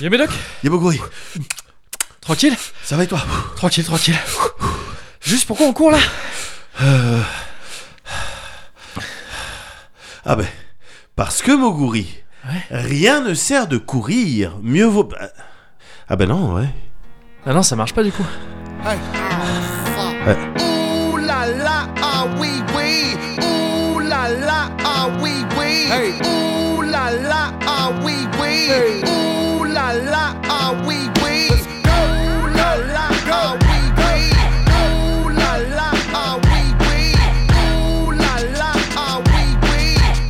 Y'a Médoc Yaboguri, Tranquille ça va et toi Tranquille, tranquille. Juste pourquoi on court là Ah ben, parce que Moguri, Ouais. rien ne sert de courir, mieux vaut... Ah ben non, ouais. Ah non, ça marche pas du coup. Ooh la la, ah oui oui. Ooh la la, ah oui oui. Ooh la la, ah oui oui. Ooh la la, ah oui oui. Ooh la la, ah oui oui. Ooh la la, ah oui oui. Ooh la la, ah oui oui.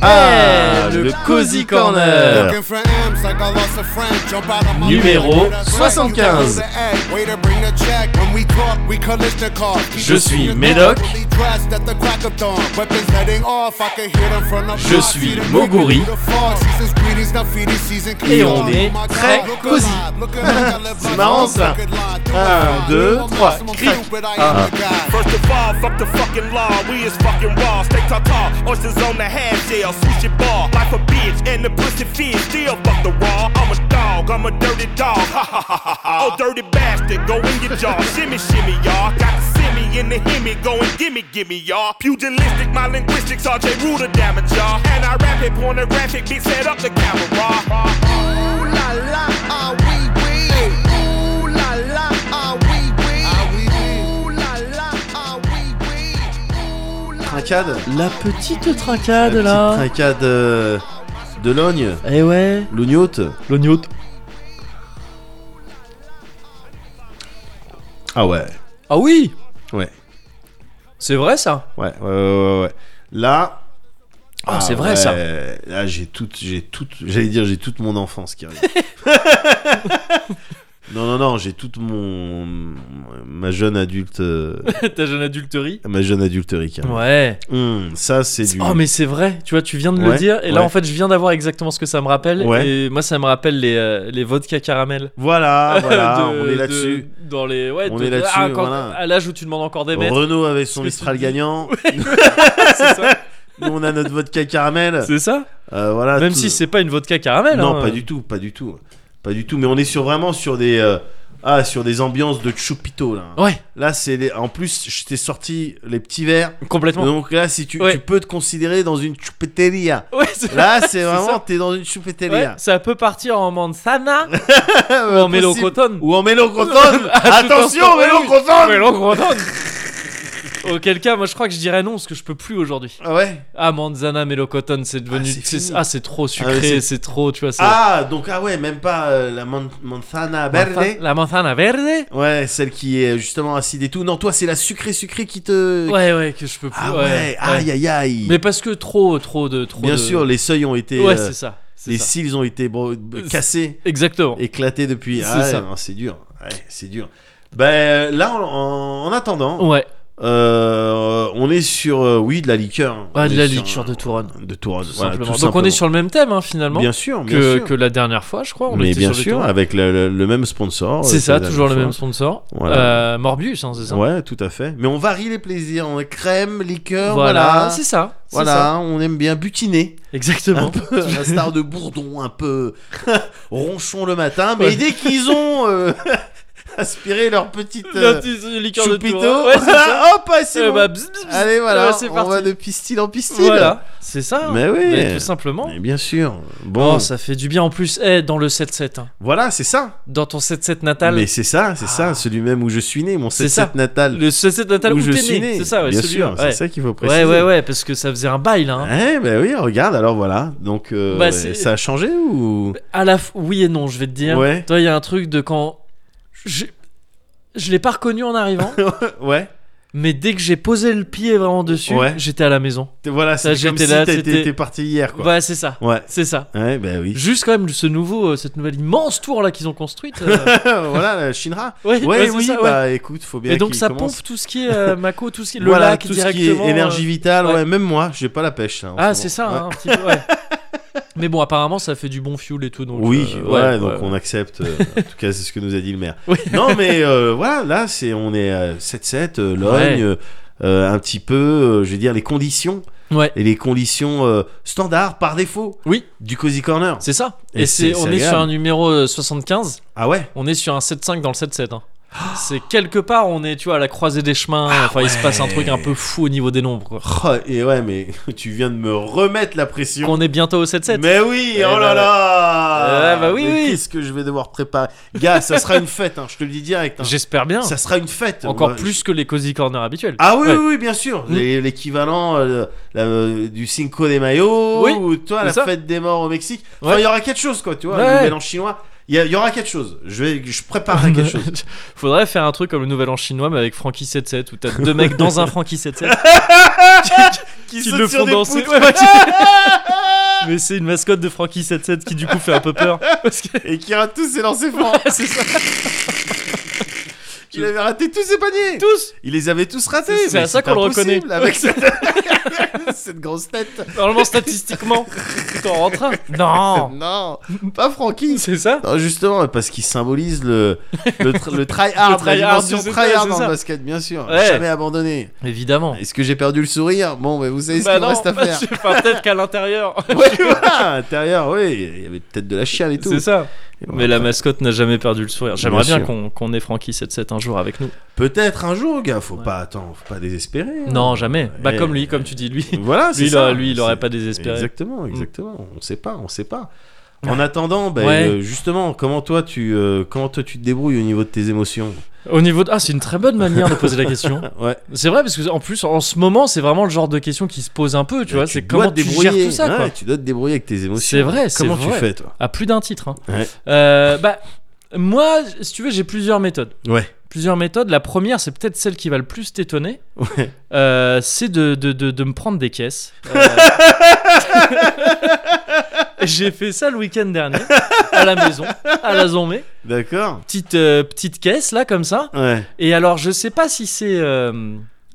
Ah, le Cozy Corner. Looking for M's like I lost a friend. Jump out of my Numéro way to 75. the egg. Way to bring the check. When we talk, we Kalashnikov. Keep Je us suis in your Médoc. thought. Fully dressed at the crack of dawn. Weapons heading off, I can hear them from the Je block. suis See the Moguri. creeping through the fog. Season's greetings, now feeding season Et clear. on est Oh my très God, look cosy. alive, look alive, I live C'est like marrant, a ça. crooked line. Do Un, it deux, live. trois, I'm crac. stupid, I Ah. am the guy. First of all, fuck the fucking law. We is fucking raw. Stay tall, oysters on the half shell. Swoosh it ball. Life a bitch and the pussy fish. Still fuck the raw. I'm a dog. I'm a dirty dog. Ha ha ha ha ha. Oh, dirty bastard. Go in your jaw. shimmy, shimmy, y'all. Got the simmy in the hemi. Go and gimme, gimme, y'all. Pugilistic, my linguistics. RJ Ruler damage, y'all. And I rap it pornographic. Bitch, set up the camera. Ooh la la, ah oui oui. Ooh la la, ah oui oui. Ah oui, oui. Ooh la la, ah oui oui. Ooh la Trincade La petite trincade La petite là. trincade euh, de Logne, Eh ouais. l'oignote. L'oignon. Ah ouais. Ah oui Ouais, C'est vrai ça ouais, ouais, ouais, ouais. ouais. Là... Ah, c'est vrai, ça. Là, j'ai toute, j'ai toute, j'allais dire, j'ai toute mon enfance qui arrive. non, non, non, j'ai toute mon, ma jeune adulte, euh, Ta jeune adulterie ma jeune adulterie qui arrive. Ouais. Hum, ça, c'est du. Oh mais c'est vrai, tu vois, tu viens de le Ouais, dire et là ouais. en fait je viens d'avoir exactement ce que ça me rappelle Ouais. et moi ça me rappelle les, euh, les vodka caramel. Voilà, Ah, voilà, De- on est de- là-dessus. Dans les ouais, On de- est là-dessus, ah, quand- voilà. à l'âge où tu demandes encore des mètres. Renault avait son Parce que Mistral tu- gagnant. c'est ça. Nous, on a notre vodka caramel. C'est ça Euh, voilà, Même tout- si c'est pas une vodka caramel. Non, hein. pas du tout, pas du tout. Pas du tout, mais on est sur vraiment sur des. euh, Ah, sur des ambiances de chupito là. Ouais, Là, c'est les- en plus, je t'ai sorti les petits verres. complètement. Donc là, si tu, Oh. Ouais. tu peux te considérer dans une chupetteria. Ouais, c'est Là, c'est ça. vraiment, t'es dans une Ouais, chupetteria. ça peut partir en manzana ou en Possible. mélocotone. Ou en mélocotone. Ah, tout Attention, instant, oui, mélocotone. Mélocotone Auquel cas, moi je crois que je dirais non, parce que je peux plus aujourd'hui. Ah ouais. Ah, manzana, mélocotone, c'est devenu. Ah, c'est c'est- fini. Ah, c'est trop Ah, sucré, mais c'est- c'est trop, tu vois. c'est- Ah, donc, ah ouais, même pas euh, la man- manzana verde. Manza- La manzana verde Ouais, celle qui est euh, justement acide et tout. Non, toi, c'est la sucrée sucrée qui te. Ouais, ouais, que je peux plus. Ah ouais, aïe aïe aïe. Mais parce que trop, trop de. Trop Bien de- sûr, les seuils ont été. Ouais, euh, c'est ça. c'est les ça. cils ont été bro- b- cassés, Exactement. éclatés depuis. C'est Ah, ouais, ça. non, c'est dur. Ouais, c'est dur. Ben là, en, en- en attendant, Ouais, euh, on est sur euh, oui de la liqueur. Ouais, On de est la sur liqueur un- de Touronne. De Touronne. tout voilà, simplement. Donc on tout est simplement. sur le même thème, hein, finalement. Bien sûr, bien que, sûr. que la dernière fois, je crois. On Mais était bien sur le sûr, tour. avec le, le- le même sponsor. euh, C'est ça, que la toujours le dernière même fois. sponsor. Voilà. Euh, Morbius, hein, c'est ça. Ouais, tout à fait. Mais on varie les plaisirs. On a crème, liqueur, Voilà, voilà. c'est ça. c'est ça. Voilà, on aime bien butiner. Exactement. Un peu Euh, à la star de Bourdon, un peu ronchon le matin, mais Ouais. dès qu'ils ont euh, aspiré leur petite Le euh, petit liqueur de chupito, Touron. Ouais, c'est ça. hop, ah, c'est Euh, bon. bah, bzz, bzz, bzz. Allez, voilà, Ouais, c'est on parti. va de pistil en pistil. Voilà, c'est ça. hein. Mais oui. tout simplement. Mais bien sûr. Bon, Bon, Oh, ça fait du bien en plus. Eh, dans le 7-7, hein. voilà, c'est ça. dans ton 7-7 natal. Mais c'est ça, c'est Ah. ça, celui même où je suis né, mon C'est ça. 7 natal. Le 7-7 natal où, où je t'es suis né. C'est ça, ouais, bien celui-là, sûr, ouais. c'est ça qu'il faut Ouais, préciser. ouais, ouais, parce que ça faisait un bail là. hein. Ouais, bah oui, regarde, alors voilà. Donc, euh, Bah, c'est- ça a changé ou. À la f- oui et non, je vais te dire. Ouais. Toi, il y a un truc de quand je je l'ai pas reconnu en arrivant, Ouais. mais dès que j'ai posé le pied vraiment dessus, Ouais. j'étais à la maison. T'es- Voilà, Ça, c'est comme j'étais si là, t'as- c'était- t'étais parti hier, quoi. Ouais, c'est ça. Ouais. C'est ça. Ouais, bah oui. Juste quand même ce nouveau, euh, cette nouvelle immense tour là qu'ils ont construite. euh, voilà, la Shinra. ouais, Ouais, ouais, c'est oui, ça, ouais. bah écoute, faut bien Et donc qu'il ça commence. pompe tout ce qui est euh, Mako, tout ce qui est le Voilà, lac tout ce qui directement. est euh, énergie vitale, ouais. ouais. même moi, j'ai pas la pêche. là, en Ah, ce c'est ça, moment. hein, un petit peu, ouais. Mais bon, apparemment, ça fait du bon fuel et tout. Donc, Ouais. Oui, euh, ouais, donc ouais. on accepte. euh, en tout cas, c'est ce que nous a dit le maire. Oui. Non, mais euh, voilà, là, c'est on est euh, 7-7, euh, Logne, Ouais. euh, euh, un petit peu, euh, je vais dire, les conditions Ouais. et les conditions euh, standards par défaut Oui. du Cozy Corner. C'est ça. Et Et, c'est- c'est, on c'est est sur agréable. un numéro euh, 75. Ah ouais On est sur un 7-5 dans le 7-7. hein. C'est quelque part, on est, tu vois, à la croisée des chemins. Ah enfin, il se passe un truc un peu fou au niveau des nombres. Quoi. Oh, Et ouais, mais tu viens de me remettre la pression. On est bientôt au 7-7. Mais oui, Eh oh bah là là ouais. Eh bah oui, Mais oui. Qu'est-ce que je vais devoir préparer Gars, ça sera une fête, hein, je te le dis direct. hein. J'espère bien. Ça sera une fête. Encore Moi, plus que les cozy corners habituels. Ah oui, Ouais. oui, oui, bien sûr. Mm. Les- L'équivalent euh, la- euh, du Cinco de Mayo Oui, ou toi, c'est la ça. fête des morts au Mexique. Enfin, Ouais. il y aura quelque chose, quoi, tu vois, Ouais. le nouvel an chinois. Il y, a- il y aura quelque chose. Je, vais, je préparerai quelque chose. Faudrait faire un truc comme le Nouvel An chinois, mais avec Frankie 77, où t'as deux mecs dans un Frankie 77 qui, qui sautent le sur font des danser. poutres. Ouais, ouais, qui- mais c'est une mascotte de Frankie 77 qui, du coup, fait un peu peur. Parce que- Et qui rate tous ses lancers francs. c'est ça. Il avait raté tous ses paniers. Tous Il les avait tous ratés. C'est- c'est mais à ça qu'on le impossible reconnaît. Avec cette... cette grosse tête. Normalement, statistiquement, t'en rentres un. Non Non, pas Francky. C'est ça Non, justement, parce qu'il symbolise le, le, tr- le try-hard, Le la try-hard dimension du- c'est try-hard ça, dans c'est le ça. basket, bien sûr. Ouais. Jamais abandonné. Évidemment. Est-ce que j'ai perdu le sourire Bon, mais vous savez ce Bah qu'il me non, reste à bah, faire. je- enfin, peut-être qu'à l'intérieur. Ouais, voilà, à l'intérieur, oui, il y avait peut-être de la chiale et tout. C'est ça. Et bon, Mais la après, mascotte n'a jamais perdu le sourire. J'aimerais Bien bien, sûr. qu'on, qu'on ait Frankie 77 un jour avec nous. Peut-être un jour, gars, faut pas attendre, faut pas désespérer. hein. Non, jamais. Bah, Eh, comme lui, comme tu dis, lui. Voilà, c'est Lui, il ça. aurait- lui, il aurait C'est- pas désespéré. Exactement, exactement. On sait pas, on sait pas. En attendant, ben, Ouais. euh, justement, comment toi tu, euh, comment toi tu te débrouilles au niveau de tes émotions Au niveau de... Ah, c'est une très bonne manière de poser la question. Ouais. C'est vrai, parce que en plus, en ce moment, c'est vraiment le genre de question qui se pose un peu, tu vois. Euh, Tu C'est dois comment te tu débrouiller. gères tout ça, Ouais, quoi. Tu dois te débrouiller avec tes émotions. C'est vrai, c'est Comment tu vrai. fais, toi À plus d'un titre. hein. Ouais. Euh, bah, moi, si tu veux, j'ai plusieurs méthodes. Ouais. Plusieurs méthodes. La première, c'est peut-être celle qui va le plus t'étonner. Ouais. Euh, c'est de, de, de, de me prendre des caisses. Euh, J'ai fait ça le week-end dernier, à la maison, à la zombie. D'accord. Petite, euh, petite caisse, là, comme ça. Ouais. Et alors, je sais pas si c'est euh,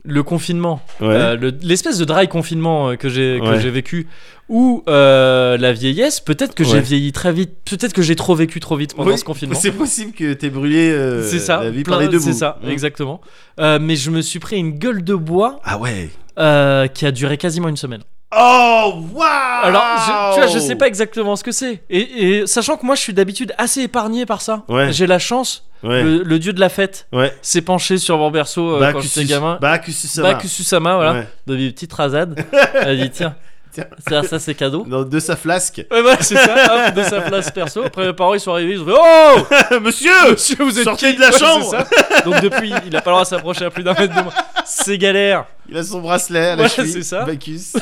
le confinement, Ouais. euh, le- l'espèce de dry confinement euh, que j'ai que Ouais. j'ai vécu, ou euh, la vieillesse. Peut-être que Ouais. j'ai vieilli très vite, peut-être que j'ai trop vécu trop vite pendant Oui, ce confinement. C'est possible que t'aies brûlé euh, C'est ça, la vie plein- par les deux c'est bouts. ça, Mm. exactement. Euh, mais je me suis pris une gueule de bois Ah ouais. euh, qui a duré quasiment une semaine. Oh waouh Alors, je, tu vois, je sais pas exactement ce que c'est. Et, et sachant que moi, je suis d'habitude assez épargné par ça. Ouais. J'ai la chance, Ouais. le, le dieu de la fête Ouais. s'est penché sur mon berceau euh, quand j'étais gamin. Bah que si ça va. Bakususama, voilà, Ouais. de mes petites rasades. Elle dit tiens, Tiens. ça, ça c'est cadeau. Dans- de sa flasque. Ouais, voilà, c'est ça, hop, de sa place perso. Après, mes parents ils sont arrivés, ils ont fait Oh Monsieur, Monsieur, vous êtes sortez qui de la Ouais, chambre. c'est ça. Donc, depuis, il a pas le droit de s'approcher à plus d'un mètre de moi. C'est galère. Il a son bracelet à la Ouais, cheville. c'est ça. Bacchus.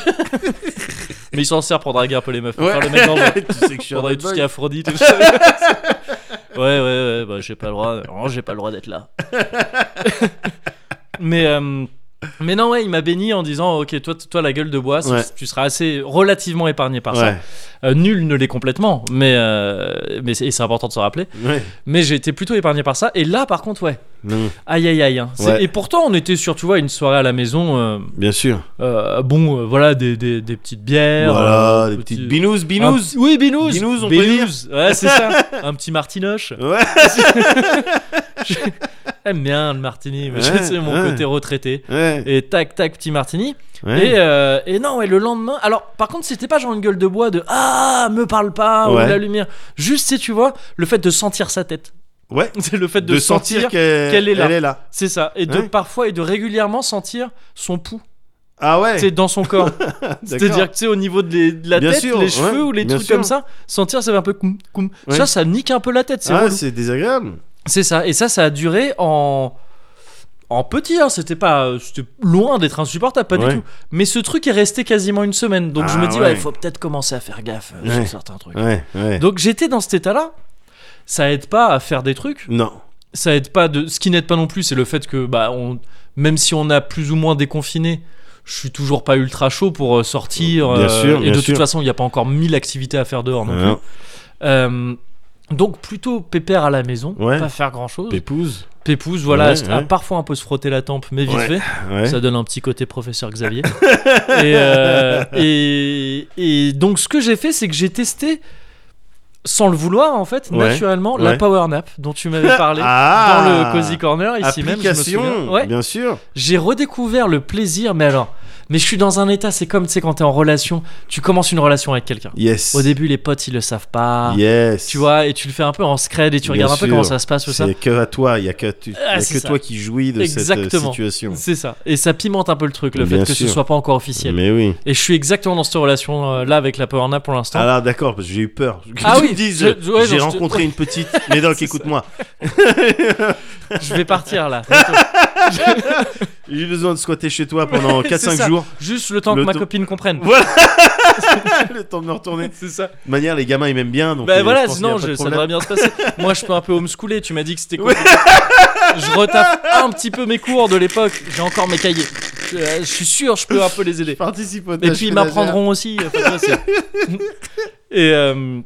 Mais il s'en sert pour draguer un peu les meufs. Pour Ouais. faire le mec dans le jeu. tu sais que je suis Pour un draguer bad tout ce qui boy. est Aphrodite et tout ça. ouais, ouais, ouais, bah j'ai pas le droit. Non, j'ai pas le droit d'être là. Mais. euh, Mais non, ouais, il m'a béni en disant Ok, toi, toi la gueule de bois, Ouais. tu seras assez relativement épargné par ça. Ouais. Euh, nul ne l'est complètement, mais, euh, mais c'est et c'est important de se rappeler. Ouais. Mais j'ai été plutôt épargné par ça. Et là, par contre, ouais. Non, Aïe, aïe, aïe. hein. C'est- Ouais. Et pourtant, on était sur, tu vois, une soirée à la maison. euh, bien sûr. euh, bon, euh, voilà, des, des- des petites bières. voilà, euh, des petit- petites binous, un binous. petit- Oui, binous. Binous, on peut Binous. Ouais, c'est ça. Un petit martinoche. Ouais. J'aime bien le martini. mais Ouais, c'est mon ouais. côté retraité. Ouais. Et tac, tac, petit martini. ouais. Et, euh, et non, et le lendemain. Alors, par contre, c'était pas genre une gueule de bois de Ah, me parle pas, Ouais. ou la lumière. Juste, c'est, tu vois, le fait de sentir sa tête. Ouais. C'est le fait de, De, sentir, qu'elle, qu'elle est là. Elle est là. C'est ça. Et de Ouais. parfois, et de régulièrement sentir son pouls, Ah ouais. tu sais, dans son corps. C'est-à-dire que, tu sais, au niveau de, les- de la Bien tête, sûr, les cheveux ouais, ou les bien trucs sûr. comme ça, sentir, ça fait un peu koum, koum. Ouais. Ça, ça nique un peu la tête. C'est Ah, relou. c'est désagréable. C'est ça. Et ça, ça a duré en. En petit, hein, c'était pas, euh, c'était loin d'être insupportable, pas Ouais. du tout. Mais ce truc est resté quasiment une semaine, donc je Ah me dis ouais. ouais, il faut peut-être commencer à faire gaffe euh, Ouais. sur certains trucs. Ouais, ouais. Donc j'étais dans cet état-là. Ça aide pas à faire des trucs. Non. Ça aide pas de. Ce qui n'aide pas non plus, c'est le fait que bah on, même si on a plus ou moins déconfiné, je suis toujours pas ultra chaud pour euh, sortir. Bien sûr, et bien de sûr. toute façon, il n'y a pas encore mille activités à faire dehors. non plus. Non. Euh, donc plutôt pépère à la maison, Ouais. pas faire grand chose. Épouse. Pépouze, voilà, Ouais, c'est- ah, ouais. parfois un peu se frotter la tempe, mais vite Ouais, fait, Ouais. ça donne un petit côté professeur Xavier. et, euh, et, et donc ce que j'ai fait, c'est que j'ai testé, sans le vouloir en fait, Ouais, naturellement, ouais. la power nap dont tu m'avais parlé. Ah dans le Cozy Corner, ici même. je me Application, souviens. Ouais. bien sûr. J'ai redécouvert le plaisir, mais alors, Mais je suis dans un état, c'est comme, tu sais, quand t'es en relation, tu commences une relation avec quelqu'un. Yes. Au début, les potes, ils le savent pas. Yes. Tu vois, et tu le fais un peu en scred et tu Bien regardes un peu sûr. comment ça se passe, tout ça. C'est que à toi, il y a que, tu- Ah, y a c'est que ça. toi qui jouis de cette euh, Exactement. situation. C'est ça. Et ça pimente un peu le truc, le Bien fait que sûr. ce soit pas encore officiel. Mais oui. Et je suis exactement dans cette relation-là avec la Powerna pour l'instant. Ah là, d'accord, parce que j'ai eu peur. Que Hein Ah tu oui, me dises, je- je- ouais, j'ai non, je te- rencontré une petite. Médoc, écoute-moi. Ah. Je vais partir là. J'ai eu besoin de squatter chez toi pendant C'est 4-5 ça. jours. Juste le temps Le que ma temps- copine comprenne. le temps de me retourner. De C'est ça. toute manière, les gamins, ils m'aiment bien. Donc Bah euh, je voilà, pense qu'il y a sinon pas de je- ça problème. devrait bien se passer. Moi je peux un peu homeschooler, tu m'as dit que c'était cool. je retape un petit peu mes cours de l'époque, j'ai encore mes cahiers. Je, je suis sûr, je peux un peu les aider. Participe au Et tâche puis ils ménagère. m'apprendront aussi. euh, enfin, tu vois, c'est- Et euh,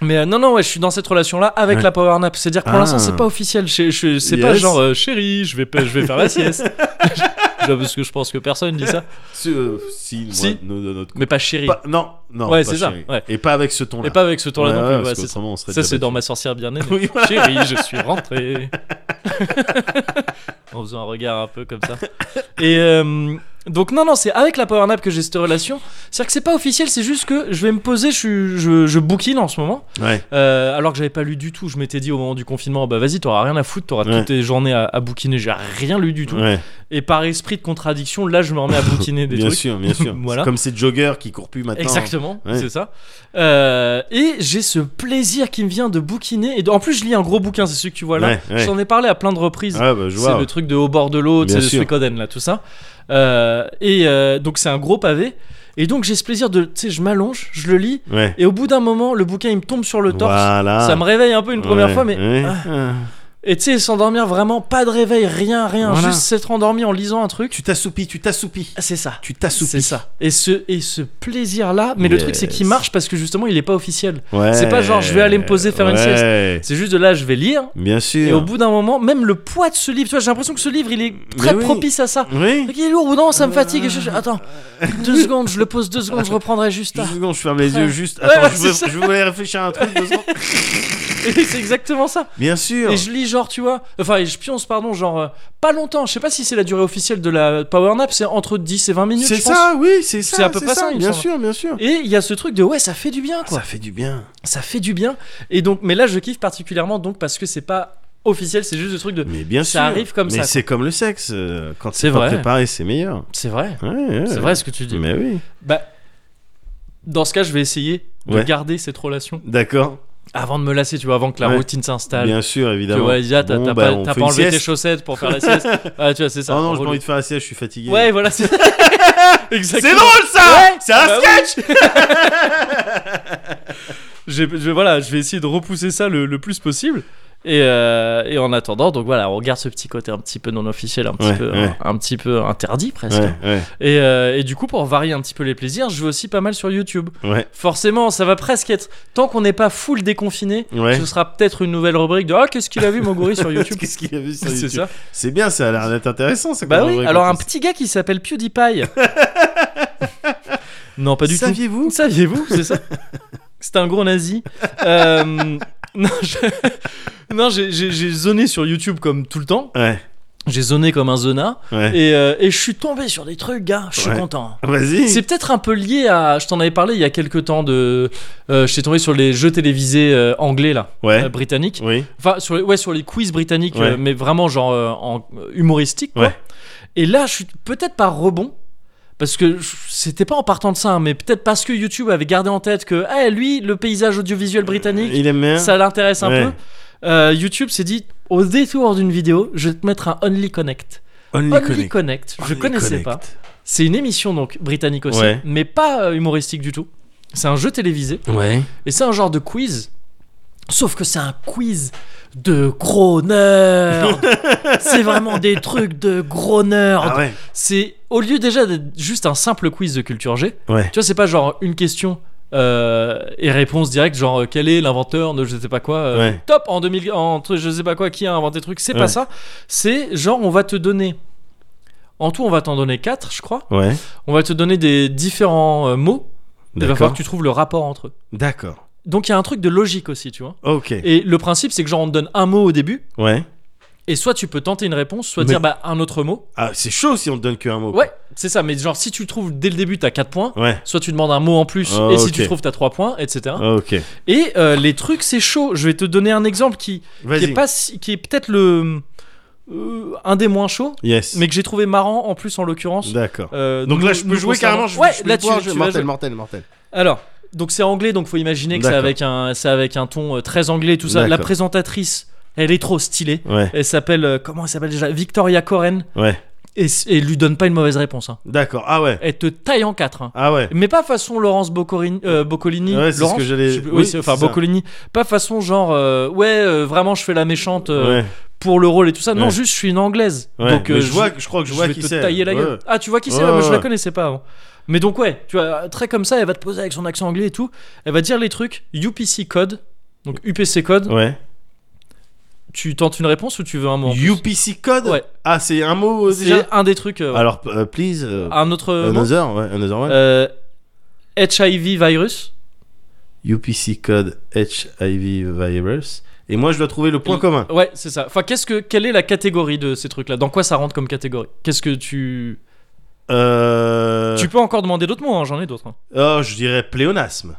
mais euh, non non ouais, je suis dans cette relation là avec Ouais. la power nap. C'est-à-dire que pour Ah. l'instant c'est pas officiel. Je, je- c'est pas Yes. genre euh, chérie, je vais pas- je vais faire la sieste. Je- Parce que je pense que personne dit ça. Si, euh, si, moi, Si. no- no- notre Mais pas chérie. Pas- non, non. Ouais, pas c'est ça, chéri. ouais. Et pas avec ce ton-là. Et pas avec ce tour là Ouais, non ouais, plus. ouais, parce c'est ça. qu'autrement, on serait Ça, déjà c'est dans battu. ma sorcière bien aimée. Oui, voilà. Chérie, je suis rentré. en faisant un regard un peu comme ça. Et euh, donc, non, non, c'est avec la Power Nap que j'ai cette relation. C'est-à-dire que c'est pas officiel, c'est juste que je vais me poser, je, suis- je, je bouquine en ce moment. Ouais. Euh, alors que j'avais pas lu du tout. Je m'étais dit au moment du confinement, bah vas-y, t'auras rien à foutre, t'auras Ouais. toutes tes journées à, à bouquiner. J'ai rien lu du tout. Ouais, Et par esprit de contradiction, là, je me remets à bouquiner des bien trucs. sûr, bien sûr. Voilà. C'est Comme ces joggers qui courent plus maintenant. Exactement, Ouais. c'est ça. Euh, et j'ai ce plaisir qui me vient de bouquiner. Et de- en plus, je lis un gros bouquin, c'est celui que tu vois là. Ouais, ouais. Je t'en ai parlé à plein de reprises. Ah bah, je c'est vois. le truc de Au bord de l'eau, Bien c'est sûr. Suikoden là, tout ça. Euh, et euh, donc, c'est un gros pavé. Et donc, j'ai ce plaisir de. Tu sais, je m'allonge, je le lis. Ouais. Et au bout d'un moment, le bouquin il me tombe sur le torse. Voilà. Ça me réveille un peu une première Ouais, fois, mais. ouais. Ah. Et tu sais, s'endormir vraiment, pas de réveil, rien, rien. Voilà. Juste s'être endormi en lisant un truc. Tu t'assoupis, tu t'assoupis. Ah, C'est ça. Tu C'est t'assoupis. ça. Et ce, et ce plaisir-là, mais le truc c'est qu'il Yes. marche parce que justement il est pas officiel. Ouais. C'est pas genre, je vais aller me poser, faire une Ouais. C'est juste de là je vais lire. Bien sûr. Et au bout d'un moment, même le poids de ce livre, tu vois, j'ai l'impression que ce livre il est très Mais oui. propice à ça. Oui. Il est lourd ou non, ça me fatigue. Et je- je- attends, deux secondes, je le pose deux secondes, je reprendrai juste là. Juste une seconde, je ferme les yeux juste. Ouais, Attends, ouais, je, c'est veux, ça. je voulais réfléchir à un truc. deux secondes. Et c'est exactement ça. Bien sûr. Et je lis genre, tu vois, enfin, et je pionce, pardon, genre, euh, pas longtemps. Je sais pas si c'est la durée officielle de la power nap, c'est entre 10 et 20 minutes. C'est je pense. ça, oui, c'est ça. C'est à peu près ça, il me Bien semble. sûr, bien sûr. Et il y a ce truc de ouais, ça fait du bien quoi. Ça fait du bien. ça fait du bien et donc mais là je kiffe particulièrement donc parce que c'est pas officiel c'est juste le truc de Mais bien Ça sûr. arrive comme ça, Mais quoi. c'est comme le sexe. euh, Quand C'est c'est pas vrai. préparé, c'est meilleur. c'est vrai Ouais, ouais. c'est vrai ce que tu dis Mais oui. bah dans ce cas je vais essayer de Ouais. garder cette relation D'accord. avant de me lasser tu vois avant que la Ouais. routine s'installe Bien sûr, tu évidemment. vois déjà t'as Bon, t'as bah, pas, on t'as fait pas une enlevé tes sieste. chaussettes pour faire la sieste ah tu vois c'est ça Oh non, en j'ai pas gros. envie de faire la sieste, je suis fatigué. ouais voilà c'est exactement C'est drôle ça Ouais. C'est un Bah sketch je, je- voilà, je vais essayer de repousser ça le, le plus possible. Et, euh, et en attendant, donc voilà, on regarde ce petit côté un petit peu non officiel, un petit, Ouais, peu, ouais. Un, un petit peu interdit presque. Ouais, Et, euh, et du coup, pour varier un petit peu les plaisirs, je vais aussi pas mal sur YouTube. ouais, ouais. Forcément, ça va presque être. Tant qu'on n'est pas full déconfiné, Ouais. ce sera peut-être une nouvelle rubrique de Ah, qu'est-ce qu'il a vu, mon gorille, sur YouTube Qu'est-ce qu'il y avait sur C'est YouTube ça. C'est bien, ça a l'air d'être intéressant. ça, Bah comme oui, rubrique, alors en un plus. petit gars qui s'appelle PewDiePie. non, pas du tout. Saviez-vous Saviez-vous, c'est ça C'est un gros nazi. Euh, non, je- non, j'ai- j'ai j'ai zoné sur YouTube comme tout le temps. Ouais, J'ai zoné comme un zona. ouais. Et, euh, et je suis tombé sur des trucs, gars. Je suis Ouais. content. Vas-y. C'est peut-être un peu lié à. Je t'en avais parlé il y a quelques temps de. euh, je suis tombé sur les jeux télévisés euh, anglais, là, Ouais. euh, britanniques. Oui. Enfin, sur les, ouais, sur les quiz britanniques, Ouais. euh, mais vraiment genre euh, en euh, humoristique. Quoi. Ouais. Et là, je suis peut-être par rebond. Parce que je- c'était pas en partant de ça, hein, mais peut-être parce que YouTube avait gardé en tête que, eh, lui, le paysage audiovisuel britannique, Euh, Il aime bien. ça l'intéresse un Ouais. peu. Euh, YouTube s'est dit, au détour d'une vidéo, je vais te mettre un Only Connect. Only Only Connect. Connect, je Only connaissais Connect. pas. C'est une émission donc britannique aussi, Ouais. mais pas euh, humoristique du tout. C'est un jeu télévisé. Ouais. Et c'est un genre de quiz. Sauf que c'est un quiz de gros nerds. c'est vraiment des trucs de gros nerds. Ah ouais. C'est au lieu déjà d'être juste un simple quiz de culture G. Ouais. Tu vois, c'est pas genre une question euh, et réponse directe, genre euh, quel est l'inventeur de je sais pas quoi. euh, Ouais. Top en 2000, entre je sais pas quoi qui a inventé le truc. C'est pas Ouais. ça. C'est genre on va te donner. En tout, on va t'en donner 4 je crois. Ouais. On va te donner des différents euh, mots. Il va falloir D'accord. que tu trouves le rapport entre eux. D'accord. Donc il y a un truc de logique aussi, tu vois. Ok. Et le principe, c'est que genre on te donne un mot au début, Ouais. Et soit tu peux tenter une réponse, soit Mais- dire bah, un autre mot. Ah, c'est chaud si on te donne qu'un mot. Ouais, c'est ça. Mais genre, si tu trouves dès le début, t'as 4 points. Ouais. Soit tu demandes un mot en plus, Ah, et si ok. Ah. tu trouves, t'as 3 points, etc. Ok. Et euh, les trucs, c'est chaud. Je vais te donner un exemple qui, qui est, Vas-y. pas si- qui est peut-être le. euh, un des moins chauds, Yes. mais que j'ai trouvé marrant en plus en l'occurrence. D'accord. Euh, Donc nous- là, je nous peux jouer concernant. carrément. je- ouais, je peux là, tu, pouvoir tu jouer. vas Mortel, jouer. mortel, mortel. Alors, donc c'est anglais, donc faut imaginer que c'est D'accord. avec un, c'est avec un ton euh, très anglais, tout ça. La D'accord. présentatrice, elle est trop stylée. Ouais. Elle s'appelle euh, comment elle s'appelle déjà Victoria Coren Ouais. et, s- et lui donne pas une mauvaise réponse. hein. D'accord. Ah ouais. Elle te taille en quatre. hein. Ah ouais. Mais pas façon Laurence Boccorini, euh, Boccolini. Ouais, c'est ce Laurence, que j'allais- je sais plus- oui, oui, c'est- enfin c'est ça. Boccolini. Pas façon genre euh, ouais euh, vraiment je fais la méchante euh, Ouais. pour le rôle et tout ça. Non, Ouais. juste je suis une anglaise. Ouais. Donc euh, Mais je vois, je crois que je je vois vais qui te c'est. tailler la Ouais. gueule. Ah, tu vois qui c'est Ouais, ouais, Moi, ouais, je la ouais. connaissais pas avant. Mais donc, ouais, tu vois, très comme ça, elle va te poser avec son accent anglais et tout. Elle va te dire les trucs UPC code. Donc, UPC code. Ouais. Tu tentes une réponse ou tu veux un mot en plus UPC code. Ouais. Ah, c'est un mot euh, C'est déjà. un des trucs. euh, Alors, p- euh, please. euh, un autre euh, mot Another, ouais, another one. Euh, HIV virus. UPC code HIV virus. Et moi, je dois trouver le point Il- commun. Ouais, c'est ça. Enfin, qu'est-ce que, quelle est la catégorie de ces trucs-là Dans quoi ça rentre comme catégorie Qu'est-ce que tu. Euh... Tu peux encore demander d'autres mots, hein, j'en ai d'autres. hein. Oh, je dirais pléonasme.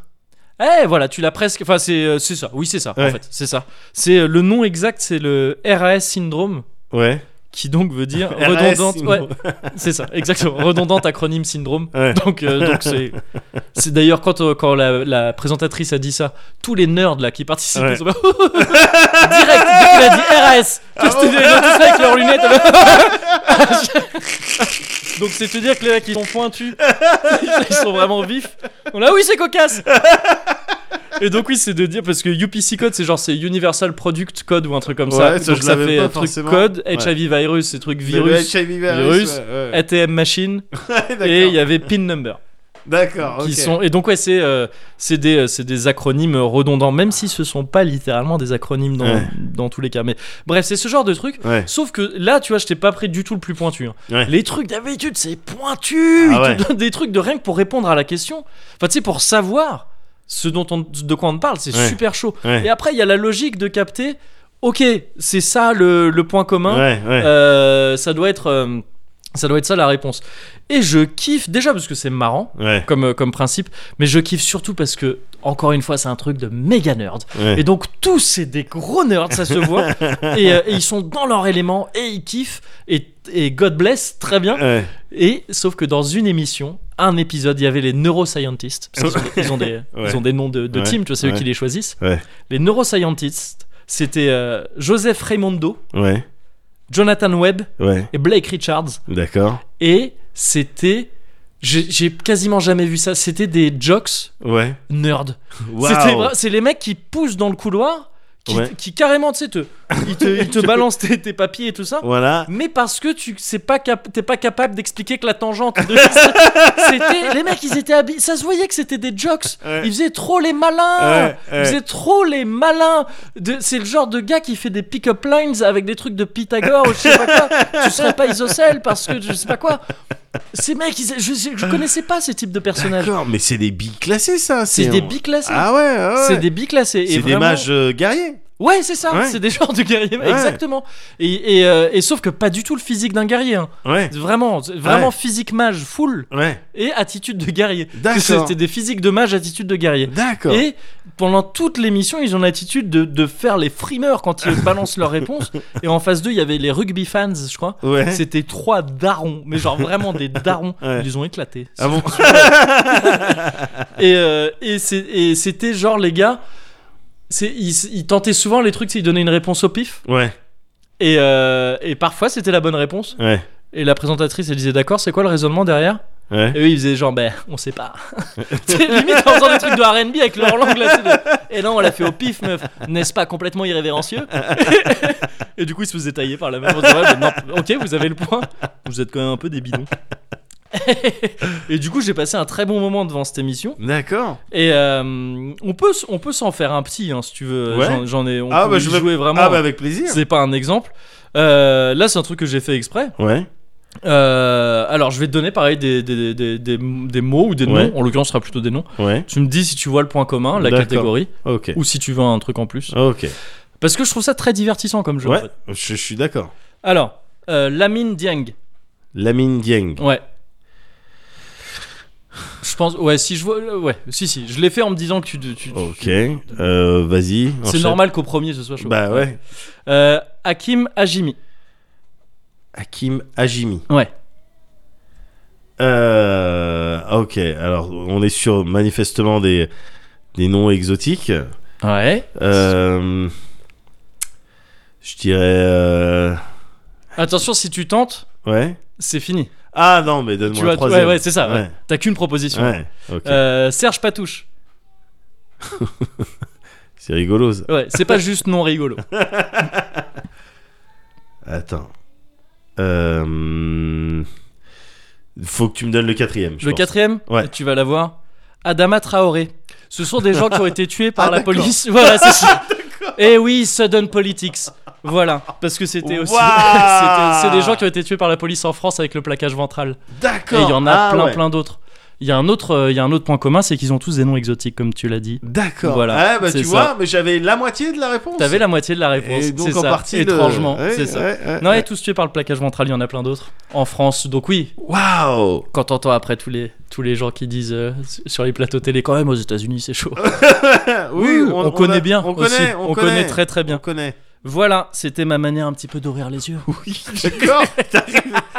Eh voilà, tu l'as presque. Enfin, c'est euh, c'est ça. Oui, c'est ça. En Ouais. fait, c'est ça. C'est euh, le nom exact, c'est le RAS syndrome, Ouais. qui donc veut dire RAS redondante. Ouais, syndrome. c'est ça, exactement. Redondante acronyme syndrome. Ouais. Donc, euh, donc c'est. C'est d'ailleurs quand euh, quand la, la présentatrice a dit ça, tous les nerds là qui participent Ouais. ils sont là, direct. dès qu'elle a dit RAS, Ah tous les nerds, tous là avec leurs lunettes. Donc c'est te dire que les mecs ils sont pointus, ils sont vraiment vifs. On a oui c'est cocasse. Et donc oui c'est de dire parce que UPC code c'est genre c'est Universal Product Code ou un truc comme ça. Ouais, ça, donc je ça l'avais fait pas euh, truc forcément. code, Ouais. HIV virus, c'est truc Le virus, HIV virus. virus, ouais, ouais. ATM machine D'accord. et il y avait pin number D'accord. qui ok. sont et donc ouais c'est euh, c'est des euh, c'est des acronymes redondants même si ce sont pas littéralement des acronymes dans, Ouais. dans tous les cas mais bref c'est ce genre de truc Ouais. sauf que là tu vois je t'ai pas pris du tout le plus pointu hein. Ouais. les trucs d'habitude c'est pointu Ah Ils te donnent des trucs de rien que pour répondre à la question enfin tu sais pour savoir ce dont on, de quoi on parle c'est Ouais. super chaud Ouais. et après il y a la logique de capter ok c'est ça le, le point commun Ouais, ouais. Euh, ça doit être euh, ça doit être ça la réponse et je kiffe déjà parce que c'est marrant Ouais, comme, euh, comme principe, mais je kiffe surtout parce que, encore une fois, c'est un truc de méga nerd. ouais. Et donc, tous, c'est des gros nerds, ça se voit. et, euh, et ils sont dans leur élément et ils kiffent. Et, et God bless, très bien. Ouais. Et sauf que dans une émission, un épisode, il y avait les neuroscientists. Parce qu'ils ont des- ils, ont des, Ouais. ils ont des noms de, de Ouais. team, tu vois, c'est eux Ouais. qui les choisissent. Ouais. Les neuroscientists, c'était euh, Joseph Raimondo, Ouais, Jonathan Webb ouais. et Blake Richards D'accord. et c'était j'ai j'ai quasiment jamais vu ça c'était des jocks Ouais. nerds Waouh. C'était vra- c'est les mecs qui poussent dans le couloir qui, Ouais. qui carrément tu sais te ils te, ils te balancent tes, tes papiers et tout ça Voilà. mais parce que tu c'est pas cap- t'es pas capable d'expliquer que la tangente de- c'était les mecs ils étaient habillés ça se voyait que c'était des jocks Ouais. ils faisaient trop les malins Ouais, ils ouais. faisaient trop les malins de... c'est le genre de gars qui fait des pick-up lines avec des trucs de Pythagore ou je sais pas quoi tu serais pas isocèle parce que je sais pas quoi ces mecs ils... je, je- je connaissais pas ces types de personnages D'accord, mais c'est des biclassés, ça. c'est des biclassés Ah ouais, ah ouais. c'est des biclassés et C'est des vraiment- mages euh, guerriers. Ouais, c'est ça, Ouais. c'est des genres de guerriers, Ouais. exactement. Et, et, euh, et sauf que pas du tout le physique d'un guerrier. hein. Ouais. Vraiment, c'est vraiment Ouais. physique mage, full, Ouais. et attitude de guerrier. D'accord. C'était des physiques de mage, attitude de guerrier. D'accord. Et pendant toute l'émission, ils ont l'attitude de, de faire les frimeurs quand ils balancent leurs réponses. Et en face d'eux, il y avait les rugby fans, je crois. Ouais. C'était trois darons, mais genre vraiment des darons. Ouais. Ils les ont éclatés. Ah bon Et, euh, et c'est- et c'était genre les gars, c'est- ils, ils tentaient souvent les trucs, c'est ils donnaient une réponse au pif. Ouais, Et, euh, et parfois c'était la bonne réponse. ouais, Et la présentatrice elle disait d'accord, c'est quoi le raisonnement derrière ouais. Et eux ils faisaient genre ben on sait pas. C'est Limite en faisant des trucs de RB avec leur langue là. c'est de- Et non on l'a fait au pif meuf, n'est-ce pas complètement irrévérencieux Et du coup ils se faisaient tailler par la même. ok vous avez le point, vous êtes quand même un peu des bidons. et du coup j'ai passé un très bon moment devant cette émission. D'accord. Et euh, on peut s- on peut s'en faire un petit hein, si tu veux. Ouais. J'en- J'en ai. On Ah peut bah y je vais jouer vraiment. Ah bah avec plaisir. C'est pas un exemple. Euh, là, c'est un truc que j'ai fait exprès. Ouais. Euh, alors, je vais te donner pareil des, des, des, des, des mots ou des Ouais. noms. En l'occurrence, ce sera plutôt des noms. Ouais. Tu me dis si tu vois le point commun, la D'accord. catégorie, OK. ou si tu veux un truc en plus. OK. Parce que je trouve ça très divertissant comme jeu. en Ouais, fait. je, je suis d'accord. Alors, euh, Lamine Dieng. Lamine Dieng. Ouais. Je pense, ouais, si je vois, euh, ouais, si, si, je l'ai fait en me disant que tu. tu- tu- Ok, tu- euh, vas-y. C'est enchaîne. normal qu'au premier ce soit chaud. Bah ouais. Euh, Hakim Hajimi. Hakim Hajimi. Ouais. Euh, ok, alors on est sur manifestement des, des noms exotiques. Ouais. Euh, je dirais. euh, Attention, si tu tentes, ouais. c'est fini. Ah non, mais Tu vois, donne-moi tu- un ouais, troisième. ouais, c'est ça, ouais. Ouais, T'as qu'une proposition. ouais, ok. Euh, Serge Patouche. C'est rigolo ça. Ouais, c'est pas juste non rigolo. Attends. Euh, faut que tu me donnes le quatrième. je Le pense. quatrième, Ouais. tu vas l'avoir. Adama Traoré. Ce sont des gens qui ont été tués par Ah, la d'accord. Ah, police. Voilà, c'est ça. Et oui, Sudden Politics. Voilà, parce que c'était aussi. Waouh c'était- c'est des gens qui ont été tués par la police en France avec le plaquage ventral. Et D'accord. il y en a Ah, plein, ouais. plein d'autres. Il y, a un autre, euh, il y a un autre point commun, c'est qu'ils ont tous des noms exotiques, comme tu l'as dit. D'accord. Voilà, Ah, bah c'est tu ça. vois, mais j'avais la moitié de la réponse. T'avais la moitié de la réponse. Et donc c'est en ça, partie le- étrangement. Ouais, c'est ça. ouais, ouais, non, ouais. et tous tués par le plaquage ventral, il y en a plein d'autres en France. Donc oui, Waouh. quand t'entends après tous les, tous les gens qui disent euh, sur les plateaux télé, quand même aux États-Unis, c'est chaud. Ah, Oui, Ah, on, connaît a- bien. On connaît, aussi. on, connaît. très très On bien. connaît. Voilà, c'était ma manière un petit peu d'ouvrir les yeux. D'accord. t'arrives-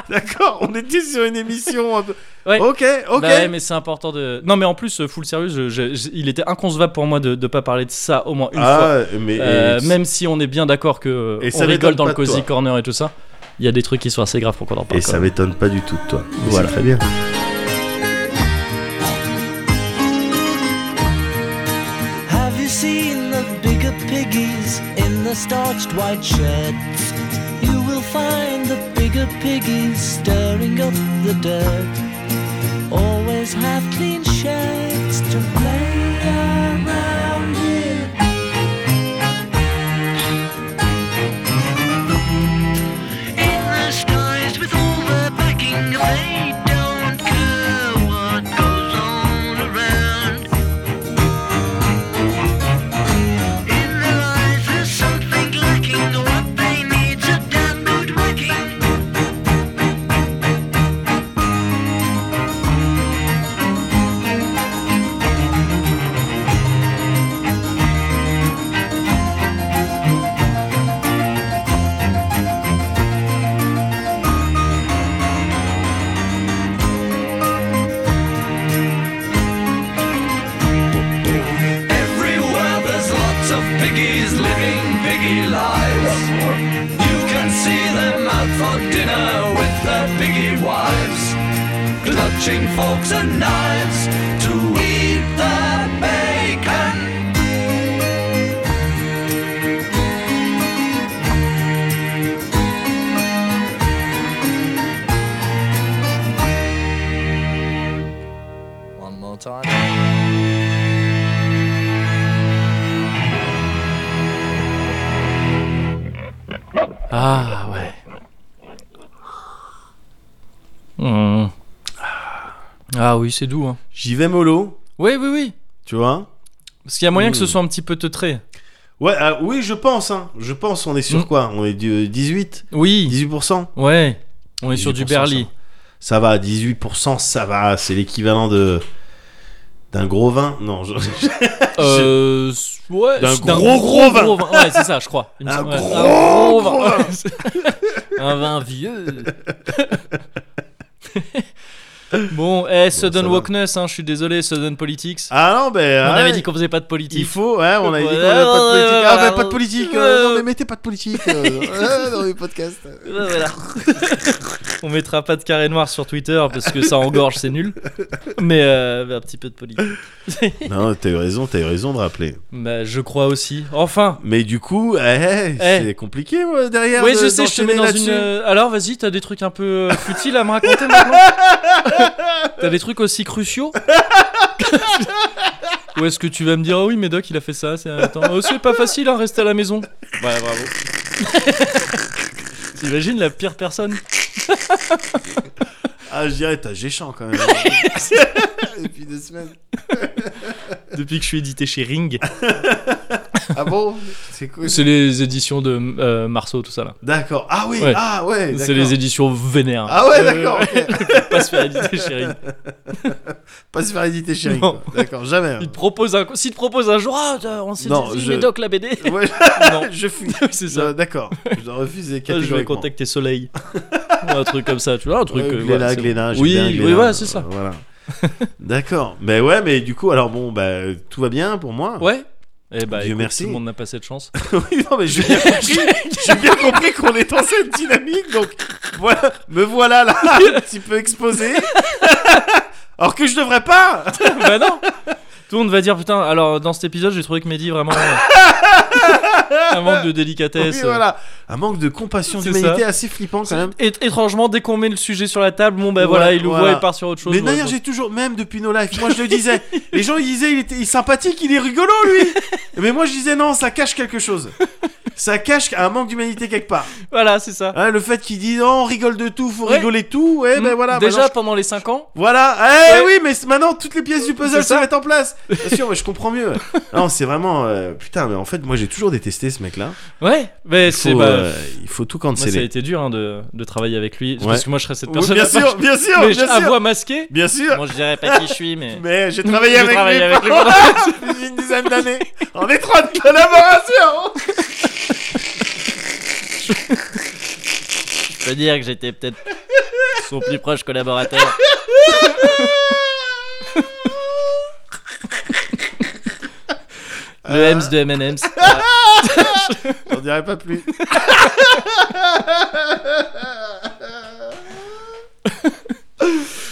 D'accord. On était sur une émission. Un peu... Ouais. Ok. Ok. Bah ouais, mais c'est important de. Non, mais en plus, euh, full sérieux, je- je- je- il était inconcevable pour moi de ne pas parler de ça au moins une fois. ah, mais Euh, et- même si on est bien d'accord que euh, Et ça on rigole m'étonne dans pas le de cozy toi. corner et tout ça, il y a des trucs qui sont assez graves pour qu'on en parle. Et quand ça même. m'étonne pas du tout de toi. Mais Voilà. C'est très bien. Have you seen the bigger piggies in the starched white shirts? You will find the bigger piggies stirring up the dirt. Always have clean shirts to play around in. In the skies with all the backing, they don't care what goes on around. In their eyes there's something lacking. What they need's a damn good whacking. Everywhere there's lots of piggies living piggy lives. You can see them out for dinner with their piggy wives, clutching forks and knives to eat their bacon. One more time. Ah ouais. Mmh. Ah oui, c'est doux. Hein. J'y vais mollo. Oui, oui, oui. Tu vois. Parce qu'il y a moyen que ce Mmh. soit un petit peu teutré. Ouais. ah, oui, je pense. Hein. Je pense. On est sur Mm. quoi On est du euh, 18. Oui. 18%. Ouais. On est sur du 18%, Berly. ça. Ça va, 18%, ça va, c'est l'équivalent de d'un gros vin. Non, je- Euh, s- ouais, D'un s- gros, gros vin. Ouais, c'est ça, je crois. Il me Un semble, ouais. gros, vin. gros vin. un vin vieux. bon, eh, Sudden ça va. Wokeness, hein, je suis désolé, Sudden Politics. Ah non, ben On ouais, avait dit qu'on faisait pas de politique. il faut, ouais, on avait dit qu'on Voilà, avait pas de politique. voilà, Ah voilà. Euh, ben pas de politique. euh, non mais mettez pas de politique euh, euh, dans les podcasts. On mettra pas de carré noir sur Twitter parce que ça engorge, c'est nul. Mais euh, un petit peu de politique. Non, t'as eu raison, t'as eu raison de rappeler. Bah, je crois aussi. Enfin. Mais du coup, eh, c'est compliqué moi, derrière. Oui, de- je sais, je te mets d'enchaîner dans là-dessus. une. euh, Alors, vas-y, t'as des trucs un peu euh, futiles à me raconter maintenant T'as des trucs aussi cruciaux Ou est-ce que tu vas me dire, ah oui, Médoc, il a fait ça, c'est attends, oh, c'est pas facile, hein, rester à la maison. Ouais, Bah, bravo. T'imagines la pire personne Ah, je dirais, t'as géchant quand même. Depuis deux semaines. depuis que je suis édité chez Ring Ah bon C'est cool. C'est les éditions de euh, Marceau, tout ça là. D'accord. Ah oui, Ouais. ah ouais. C'est d'accord. les Euh, éditions vénères. Ah ouais, d'accord. ok. Faut pas se faire éditer, chérie. Pas se faire éditer, chérie. Non. quoi. D'accord, jamais. hein. Il te propose un, s'il te propose un jour, ah, t'as- on s'est Non, dit, je- médoc la BD. Ouais, non, je fuis. Oui, c'est ça. Je- D'accord. Je dois refuser Ah, je vais catégoriquement. contacter Soleil. Ou un truc comme ça, tu vois, un truc. Ouais, euh, Glénat, voilà, c'est- Glénat, j'ai oui, bien oui, Glénat, voilà, c'est ça. euh, Voilà. D'accord. Mais ouais, mais du coup, alors bon, bah, tout va bien pour moi. Ouais. Eh bah, Dieu écoute, merci. Tout le monde n'a pas cette chance. oui, non, mais j'ai bien compris. j'ai bien compris qu'on est dans cette dynamique. Donc, voilà, me voilà là, un petit peu exposé. alors que je devrais pas. bah non. Tout le monde va dire putain. Alors dans cet épisode, j'ai trouvé que Mehdi vraiment euh, un manque de délicatesse. Oui, voilà. Un manque de compassion C'est d'humanité assez flippant quand même. Et- étrangement, dès qu'on met le sujet sur la table, bon bah Ouais, voilà, il le voilà. voit et part sur autre chose. Mais ouais, d'ailleurs, donc- j'ai toujours, même depuis nos lives, moi je le disais, les gens ils disaient il était il est sympathique, il est rigolo lui. Mais moi je disais non, ça cache quelque chose. Ça cache un manque d'humanité quelque part. voilà, c'est ça. Hein, le fait qu'il dit non, on rigole de tout, faut Ouais. rigoler de tout. Ouais, ben Mm. voilà. Déjà maintenant, je- pendant les 5 ans, Voilà. Eh Ouais. oui, mais c- maintenant toutes les pièces du puzzle C'est se ça. mettent en place. Bien sûr, mais je comprends mieux. Non, c'est vraiment euh, putain. Mais en fait, moi j'ai toujours détesté ce mec-là. ouais. Mais Il faut, c'est bah, euh, il faut tout moi, ça a canceller. été dur hein, de, de travailler avec lui Ouais. parce que moi je serais cette Oui, personne. bien sûr, bien sûr, mais ah, bien à sûr. voix masquée. Bien sûr. Moi je dirais pas qui je suis, mais. Mais j'ai travaillé J'ai avec travaillé lui avec lui pendant depuis une dizaine d'années en étroite collaboration. Je peux dire que j'étais peut-être son plus proche collaborateur. Le M's de M&M's. J'en dirai pas plus.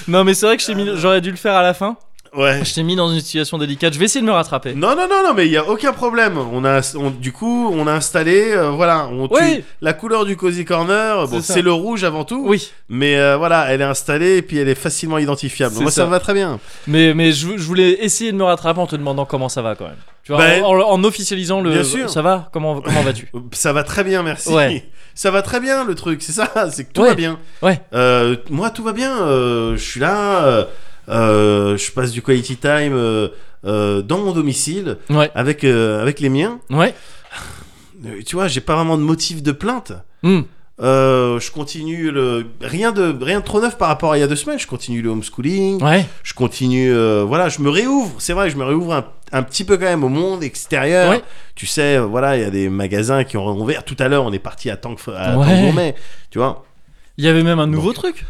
Non mais c'est vrai que je t'ai mis- j'aurais dû le faire à la fin. Ouais. Je t'ai mis dans une situation délicate. Je vais essayer de me rattraper. Non, non, non, non, mais il y a aucun problème. On a, on- du coup, on a installé, euh, voilà, on tue- Oui. la couleur du cozy corner. Bon, C'est ça. c'est le rouge avant tout. Oui, Mais euh, voilà, elle est installée et puis elle est facilement identifiable. C'est Moi, ça ça. me va très bien. mais, mais je, je voulais essayer de me rattraper en te demandant comment ça va quand même. Tu vois, Ben, en, en- en officialisant le. bien sûr. Ça va Comment, comment vas-tu Ça va très bien, merci. Ouais. Ça va très bien le truc, c'est ça, c'est que tout Ouais. va bien. Ouais. Euh, moi, tout va bien. euh, je suis là. euh, euh, je passe du quality time euh, euh, dans mon domicile Ouais, avec euh, avec les miens. ouais. Euh, Tu vois, j'ai pas vraiment de motif de plainte. Hmm. Euh, je continue le rien de rien de trop neuf par rapport à il y a deux semaines. Je continue le homeschooling. Ouais, je continue, euh, voilà, je me réouvre, c'est vrai, je me réouvre un, un petit peu quand même au monde extérieur. Ouais. Tu sais, euh, voilà, il y a des magasins qui ont ouvert. Tout à l'heure, on est parti à Tank, à Ouais. Tank Gourmet, tu vois. il y avait même un nouveau truc.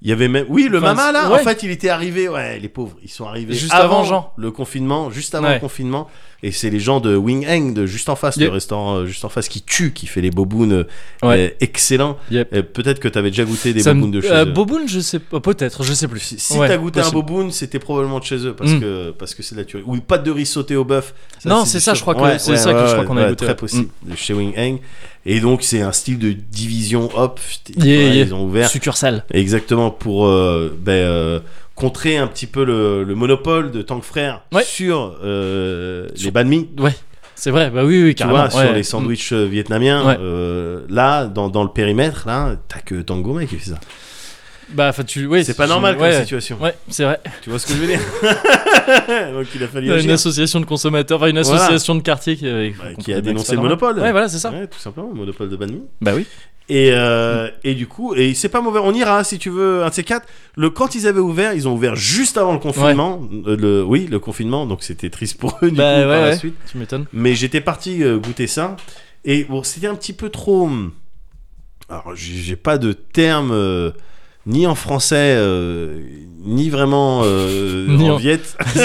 Il y avait même, oui, le Enfin, Mama là, en ouais. fait, il était arrivé, ouais, les pauvres, ils sont arrivés Juste avant Jean. le confinement, juste avant Ouais. le confinement. Et c'est les gens de Wing Hang, de juste en face, Yep. le restaurant euh, juste en face qui tue, qui fait les bobounes euh, Ouais. excellents. Yep. Euh, Peut-être que t'avais déjà goûté des Ça me- bobounes de chez euh, eux. Boboon, je sais pas. Peut-être, je sais plus. Si, si Ouais, t'as goûté possible. un boboon, c'était probablement de chez eux parce Mm. que parce que c'est de la tuerie. Ou pas de riz sauté au bœuf. Non, c'est des ça, je crois choses- que- c'est ça que je crois qu'on a goûté, Très ouais. Mm. possible de chez Wing Hang. Et donc c'est un style de division hop. Yeah, voilà, yeah. Ils ont ouvert Succursale. exactement pour euh, ben, euh, contrer un petit peu le, le monopole de Tank Frère Ouais. sur, euh, Sur- les banh mi. Ouais, c'est vrai. Bah oui, oui, Tu carrément. vois, ouais. sur les sandwichs euh, vietnamiens, Ouais. euh, là, dans, dans le périmètre, là, t'as que Tango mec qui fait ça. Bah, enfin, tu. Oui, C'est pas normal comme ouais, ouais. situation. Ouais, c'est vrai. Tu vois ce que je veux dire Donc il a fallu Une agir. association de consommateurs, enfin une Voilà. association de quartier qui, euh, qu'on Bah, qui a comprend bien que dénoncé c'est le pas normal. monopole. Ouais, voilà, c'est ça. Ouais, tout simplement, monopole de Banmi. Bah oui. Et, euh, et du coup, et c'est pas mauvais, on ira si tu veux, un de ces quatre. Le, quand ils avaient ouvert, ils ont ouvert juste avant le confinement. Euh, le, oui, le confinement, donc c'était triste pour eux du Bah coup, par ouais, la ouais. suite. Tu m'étonnes. Mais j'étais parti euh, goûter ça. Et bon, c'était un petit peu trop. hum, Alors, j'ai j'ai pas de terme. euh, ni en français, euh, ni vraiment euh, Ni en en- viet.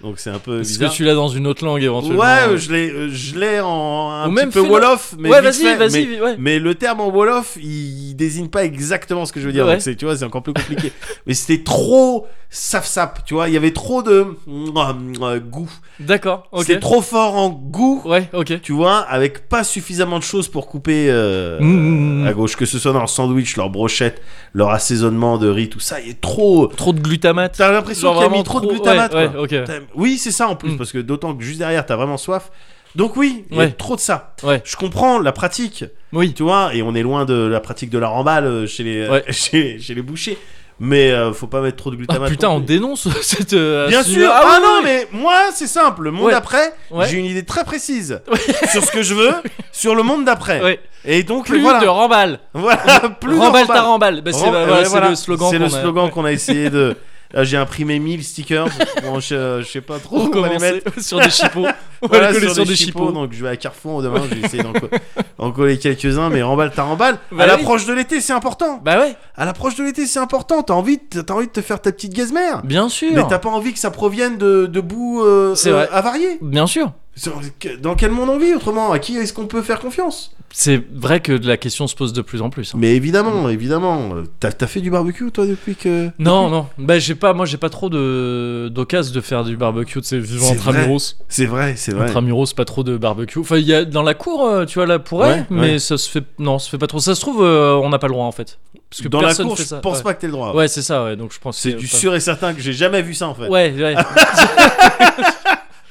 Donc c'est un peu Est-ce bizarre. que tu l'as dans une autre langue éventuellement Ouais, je l'ai, euh, je l'ai en un Ou petit même peu fais-le. wolof, mais Ouais, vite vas-y, fait. vas-y, Mais, ouais. mais le terme en wolof, il, il désigne pas exactement ce que je veux dire. Ouais. Donc c'est, tu vois, c'est encore plus compliqué. mais c'était trop saf-sap, tu vois. Il y avait trop de mm, mouah, mouah, ah, goût. D'accord. Ok. C'était trop fort en goût. Ouais. Ok. Tu vois, avec pas suffisamment de choses pour couper euh, Mmh. à gauche, que ce soit dans leur sandwich, leur brochette, leur assaisonnement de riz, tout ça, il est trop. Trop de glutamate. T'as l'impression Genre qu'il y a mis vraiment trop, de trop- glutamate. ouais, quoi. ouais, ok. T'as- Oui, c'est ça en plus, Mm. parce que d'autant que juste derrière, t'as vraiment soif. Donc oui, il y a Ouais. trop de ça. Ouais. Je comprends la pratique, Oui. tu vois, et on est loin de la pratique de la remballe euh, chez les, Ouais. chez, chez les bouchers. mais euh, faut pas mettre trop de Ah, glutamate. putain, non on plus. dénonce cette. euh, Bien ce- sûr. Ah, Ah, oui, non, oui. mais moi c'est simple. Le monde Ouais. d'après, Ouais. j'ai une idée très précise sur ce que je veux, sur le monde d'après. Ouais. Et donc Plus voilà, de remballe. voilà, plus de remballe ta remballe. remballe. Bah, c'est Ren- bah, euh, voilà, ouais, c'est voilà. le slogan. C'est qu'on le a- slogan qu'on a, essayé de. Là, j'ai imprimé 1000 stickers. Bon, je, je sais pas trop Pour où on va les mettre. commencer sur des chipots. On va Voilà, les coller sur, des chipots. Donc je vais à Carrefour demain, je vais essayer d'en co- d'en coller quelques-uns, mais remballe ta remballe. Bah à oui. l'approche de l'été, c'est important. Bah ouais, À l'approche de l'été, c'est important. T'as envie, de- t'as envie de te faire ta petite gazmère. bien Mais sûr. t'as pas envie que ça provienne de, de boue euh, C'est euh, vrai. avariée. Bien sûr. Sur- que- Dans quel monde on vit autrement À qui est-ce qu'on peut faire confiance C'est vrai que la question se pose de plus en plus. hein. Mais évidemment, évidemment. Euh, T'as t'as fait du barbecue toi depuis que. Non, non. Bah j'ai pas, moi j'ai pas trop de d'occasion de faire du barbecue. Tu sais, vivant C'est entre vrai. amuros, C'est vrai, c'est vrai. entre amuros, pas trop de barbecue. Enfin, il y a dans la cour, euh, tu vois là pour elle, Ouais, mais ouais. ça se fait, non, ça se fait pas trop. Ça se trouve, euh, on n'a pas le droit en fait, parce que Dans la personne cour, fait je ça. pense ouais. pas que t'aies le droit. Ouais, c'est ça. Ouais, donc je pense. Ah. C'est que- du pas- sûr et certain que j'ai jamais vu ça en fait. Ouais, ouais.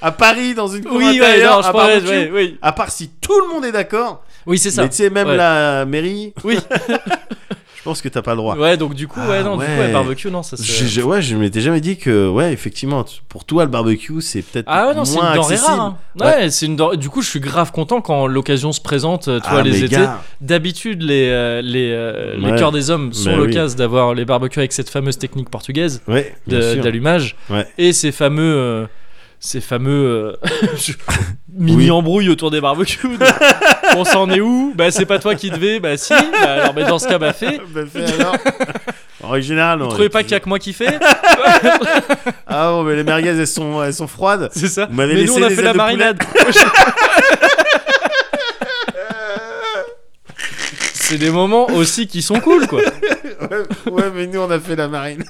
À Paris, dans une cour oui, ouais. intérieure, Non, je à parlais. barbecue, Ouais, oui. à part si tout le monde est d'accord. Oui, c'est ça. Mais tu sais, même Ouais. la mairie. Oui. je pense que t'as pas le droit. Ouais, donc du coup, ouais, Ah, non, du coup, ouais. ouais, barbecue, non, ça. se- Je, je- ouais, je m'étais jamais dit que, ouais, effectivement, tu- pour toi, le barbecue, c'est peut-être Ah ouais, non, c'est une moins denrée accessible. rare. hein. Ouais, c'est une denrée- Du coup, je suis grave content quand l'occasion se présente, euh, toi, Ah, les mais étés. gars, D'habitude, les, euh, les, euh, les Ouais. cœurs des hommes sont Mais oui. l'occasion d'avoir les barbecues avec cette fameuse technique portugaise Ouais, bien de- sûr. d'allumage Ouais. et ces fameux. euh, ces fameux euh, mini-embrouilles autour des barbecues. de- On s'en est où Bah, c'est pas toi qui devais, bah si. Bah, alors, mais dans ce cas, bah fait. Bah, fais alors. Original. Vous on- trouvez pas qu'il y a que moi qui fais Ah bon, mais les merguez, elles sont, elles sont froides. C'est ça Vous m'avez Mais laissé nous, on a des fait ailes la de poulet. marinade. C'est des moments aussi qui sont cool, quoi. Ouais, ouais, mais nous, on a fait la marine.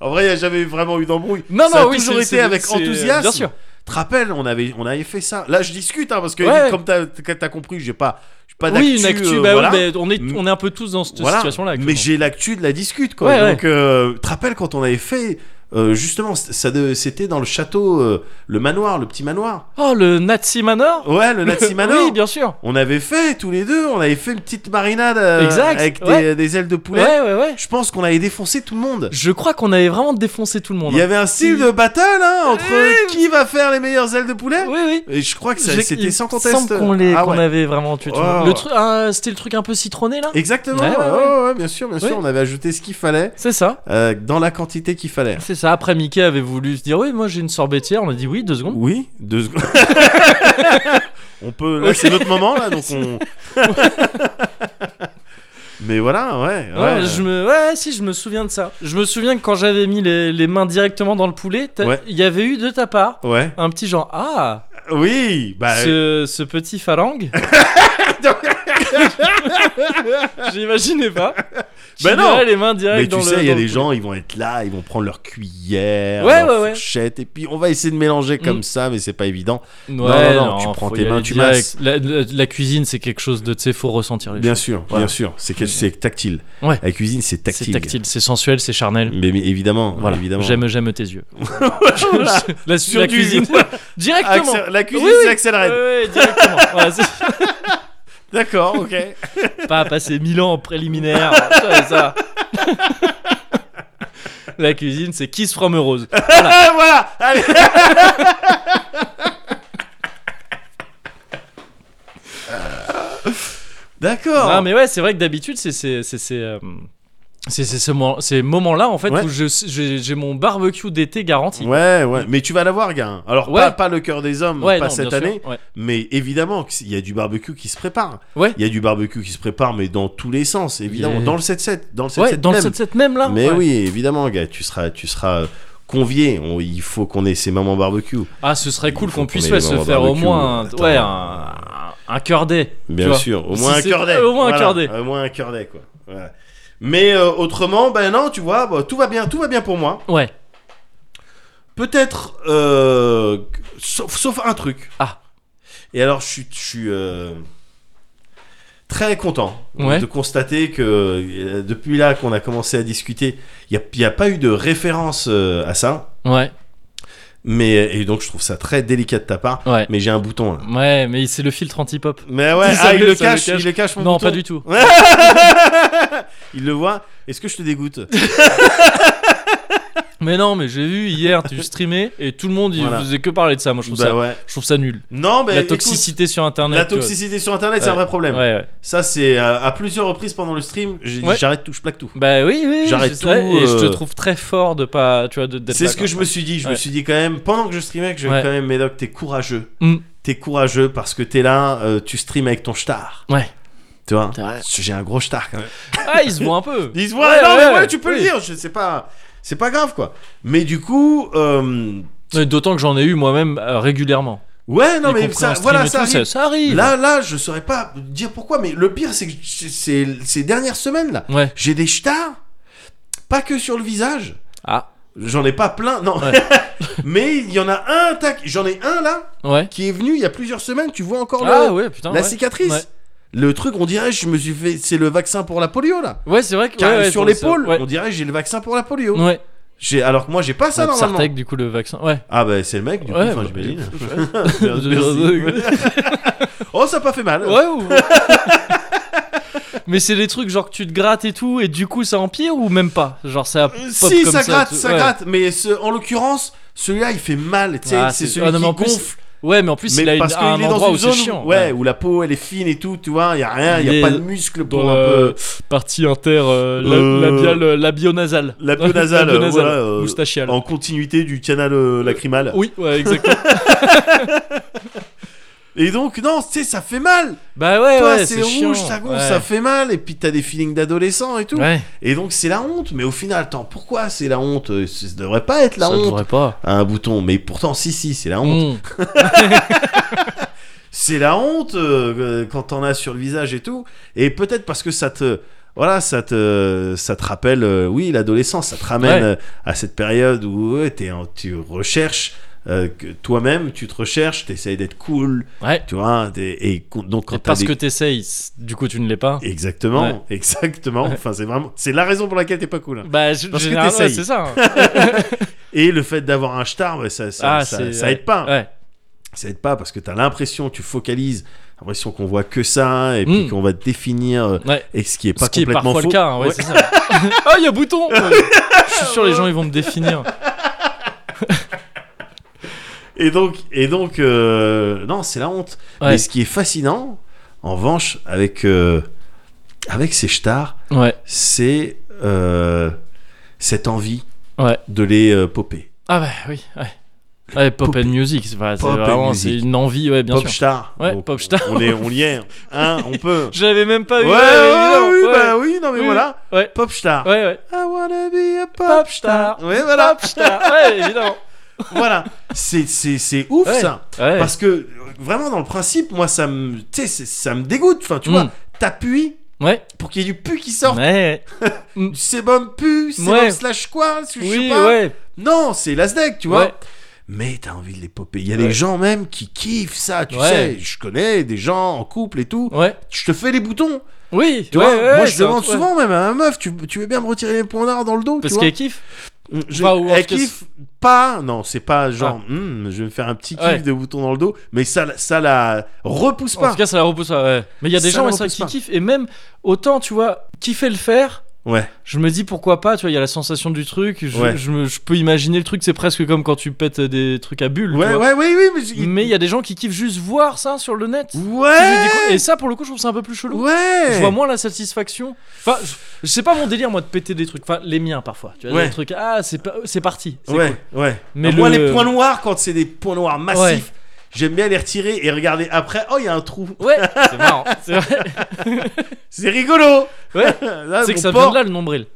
en vrai, il n'y a jamais vraiment eu d'embrouille. Non, Ça non, a oui, toujours c'est- été c'est- avec c'est- euh, enthousiasme. bien sûr. Te rappelles, on avait, on avait fait ça. Là, je discute, hein, parce que Ouais. comme t'as as compris, j'ai pas, j'ai pas d'actu. Oui, une actu, euh, bah voilà. oui, mais on est, Mm. on est un peu tous dans cette Voilà. situation-là. Mais actuellement. j'ai l'actu de la discute, quoi. Ouais, Donc, euh, te rappelles quand on avait fait. euh, justement, c- ça de- c'était dans le château, euh, le manoir, le petit manoir. Oh, le Nazi Manor Ouais, le Nazi Manoir. Oui, bien sûr. On avait fait tous les deux, on avait fait une petite marinade euh, Exact, avec des, ouais. des ailes de Ouais, poulet. ouais, ouais. Je pense qu'on avait défoncé tout le monde. Je crois qu'on avait vraiment défoncé tout le monde. Il y avait un style de battle hein, entre Ouais. qui va faire les meilleures ailes de poulet. Oui, oui. Et je crois que ça- J'ai- c'était il sans me conteste. semble qu'on les- Ah qu'on ouais. avait vraiment tué. tout le Oh. monde. Le truc, un- C'était le truc un peu citronné, là Exactement. Ouais, ouais, ouais, ouais. ouais, bien sûr, bien sûr. Ouais. On avait ajouté ce qu'il fallait C'est ça. euh, dans la quantité qu'il fallait. C'est ça, après Mickey avait voulu se dire Oui, moi j'ai une sorbetière. On a dit Oui, deux secondes. Oui, deux secondes. on peut. Là, c'est notre moment là, donc on. Mais voilà, ouais. Ouais, ouais. je me... ouais, si, je me souviens de ça. Je me souviens que quand j'avais mis les, les mains directement dans le poulet, t'as- il Ouais. y avait eu de ta part Ouais. un petit genre Ah, Oui. Bah. ce, ce petit phalangue. J'imaginais pas. Bah Qui non. aurait les mains Mais directes tu dans sais, le. il y a dans le des poulet. gens, ils vont être là, ils vont prendre leur cuillère, Ouais, leur ouais, ouais. fourchette, et puis on va essayer de mélanger comme Mm. ça, mais c'est pas évident. Ouais, Non, non, non, tu prends faut tes y mains, aller tu direct. masses. La, la- la cuisine, c'est quelque chose de. Tu sais, faut ressentir les Bien choses. sûr, Voilà. bien sûr, c'est quelque- c'est tactile. Ouais. La cuisine, c'est tactile. C'est tactile, c'est sensuel, c'est charnel. Mais, mais évidemment, Voilà, évidemment. j'aime j'aime tes yeux. Voilà. la, Sur la du- cuisine directement. Accé- La cuisine, Oui, oui. Euh. c'est accéléré. Ouais, ouais, directement. Voilà, c'est- D'accord, ok. pas passer mille ans en préliminaire. hein, ça, ça. La cuisine, c'est kiss from a rose. Ah, voilà. Allez. D'accord. Non, mais ouais, c'est vrai que d'habitude, c'est c'est c'est c'est, euh, c'est- c'est ce moment- ces moments-là en fait Ouais. où je- j'ai j'ai mon barbecue d'été garanti. Ouais, ouais, mais tu vas l'avoir, gars. Alors, Ouais. pas, pas le cœur des hommes, Ouais, pas non, cette bien sûr, année, ouais. Mais évidemment, il y a du barbecue qui se prépare. Ouais. Il y a du barbecue qui se prépare, mais dans tous les sens, évidemment. Yeah. Dans le 7-7. Dans le 7-7 Ouais, dans le même. 7-7 même là. Mais ouais. oui, évidemment, gars, tu seras, tu seras convié. On- il faut qu'on ait ces moments barbecue. Ah, ce serait cool Il faut qu'on qu'on puisse ait ouais, des se moments faire au barbecue. moins un, Attends. ouais, un, un cœur d'ai. Bien sûr. Au Si moins un c'est- cœur d'œil. au moins un Voilà, cœur d'œil. Au moins un cœur d'œil, quoi. Voilà. Mais euh, autrement, ben non, tu vois, bah, tout va bien, tout va bien pour moi. Ouais. Peut-être, euh, sauf, sauf un truc. Ah. Et alors, je suis, je suis euh, très content Ouais. de constater que euh, depuis là qu'on a commencé à discuter, il n'y a, il y a pas eu de référence euh, à ça. Ouais. Mais et donc je trouve ça très délicat de ta part. Ouais. Mais j'ai un bouton là. Ouais, mais c'est le filtre anti-pop. Mais ouais, Ça ah, il le- le ça le cache, cache. il le cache mon Non, bouton. pas du tout. il le voit. Est-ce que je te dégoûte Mais non, mais j'ai vu hier, tu streamais et tout le monde il Voilà. faisait que parler de ça. Moi, je trouve, Bah ça, ouais. je trouve ça nul. Non, mais la écoute, toxicité sur internet. la tu vois. toxicité sur internet, c'est un Ouais. vrai problème. Ouais, ouais. Ça, c'est euh, à plusieurs reprises pendant le stream, j'ai dit Ouais. j'arrête tout, je plaque tout. Bah oui, oui. J'arrête je sais, tout, Et je te euh, trouve très fort de pas. Tu vois, de- d'être C'est là, ce quoi. que je me suis dit. Je me Ouais. suis dit quand même, pendant que je streamais, que je Ouais. quand même, Médoc, t'es courageux. Mm. T'es courageux parce que t'es là, euh, tu stream avec ton star. Ouais. Tu vois C'est vrai. J'ai un gros star quand même. Ah, il se voit un peu. Ils se voient, Ouais, non, ouais, mais ouais, ouais, tu peux le oui. dire, je sais pas. C'est pas grave quoi. Mais du coup, euh, Mais D'autant que j'en ai eu moi-même euh, régulièrement. ouais, non, Y mais compris en ça, stream voilà, et ça tout, arrive. ça arrive. Là, là, je saurais pas dire pourquoi, mais le pire, c'est que c'est- c'est- ces dernières semaines là, Ouais. j'ai des stars, pas que sur le visage. Ah. J'en ai pas plein, non. Ouais. mais il y en a un, tac, j'en ai un là Ouais. qui est venu il y a plusieurs semaines. Tu vois encore Ah le- ouais, putain. la ouais. cicatrice. Ouais. Le truc, on dirait, je me suis fait, c'est le vaccin pour la polio là. Ouais, c'est vrai que. Car- ouais, ouais, sur je trouve l'épaule, ça- Ouais. on dirait j'ai le vaccin pour la polio. Ouais. J'ai alors que moi j'ai pas ça Ouais, normalement. Sartek, du coup, le vaccin. Ouais. Ah bah c'est le mec du Ouais, coup, enfin, bah, j'imagine. Merci. oh ça a pas fait mal. Ouais, ou- Mais c'est des trucs genre que tu te grattes et tout, et du coup ça empire ou même pas Genre ça. Euh, pop Si comme ça, gratte, tu- ça ouais. gratte, mais ce- en l'occurrence celui-là il fait mal. Tu sais, Ah, c'est c'est- celui ah, non, qui mais en plus, gonfle. Ouais, mais en plus mais il a une- parce qu'il un est endroit dans une où zone c'est chiant. où, ouais, où la peau elle est fine et tout, tu vois, il y a rien, il y a Il pas est de muscle pour Dans un la peu partie inter. Euh, la- Euh, labiale, euh, labionasale. la peau nasale, Labionasale, voilà, euh, moustachiale. en continuité du canal euh, lacrymal. Oui, ouais, exactement. Et donc non, tu sais ça fait mal. bah ouais, Toi ouais, c'est chiant. rouge, ça gonfle, ouais. ça fait mal et puis t'as des feelings d'adolescent et tout. Ouais, Et donc c'est la honte, mais au final, attends, pourquoi c'est la honte Euh, Ça devrait pas être la ça honte devrait pas. à un bouton, mais pourtant si si, c'est la honte. Mm. C'est la honte euh, euh, quand t'en as sur le visage et tout. Et peut-être parce que ça te voilà, ça te, ça te rappelle, euh, oui, l'adolescence, ça te ramène Ouais. euh, à cette période où ouais, t'es en- tu recherches, euh, que toi-même, tu te recherches, t'essayes d'être cool, Ouais. tu vois, t'es- et, con- donc quand Et t'as parce des... que t'essayes, du coup tu ne l'es pas. Exactement, Ouais. exactement, enfin c'est vraiment, c'est la raison pour laquelle t'es pas cool. hein. Bah, je- Parce que généralement, ouais, t'essayes. c'est ça. hein. Et le fait d'avoir un star, ouais, ça, ça, Ah, ça, c'est- ça aide pas. hein. Ouais. Ça aide pas parce que t'as l'impression, tu focalises, l'impression qu'on voit que ça et puis Mm. qu'on va te définir euh, Ouais. et ce qui est pas Ce qui est complètement parfois faux. le cas, hein, ouais, Ouais. c'est ça. Ah, il y a bouton Ouais. Je suis sûr, les gens, ils vont me définir. Et donc, et donc, euh, non, c'est la honte. Ouais. Mais ce qui est fascinant, en revanche, avec euh, avec ces stars, Ouais. c'est euh, cette envie Ouais. de les euh, popper. Ah, bah oui, ouais. Ouais, pop, Pop- and music, c'est enfin, c'est Pop and vraiment music. c'est une envie, ouais, bien pop sûr. star. Ouais, Donc, pop star. On est, on y est. Hein, on peut. J'avais même pas ouais, eu. ouais, évidemment, oui, ouais. bah oui, non mais Oui, voilà, Ouais. pop star. Ouais, ouais. I wanna be a pop Pop star. star. Ouais, voilà, Pop star, ouais, évidemment. voilà. C'est c'est c'est ouf Ouais. ça. Ouais. Parce que euh, vraiment dans le principe, moi ça me tu sais c'est- ça me dégoûte. Enfin tu Mm. vois, t'appuies Ouais. pour qu'il y ait du pu qui sorte. Ouais. Du sébum pu, sébum Ouais. slash quoi, je sais Oui, pas. ouais. Non, c'est l'asdec, E tu vois. Ouais. Mais t'as envie de les popper. Il y a Ouais. des gens même qui kiffent ça, tu Ouais. sais. Je connais des gens en couple et tout. Ouais. Je te fais les boutons. Oui. Tu ouais, vois, ouais, moi ouais, je c'est un demande truc, ouais. souvent même à ma meuf, tu, tu veux bien me retirer les poignards dans le dos, Parce tu vois. qu'elle kiffe. Je, Enfin, ou en elle tout cas, kiffe pas, non, c'est pas genre, Hmm, je vais me faire un petit kiff Ah. Ouais. de bouton dans le dos, mais ça, la- ça la repousse En pas. tout cas, ça la repousse. ouais, Ouais. Mais il y a des Ça gens la ouais, ça, repousse qui pas. kiffent. Et même, autant, tu vois, kiffer le faire, Ouais, je me dis pourquoi pas, tu vois, il y a la sensation du truc. Je, Ouais. je me- je peux imaginer le truc, c'est presque comme quand tu pètes des trucs à bulles. tu ouais, vois. ouais, oui, oui, mais. j- Mais il y a des gens qui kiffent juste voir ça sur le net. Tu te dis, quoi- Ouais! Et ça, pour le coup, je trouve ça un peu plus chelou. Ouais! Je vois moins la satisfaction. Enfin, je, je sais pas mon délire, moi, de péter des trucs. Enfin, les miens parfois. Tu vois, Ouais. des trucs. Ah, c'est pas- c'est parti. c'est Ouais, cool. ouais. Mais Ah, Moi, le- les points noirs, quand c'est des points noirs massifs, Ouais. j'aime bien les retirer et regarder après, oh, il y a un trou. Ouais, c'est marrant. C'est vrai. C'est rigolo! Ouais. Là, C'est que Ah, mon ça porc- vient de là le nombril.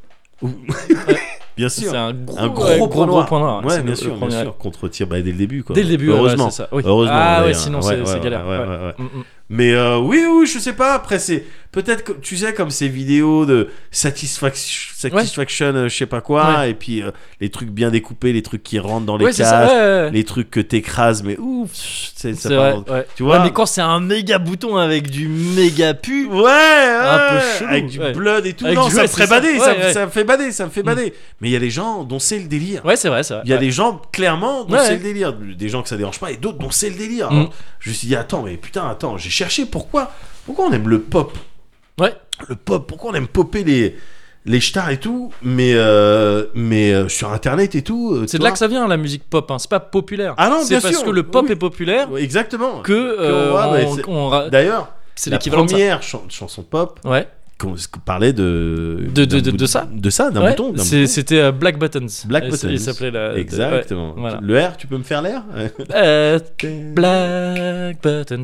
Bien C'est sûr. un gros, Un gros, ouais, point noir. point noir. Ouais, C'est bien le- sûr, le bien premier. sûr. Qu'on te retire bah, dès le début, quoi. Dès le début, ouais, heureusement. ouais, c'est ça. Oui. Heureusement. Ah ouais, d'ailleurs. sinon Ouais, c'est ouais, c'est ouais, galère. ouais, ouais. ouais, ouais. Mm, mm. Mais euh, oui, oui, je sais pas. Après, c'est peut-être, que- tu sais, comme ces vidéos de satisfaction, satisfaction euh, je sais pas quoi, et puis euh, les trucs bien découpés, les trucs qui rentrent dans les Ouais, c'est cases, ça. ouais, ouais, ouais. les trucs que t'écrases, mais ouf, c'est ça C'est part vrai. dans- ouais. Tu vois Ouais, mais quand c'est un méga bouton avec du méga pu. Ouais, ouais, peu chelou, avec du ouais. blood et tout. Avec non, du- ça ouais, me ferait c'est ça. bader, ça, Ouais, ouais. ça me fait bader, ça me fait bader. Mais il y a des gens dont c'est le délire. Ouais, c'est vrai, c'est vrai. Il y a Ouais. des gens, clairement, dont Ouais, c'est ouais. le délire. Des gens que ça dérange pas et d'autres dont c'est le délire. Mm. Alors, Je me suis dit, attends, mais putain, attends, j'ai cherché pourquoi. Pourquoi on aime le pop Ouais. Le pop, pourquoi on aime popper les, les stars et tout Mais, euh, mais euh, sur internet et tout. euh, C'est tu de là vois. que ça vient, la musique pop. hein. C'est pas populaire. Ah non, bien C'est parce sûr. que le pop Oui. est populaire Ouais, Exactement. que. euh, ouais, mais on- c'est- on ra- D'ailleurs, C'est la l'équivalent de ça. première chan- chanson pop Ouais. qu'on qu'on parlait de. De- de- d'un de- bout- de ça De ça, d'un Ouais, bouton. d'un c'est- bouton. C'était euh, Black Buttons. Black Il s- Buttons. Il s'appelait la. Exactement. ouais, voilà. Le R, tu peux me faire l'air Euh, Black Buttons.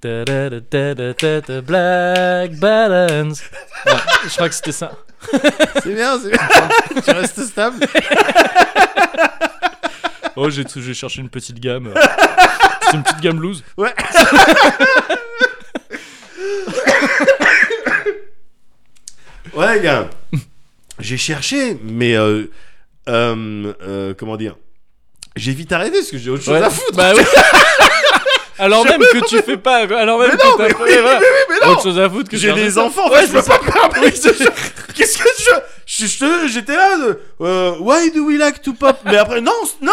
Da, da, da, da, da, da, da, black Buttons. Ouais, je crois que c'était ça. C'est bien, c'est bien. tu restes stable. Oh, j'ai j'ai cherché une petite gamme. C'est une petite gamme loose. Ouais. ouais, gars. J'ai cherché, mais euh, euh, euh, comment dire J'ai vite arrêté parce que j'ai autre chose à foutre. Bah oui. Alors même que tu fais pas. Alors même Mais non, que mais t'as oui, fait- voilà. mais oui, mais non. Autre chose à foutre que J'ai faire de des ça. enfants, Ouais, je peux c'est ça. pas me permettre de- Qu'est-ce que je. je- je te- J'étais là, de, euh, why do we like to pop Mais après, non, s- non,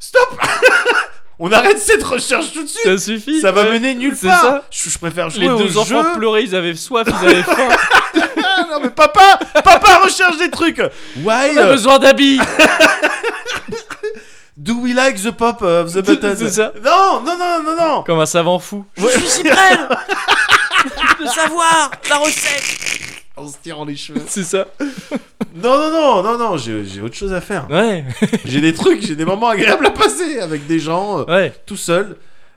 stop On arrête cette recherche tout de suite Ça suffit. Ça va Ouais. mener nulle c'est part. ça. Je, je préfère jouer Les au deux jeu. enfants pleuraient, ils avaient soif, ils avaient faim. Ah, non mais papa, papa recherche des trucs. Why On a euh, besoin d'habits. do we like the pop of the buttons C'est ça. Non, non, non, non, non. Comme un savant fou. Je suis prêt. De savoir la recette. On se tire en les cheveux. C'est ça. Non, non, non, non, non. J'ai j'ai autre chose à faire. Ouais. J'ai des trucs, j'ai des moments agréables à passer avec des gens, euh, Ouais. tout seul.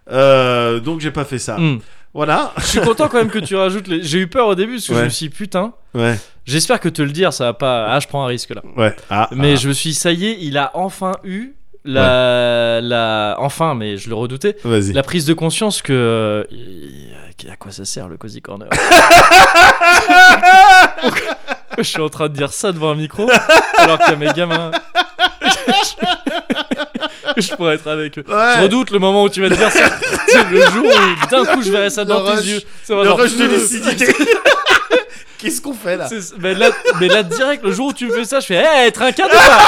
Euh, donc j'ai pas fait ça. Hmm. Voilà. Je suis content quand même que tu rajoutes les. J'ai eu peur au début parce que Ouais. je me suis dit, putain. Ouais, J'espère que te le dire, ça va pas. Ah, je prends un risque là. ouais. Ah, Mais ah. je me suis dit, ça y est, il a enfin eu la. la... Enfin, mais je le redoutais. Vas-y. La prise de conscience que. euh, y- À quoi ça sert le Cozy Corner Je suis en train de dire ça devant un micro alors qu'il y a mes gamins. Je pourrais être avec eux. Ouais. Je redoute le moment où tu vas te dire ça. Tu sais, le jour où d'un coup je verrai ça Le dans rush. tes yeux. Ça va Le genre- rush de lucidité. Qu'est-ce qu'on fait là C'est- Mais là, mais là, direct, le jour où tu me fais ça, je fais Hé, être un cadeau là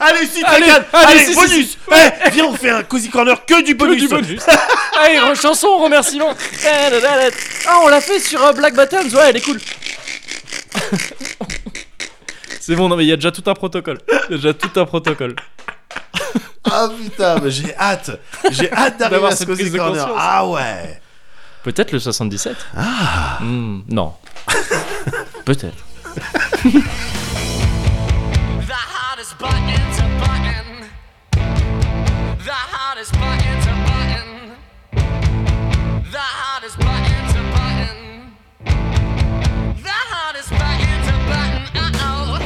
Allez, si, Allez, t'inquiète. allez, Allez, si, si, bonus. si. Eh, viens, on fait un cozy corner que du Que bonus. du bonus Allez, re- chanson, remerciement Da, da, da, da. Ah, on l'a fait sur euh, Black Buttons, ouais, elle est cool C'est bon, non, mais il y a déjà tout un protocole. Il y a déjà tout un protocole. Ah putain, mais j'ai hâte. J'ai hâte d'arriver D'avoir à ce cette cozy prise de corner. conscience. Ah ouais. Peut-être le 77 Ah Non. Peut-être. The hardest button to button. The hardest button to button. The hardest button to button. The hardest button to button. Uh oh.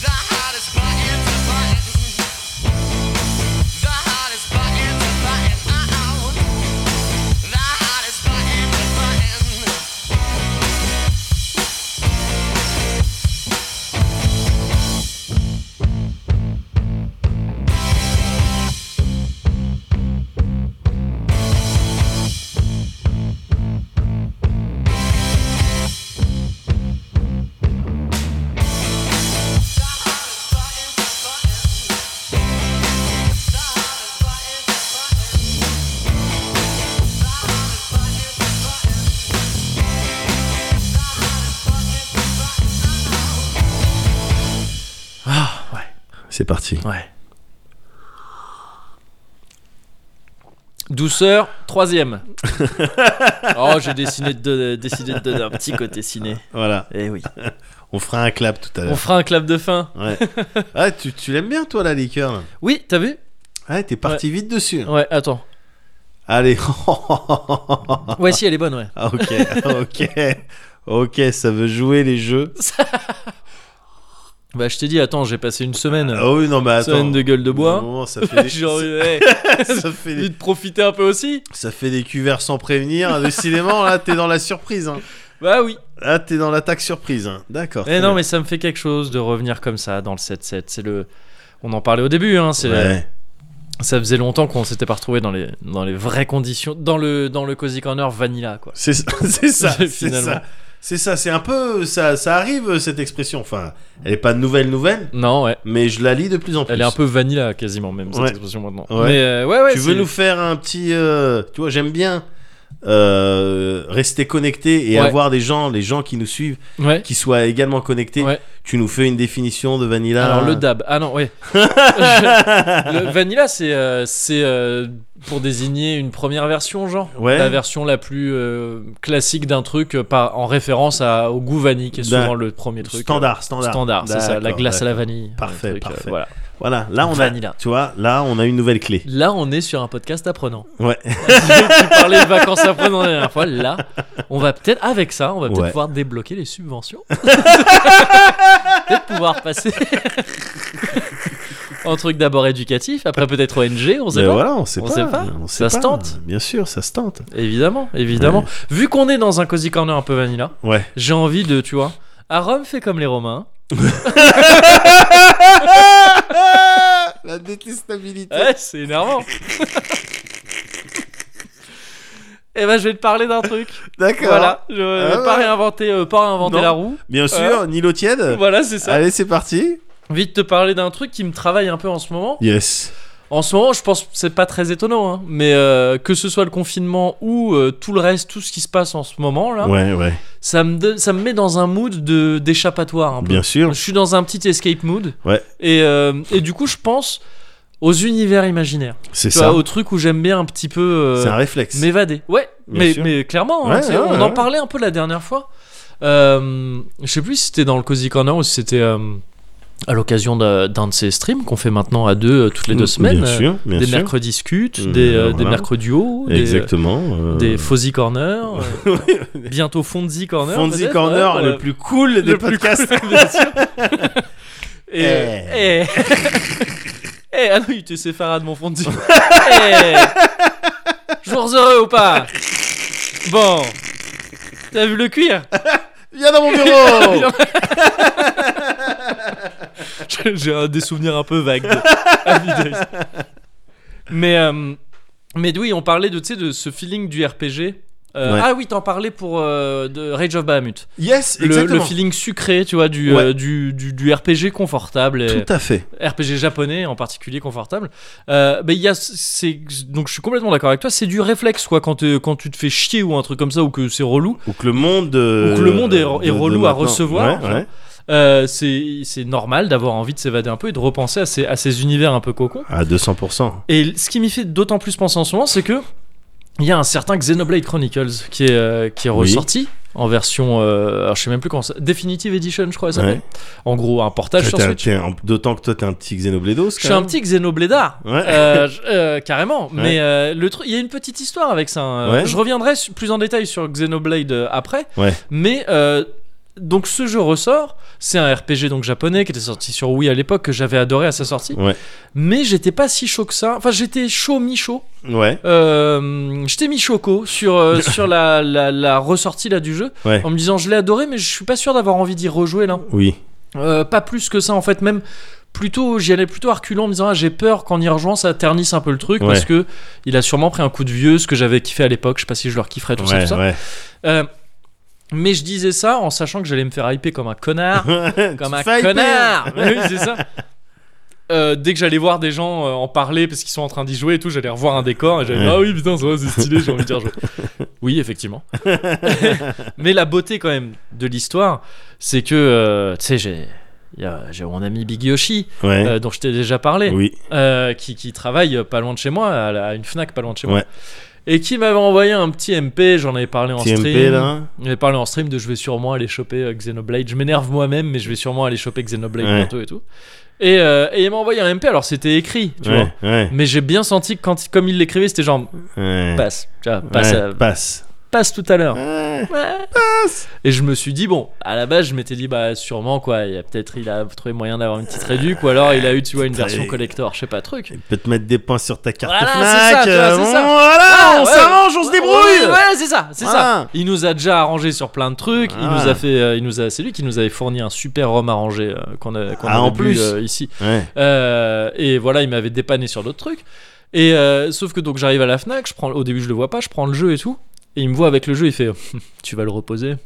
The hardest button to button. The hardest button to button. Uh oh. The hardest button to button. C'est parti. Ouais. Douceur, troisième. oh, j'ai décidé de, donner- décidé de donner un petit côté ciné. Voilà. Eh oui. On fera un clap tout à On l'heure. fera un clap de fin. Ouais. Ah, tu, tu l'aimes bien toi la liqueur. là Oui, t'as vu Ouais, t'es parti vite dessus. Ouais, attends. Allez. Ouais, si, elle est bonne, ouais. Ah, ok, ok, ok, ça veut jouer les jeux. Bah, je t'ai dit, attends, j'ai passé une semaine, Ah oui, non, mais attends. semaine de gueule de bois. Non, ça fait des, J'ai envie de- hey, ça, fait envie des, de profiter un peu aussi. ça fait des cuverts sans prévenir. Décidément, là, t'es dans la surprise. Hein. Bah oui. Là, t'es dans l'attaque surprise. hein. D'accord. Eh très non, bien. mais ça me fait quelque chose de revenir comme ça dans le 7-7. C'est le. On en parlait au début, hein, c'est Ouais. ça faisait longtemps qu'on s'était pas retrouvé dans les, dans les vraies conditions, dans le, dans le Cozy Corner vanilla, quoi. C'est ça, c'est ça, c'est Finalement. ça. C'est ça, c'est un peu. Ça, ça arrive, cette expression. Enfin, elle est pas nouvelle, nouvelle, Non, ouais. mais je la lis de plus en plus. Elle est un peu vanilla, quasiment, même, cette Ouais. expression maintenant. Ouais. Mais euh, ouais, ouais. tu veux c'est- nous faire un petit. euh, tu vois, j'aime bien euh, rester connecté et Ouais. avoir des gens, les gens qui nous suivent, Ouais. qui soient également connectés. Ouais. Tu nous fais une définition de Vanilla. Alors le dab. Ah non, ouais. Le vanilla, c'est euh, c'est euh, pour désigner une première version, genre. Ouais. La version la plus euh, classique d'un truc, euh, par, en référence à, au goût vanille, qui est D'un- souvent le premier truc. Standard, euh, standard. standard, c'est ça. La D'accord, glace à ouais. la vanille. Parfait, un truc, euh, parfait. voilà. Voilà, là on Vanilla. a. Tu vois, là on a une nouvelle clé. Là, on est sur un podcast apprenant. Ouais. tu parlais de vacances apprenant la dernière fois. Là, on va peut-être, avec ça, on va peut-être Ouais. pouvoir débloquer les subventions. peut-être pouvoir passer en truc d'abord éducatif, après peut-être ONG, on sait Mais pas. Ben voilà, on sait On pas. sait pas. on sait Ça se pas. tente. Bien sûr, ça se tente. Évidemment, évidemment. Vu qu'on est dans un cozy corner un peu vanilla, Ouais. j'ai envie de, tu vois, à Rome fait comme les Romains. Ah La détestabilité. Ouais, c'est énervant. Et ben, je vais te parler d'un truc. D'accord. Voilà, je vais Ah ouais. pas réinventer, euh, pas réinventer Non. la roue. Bien sûr, ni l'eau tiède. Voilà, c'est ça. Allez, c'est parti. Vite te parler d'un truc qui me travaille un peu en ce moment. Yes. En ce moment, je pense que c'est pas très étonnant, hein, mais euh, que ce soit le confinement ou euh, tout le reste, tout ce qui se passe en ce moment là, Ouais, ouais. ça me donne- ça me met dans un mood de d'échappatoire un peu. Bien sûr. Je suis dans un petit escape mood. Ouais. Et euh, et du coup, je pense aux univers imaginaires. C'est Tu vois, ça. au truc où j'aime bien un petit peu euh, C'est un réflexe. m'évader. Ouais, Bien mais, sûr. mais clairement, hein, Ouais, tu sais, ouais, on ouais, en ouais. parlait un peu la dernière fois. Euh, je sais plus si c'était dans le Cozy Corner ou si c'était euh, à l'occasion d'un d'un de ces streams qu'on fait maintenant à deux euh, toutes les deux semaines. Mm, Bien euh, sûr, bien des sûr. mercredis scut, Euh, des, euh, des voilà. mercredis hauts, des, euh, Exactement. euh, des Fozzy Corner, euh, bientôt Fonzie Corner. Fonzie peut-être, hein, Corner, ouais, le voilà. plus cool des Le plus podcasts. bien sûr. Et. Eh. et- Eh, ah non, il était séfarade, mon fond de Dieu. Eh. Jours heureux ou pas Bon. T'as vu le cuir Viens dans mon bureau. J'ai- J'ai un- des souvenirs un peu vagues. de Happy Days. Mais, euh, mais oui, on parlait de, tu sais, de ce feeling du RPG. Euh, Ouais. Ah oui, t'en parlais pour euh, de Rage of Bahamut. yes, Le, exactement. le feeling sucré, tu vois, du, Ouais. euh, du, du, du RPG confortable. et- Tout à fait. RPG japonais en particulier confortable. Euh, ben, il y a c'est donc je suis complètement d'accord avec toi, c'est du réflexe quoi quand t'es- quand tu te fais chier ou un truc comme ça ou que c'est relou, Ou que le monde. euh, Ou que le monde est- est de- de relou à maintenant. recevoir. Ouais, ouais. euh, c'est c'est normal d'avoir envie de s'évader un peu et de repenser à ces à ces univers un peu cocons. À 200%. Et ce qui m'y fait d'autant plus penser en ce moment, c'est que il y a un certain Xenoblade Chronicles qui est euh, qui est Oui. ressorti en version euh, alors je sais même plus comment ça Definitive Edition je crois ça s'appelle. Ouais. En gros un portage sur T'es un- Switch. t'es un- D'autant que toi, t'es un petit Xenobledos. Je suis un petit Xenoblédard. Ouais. Euh, je- euh, carrément. Ouais. Mais euh, le truc, il y a une petite histoire avec ça. hein. Ouais. Je reviendrai su- plus en détail sur Xenoblade euh, après. Ouais. Mais euh, donc ce jeu ressort. C'est un RPG donc japonais qui était sorti sur Wii à l'époque que j'avais adoré à sa sortie. Ouais. Mais j'étais pas si chaud que ça. Enfin j'étais chaud mi chaud. Ouais. Euh, j'étais mis choco sur euh, sur la, la, la ressortie là du jeu Ouais. en me disant je l'ai adoré mais je suis pas sûr d'avoir envie d'y rejouer là. Oui. Euh, pas plus que ça en fait même plutôt j'y allais plutôt à reculons en me disant ah, j'ai peur qu'en y rejoignant ça ternisse un peu le truc Ouais. parce que il a sûrement pris un coup de vieux ce que j'avais kiffé à l'époque je sais pas si je leur kifferais tout ça, tout Ouais, ça. ouais. Euh, mais je disais ça en sachant que j'allais me faire hyper comme un connard comme un connard Oui, c'est ça Euh, dès que j'allais voir des gens euh, en parler parce qu'ils sont en train d'y jouer et tout, j'allais revoir un décor et j'allais Ouais. ah oui putain ça va, c'est stylé j'ai envie de dire jouer. Oui effectivement. Mais la beauté quand même de l'histoire, c'est que euh, tu sais j'ai il y a- j'ai mon ami Big Yoshi Ouais. euh, dont je t'ai déjà parlé Oui. euh, qui, qui travaille pas loin de chez moi à, la- à une Fnac pas loin de chez moi Ouais. et qui m'avait envoyé un petit MP j'en avais parlé en TMP stream là. on avait parlé en stream de je vais sûrement aller choper euh, Xenoblade. Je m'énerve moi-même, mais je vais sûrement aller choper Xenoblade Ouais. bientôt et tout. Et, euh, et il m'a envoyé un MP, alors c'était écrit, tu vois. Ouais. Ouais. Mais j'ai bien senti que quand, comme il l'écrivait, c'était genre ouais. passe, tu vois, passe, Ouais, euh, passe. passe tout à l'heure. Ouais. Et je me suis dit bon, à la base je m'étais dit bah sûrement quoi, il y a peut-être il a trouvé moyen d'avoir une petite réduc ou alors il a eu tu vois une version réduc. collector, je sais pas truc. Il peut te mettre des points sur ta carte Voilà, c'est ça, Fnac. tu vois, euh, c'est bon, ça. voilà, Ah, on ouais. s'arrange, on se Ouais, débrouille. ouais, c'est ça, c'est Voilà. Ah. ça. Il nous a déjà arrangé sur plein de trucs. Il Voilà. nous a fait, euh, il nous a, c'est lui qui nous avait fourni un super rhum arrangé euh, qu'on a, qu'on Ah, avait en bu, plus. euh, ici. Ouais. Euh, et voilà, il m'avait dépanné sur d'autres trucs. Et euh, sauf que donc j'arrive à la Fnac, je prends, au début je le vois pas, je prends le jeu et tout. Et il me voit avec le jeu, il fait Tu vas le reposer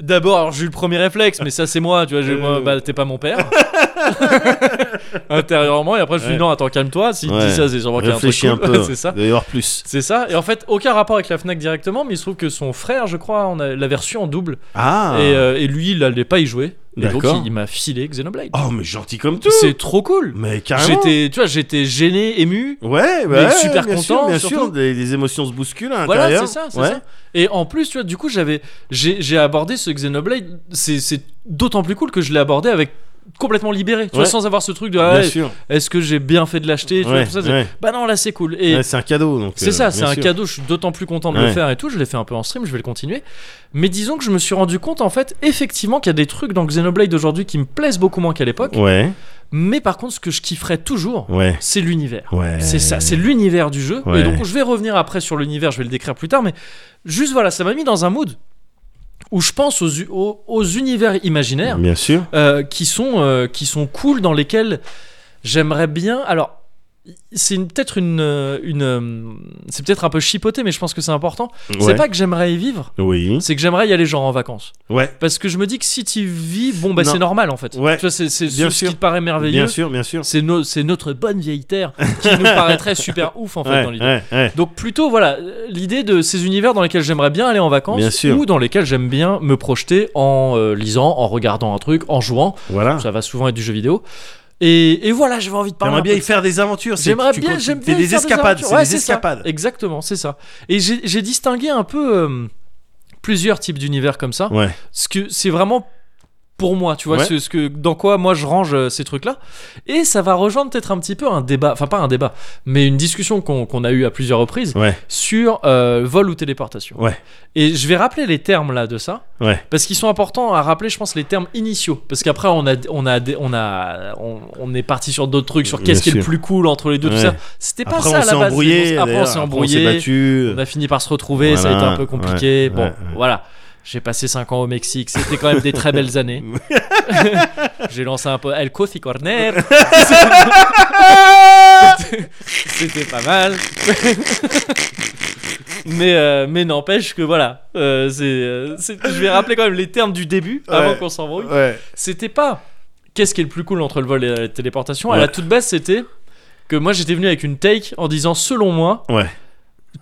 D'abord, alors j'ai eu le premier réflexe, mais ça c'est moi, tu vois, j'ai- Euh. moi, bah, t'es pas mon père. Intérieurement, et après je me suis dit Non, attends, calme-toi, s'il te Ouais. dit ça, c'est sûrement qu'il y a un truc Réfléchis un, cool. peu. c'est ça. Il doit y avoir plus. C'est ça, et en fait, aucun rapport avec la Fnac directement, mais il se trouve que son frère, je crois, on a, l'a version en double. Ah. Et, euh, et lui, il allait pas y jouer. Et donc, D'accord. il, il m'a filé Xenoblade. Oh, mais gentil comme tout. C'est trop cool. Mais carrément. J'étais, tu vois, j'étais gêné, ému. Ouais, Mais bah, super bien content, Sûr, bien surtout. sûr, les, les émotions se bousculent à Voilà, l'intérieur. c'est ça, c'est Ouais. ça. Et en plus, tu vois, du coup, j'avais, j'ai, j'ai abordé ce Xenoblade. C'est, c'est d'autant plus cool que je l'ai abordé avec complètement libéré, tu vois, Ouais. sans avoir ce truc de Bien ah, sûr. est-ce que j'ai bien fait de l'acheter, tu vois, Ouais, tout ça, c'est- ouais. Bah non, là c'est cool. Et Ouais, c'est un cadeau. donc, C'est euh, ça, c'est bien un sûr. cadeau, je suis d'autant plus content de le Ouais. faire et tout, je l'ai fait un peu en stream, je vais le continuer. Mais disons que je me suis rendu compte en fait effectivement qu'il y a des trucs dans Xenoblade aujourd'hui qui me plaisent beaucoup moins qu'à l'époque, Ouais, mais par contre ce que je kifferais toujours, ouais, c'est l'univers. ouais. C'est ça, c'est l'univers du jeu. Euh. Ouais. Et donc je vais revenir après sur l'univers, je vais le décrire plus tard, mais juste voilà, ça m'a mis dans un mood où je pense aux, u- aux- aux univers imaginaires Bien sûr. euh, qui sont euh, qui sont cool dans lesquels j'aimerais bien alors c'est une- peut-être une, euh, une euh, c'est peut-être un peu chipoté mais je pense que c'est important Ouais. c'est pas que j'aimerais y vivre Oui. c'est que j'aimerais y aller genre en vacances Ouais. parce que je me dis que si tu vis bon bah Non. c'est normal en fait Ouais. tu vois c'est c'est Bien ce sûr. qui te paraît merveilleux Bien sûr, bien sûr. c'est no- c'est notre bonne vieille terre qui nous paraîtrait super ouf en fait ouais, dans l'idée ouais, ouais. donc plutôt voilà euh, l'idée de ces univers dans lesquels j'aimerais bien aller en vacances Bien sûr. ou dans lesquels j'aime bien me projeter en euh, lisant, en regardant un truc, en jouant. Voilà. Ça va souvent être du jeu vidéo. Et, et voilà, j'avais envie de parler. J'aimerais un bien peu y faire des aventures. c'est- J'aimerais tu bien, comptes- j'aime C'est bien des faire escapades. aventures. C'est Ouais, des ça. escapades. Exactement, c'est ça. Et j'ai j'ai distingué un peu euh, plusieurs types d'univers comme ça. Ouais. Ce que c'est vraiment pour moi, tu vois, Ouais. ce, ce que dans quoi moi je range euh, ces trucs-là. Et ça va rejoindre peut-être un petit peu un débat, enfin pas un débat, mais une discussion qu'on qu'on a eue à plusieurs reprises Ouais. sur euh, vol ou téléportation. Ouais. Et je vais rappeler les termes là de ça. Ouais. Parce qu'ils sont importants à rappeler, je pense, les termes initiaux. Parce qu'après, on a, on a, des- on a, on, on est parti sur d'autres trucs, sur Euh, Bien qu'est-ce qui est le sûr. plus cool entre les deux, tout Ouais. ça. C'était pas Après, ça on à la s'est base. des embrouillé. bons- Après, on d'ailleurs. s'est Après, embrouillé. On s'est battu. On a fini par se retrouver, ça a été Voilà, un peu compliqué. ouais, bon, ouais, ouais. voilà. J'ai passé 5 ans au Mexique, c'était quand même des très belles années. J'ai lancé un peu El Coffee Corner. c'était pas mal. mais euh, mais n'empêche que voilà, euh, c'est, euh, c'est- je vais rappeler quand même les termes du début avant Ouais. qu'on s'embrouille. Ouais. C'était pas qu'est-ce qui est le plus cool entre le vol et la téléportation. À Ouais. la toute base, c'était que moi j'étais venu avec une take en disant selon moi, Ouais.